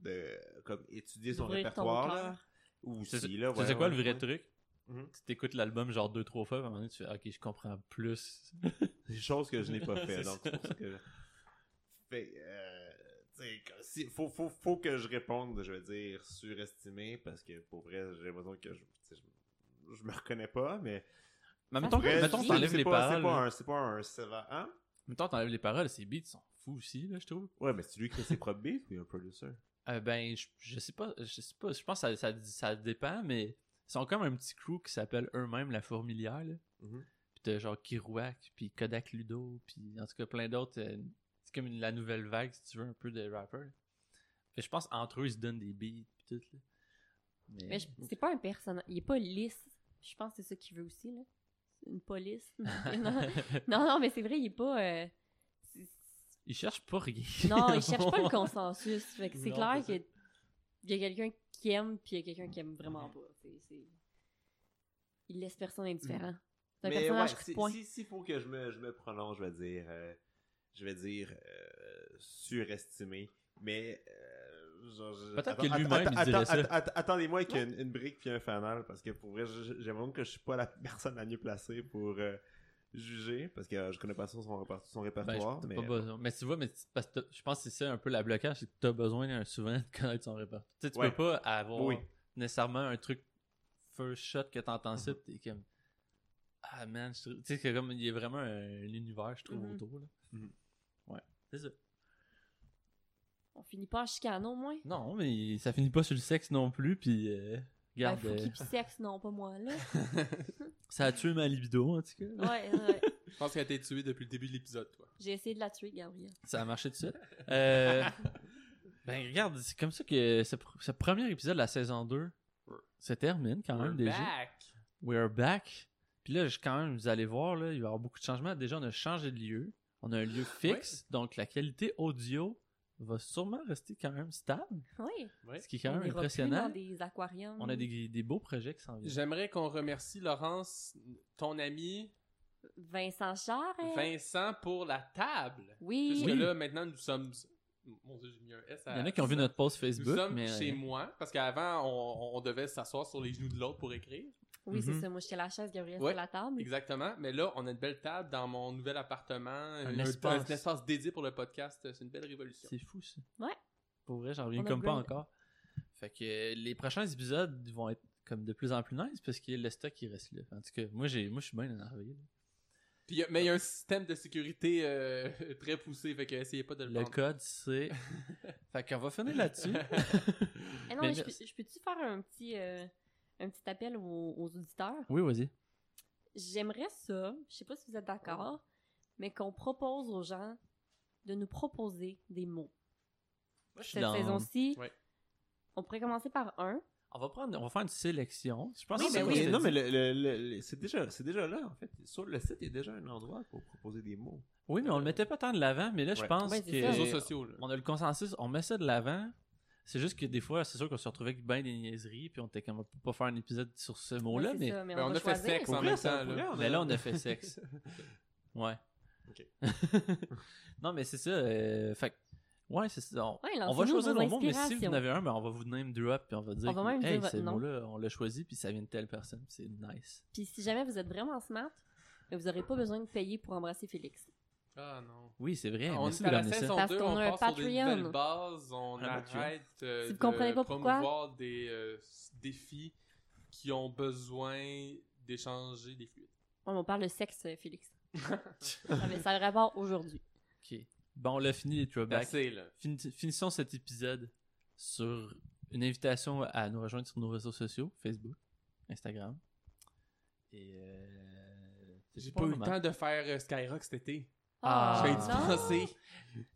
S3: de comme étudier son
S4: D'ouvrir ton
S3: répertoire
S4: cœur.
S3: là, ou
S1: C'est
S3: si
S1: c'est-
S3: là
S1: tu sais
S3: ouais,
S1: quoi
S3: ouais,
S1: le vrai
S3: ouais.
S1: truc?
S3: Mhm.
S1: Tu t'écoutes l'album genre deux, trois fois, à un moment donné, tu fais, ok, je comprends plus.
S3: C'est des choses que je n'ai pas
S1: C'est
S3: fait, donc c'est pour ça que. Fait, euh, tu sais, quand- si- faut, faut, faut que je réponde, je veux dire, surestimé, parce que pour vrai, j'ai l'impression que je, tu sais, je, je me reconnais pas, mais.
S1: Mais mettons,
S4: Après,
S1: mettons,
S4: je-
S1: t'enlèves
S3: c'est
S1: les
S3: pas,
S1: paroles.
S3: C'est pas un, c'est pas un sévère. Hein?
S1: Mettons, t'enlèves les paroles, ces beats sont fous aussi, là, je trouve.
S3: Ouais, mais c'est lui qui a ses propres beats ou il y a un producer?
S1: Euh, ben, je, je sais pas, je sais pas, je pense que ça, ça, ça dépend, mais ils sont comme un petit crew qui s'appelle eux-mêmes La Fourmilière, là.
S3: Mhm.
S1: Puis t'as genre Kirouac, puis Kodak Ludo, puis en tout cas plein d'autres. euh, c'est comme une- la nouvelle vague, si tu veux, un peu de rappers. Fait je pense entre eux, ils se donnent des beats, puis tout, là. Mais,
S4: Mais Ben, je- c'est pas un personnage. Il est pas lisse. Je pense que c'est ça qu'il veut aussi, là. C'est Une police. non, non, non, mais c'est vrai, il est pas. euh, c'est-
S1: ils cherchent pas rien.
S4: Non, il cherche pas le consensus. Fait que c'est
S1: Non,
S4: clair
S1: c'est
S4: qu'il y a quelqu'un qui aime, puis il y a quelqu'un qui aime vraiment pas. C'est- c'est- Il laisse personne indifférent. C'est un
S3: Mais ouais,
S4: personnage coup de
S3: si,
S4: poing.
S3: si, s'il faut que je me, je me prononce, je vais dire, euh, je vais dire euh, surestimé, mais euh, genre, je-
S1: Peut-être
S3: attends-
S1: que lui-même,
S3: attends-
S1: il dirait
S3: attends-
S1: ça.
S3: attends- attends- Attendez-moi avec une, une brique puis un fanal, parce que pour vrai, je- je- j'ai l'impression que je suis pas la personne la mieux placée pour euh, juger parce que euh, je connais pas son, son, réper- son
S1: Ben,
S3: répertoire.
S1: j'ai
S3: mais... euh,
S1: pas besoin. Mais tu vois, mais tu- parce que t'as- je pense que c'est ça un peu la blocage, c'est que t'as besoin hein, souvent de connaître son répertoire. Tu sais, tu
S3: Ouais.
S1: peux pas avoir
S3: Oui.
S1: nécessairement un truc first shot que t'entends ça, pis t'es comme. Ah man, je trouve- tu sais, que comme il y a vraiment un univers, je trouve,
S4: Mhm.
S1: autour. Là.
S3: Mhm.
S1: Ouais, c'est ça.
S4: On finit pas en chicane au moins.
S1: Non, mais ça finit pas sur le sexe non plus, pis. Euh,
S4: Ben,
S1: regarde,
S4: faut qu'il
S1: euh,
S4: pisse sexe, non, pas moi, là.
S1: ça a tué ma libido en tout cas.
S4: Ouais, ouais.
S2: Je pense qu'elle a été tuée depuis le début de l'épisode, toi.
S4: J'ai essayé de la tuer, Gabriel.
S1: Ça a marché tout de suite. Euh, ben regarde, c'est comme ça que ce, pr- ce premier épisode de la saison 2 se termine quand même déjà.
S2: back!
S1: We are back. Puis là, je- quand même, vous allez voir, là, il va y avoir beaucoup de changements. Déjà, on a changé de lieu. On a un lieu fixe, donc la qualité audio va sûrement rester quand même stable,
S4: Oui.
S2: Ouais.
S1: ce qui est quand même
S4: On ira
S1: impressionnant.
S4: plus dans des aquariums.
S1: On a des, des beaux projets qui s'en viennent.
S2: J'aimerais qu'on remercie Laurence, ton ami
S4: Vincent Char. hein?
S2: Vincent pour la table.
S4: Oui.
S2: Puisque
S1: Oui.
S2: là, maintenant, nous sommes. Mon dieu, j'ai mis un S à.
S1: Il y en a qui ont vu notre post
S2: Nous
S1: Facebook,
S2: sommes
S1: mais
S2: chez
S1: euh,
S2: moi, parce qu'avant, on, on devait s'asseoir sur les genoux de l'autre pour écrire.
S4: Oui, c'est
S1: Mhm.
S4: ça. Moi, j'étais à la chaise, Gabriel,
S2: Ouais.
S4: sur la table.
S2: Exactement. Mais là, on a une belle table dans mon nouvel appartement. Un,
S1: espace.
S2: un espace dédié pour le podcast. C'est une belle révolution.
S1: c'est fou ça.
S4: Ouais.
S1: Pour vrai, j'en reviens
S4: On
S1: comme pas
S4: upgrade.
S1: encore. Fait que euh, les prochains épisodes vont être comme de plus en plus nice parce que le stock il reste là. En tout cas, moi j'ai moi je suis bien énervé. là.
S2: Puis, il y a- mais il y a un système de sécurité euh, très poussé, fait que essayez pas de le,
S1: Le
S2: prendre.
S1: code c'est Fait qu'on va finir là-dessus.
S4: Eh non,
S1: Mais
S4: mais je,
S1: merci.
S4: peux- je peux-tu faire un petit, euh, un petit appel aux, aux auditeurs?
S1: oui, vas-y.
S4: J'aimerais ça, je sais pas si vous êtes d'accord, mais qu'on propose aux gens de nous proposer des mots.
S1: Moi, je suis
S4: Cette
S1: dans-
S4: saison-ci,
S2: Ouais.
S4: on pourrait commencer par un.
S1: On va prendre, on va faire une sélection. Je pense
S3: Non,
S1: que
S3: mais
S1: c'est
S3: oui,
S1: ça qu'on
S3: non,
S1: s'est
S3: mais
S1: dit.
S3: le- le- le- le- c'est déjà, c'est déjà là, en fait. Sur le site, il y a déjà un endroit pour proposer des mots.
S1: Oui, mais on le mettait pas tant de l'avant, mais là je
S3: Ouais.
S1: pense
S4: Ouais, c'est
S1: que
S2: Les
S4: ça.
S2: réseaux sociaux, là.
S1: on a le consensus, on met ça de l'avant. C'est juste que des fois, c'est sûr qu'on se retrouvait avec ben des niaiseries, puis on était comme on peut pas faire un épisode sur ce mot-là,
S4: Ouais, c'est
S1: mais
S4: ça, mais
S2: Ben, on
S4: va
S2: a fait
S4: choisir.
S2: sexe
S3: Pour
S2: en
S1: hein.
S3: vrai,
S2: même
S3: ça,
S2: temps,
S3: pour
S2: là.
S3: vrai, on
S1: Mais
S3: a-
S1: là, on a fait sexe. Ouais.
S3: Ok.
S1: non, mais c'est ça. euh, fait que- ouais, c'est ça. On,
S4: Ouais,
S1: on va
S4: lancez-nous
S1: choisir
S4: vos
S1: nos mots, mais si vous
S4: inspirations.
S1: en avez un, ben, on va vous name drop, puis on va dire
S4: On va
S1: que,
S4: même
S1: hey,
S4: dire
S1: ce
S4: votre nom.
S1: mot-là, on l'a choisi, puis ça vient de telle personne, puis c'est nice.
S4: Puis si jamais vous êtes vraiment smart, ben, vous aurez pas besoin de payer pour embrasser Félix.
S2: Ah non.
S1: Oui, c'est vrai. Eh,
S2: on
S1: merci hein. de
S2: est à la
S1: ramener ça. Ah,
S2: saison
S4: Parce
S2: 2,
S4: qu'on
S2: on
S4: a un
S2: part sur des
S4: Patreon.
S2: nouvelles bases, on
S1: Un Patreon.
S2: arrête euh,
S4: Si vous
S2: de
S4: comprenez pas pourquoi-
S2: promouvoir des euh, s- défis qui ont besoin d'échanger des fluides.
S4: Ouais, mais On parle de sexe, euh, Félix. ça, mais ça le rapport aujourd'hui.
S1: Ok. Bon, là, fini les throwbacks.
S2: Assez, là.
S1: Fini- finissons cet épisode sur une invitation à nous rejoindre sur nos réseaux sociaux, Facebook, Instagram. Et euh,
S2: J'ai
S1: c'est
S2: pas eu le
S1: vraiment-
S2: temps de faire euh, Skyrock cet été.
S1: Ah.
S2: Je vais y
S1: non.
S2: penser.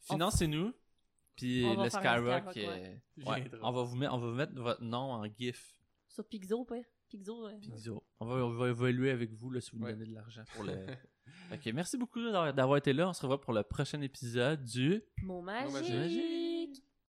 S1: Financez-nous. Puis
S4: On va
S1: le
S4: faire un
S1: Skyrock,
S4: Skyrock, ouais.
S1: euh,
S2: Je
S1: ouais,
S2: viendrai.
S1: on, va vous mettre, on va vous mettre votre nom en GIF.
S4: Sur Pixo, pas? Pixo, euh,
S1: Pixo. On, va, on va évoluer avec vous là, si vous nous
S2: Ouais.
S1: donnez de l'argent pour le. ok, merci beaucoup d'avoir d'avoir été là. On se revoit pour le prochain épisode du.
S4: mon
S2: magique.
S4: magique.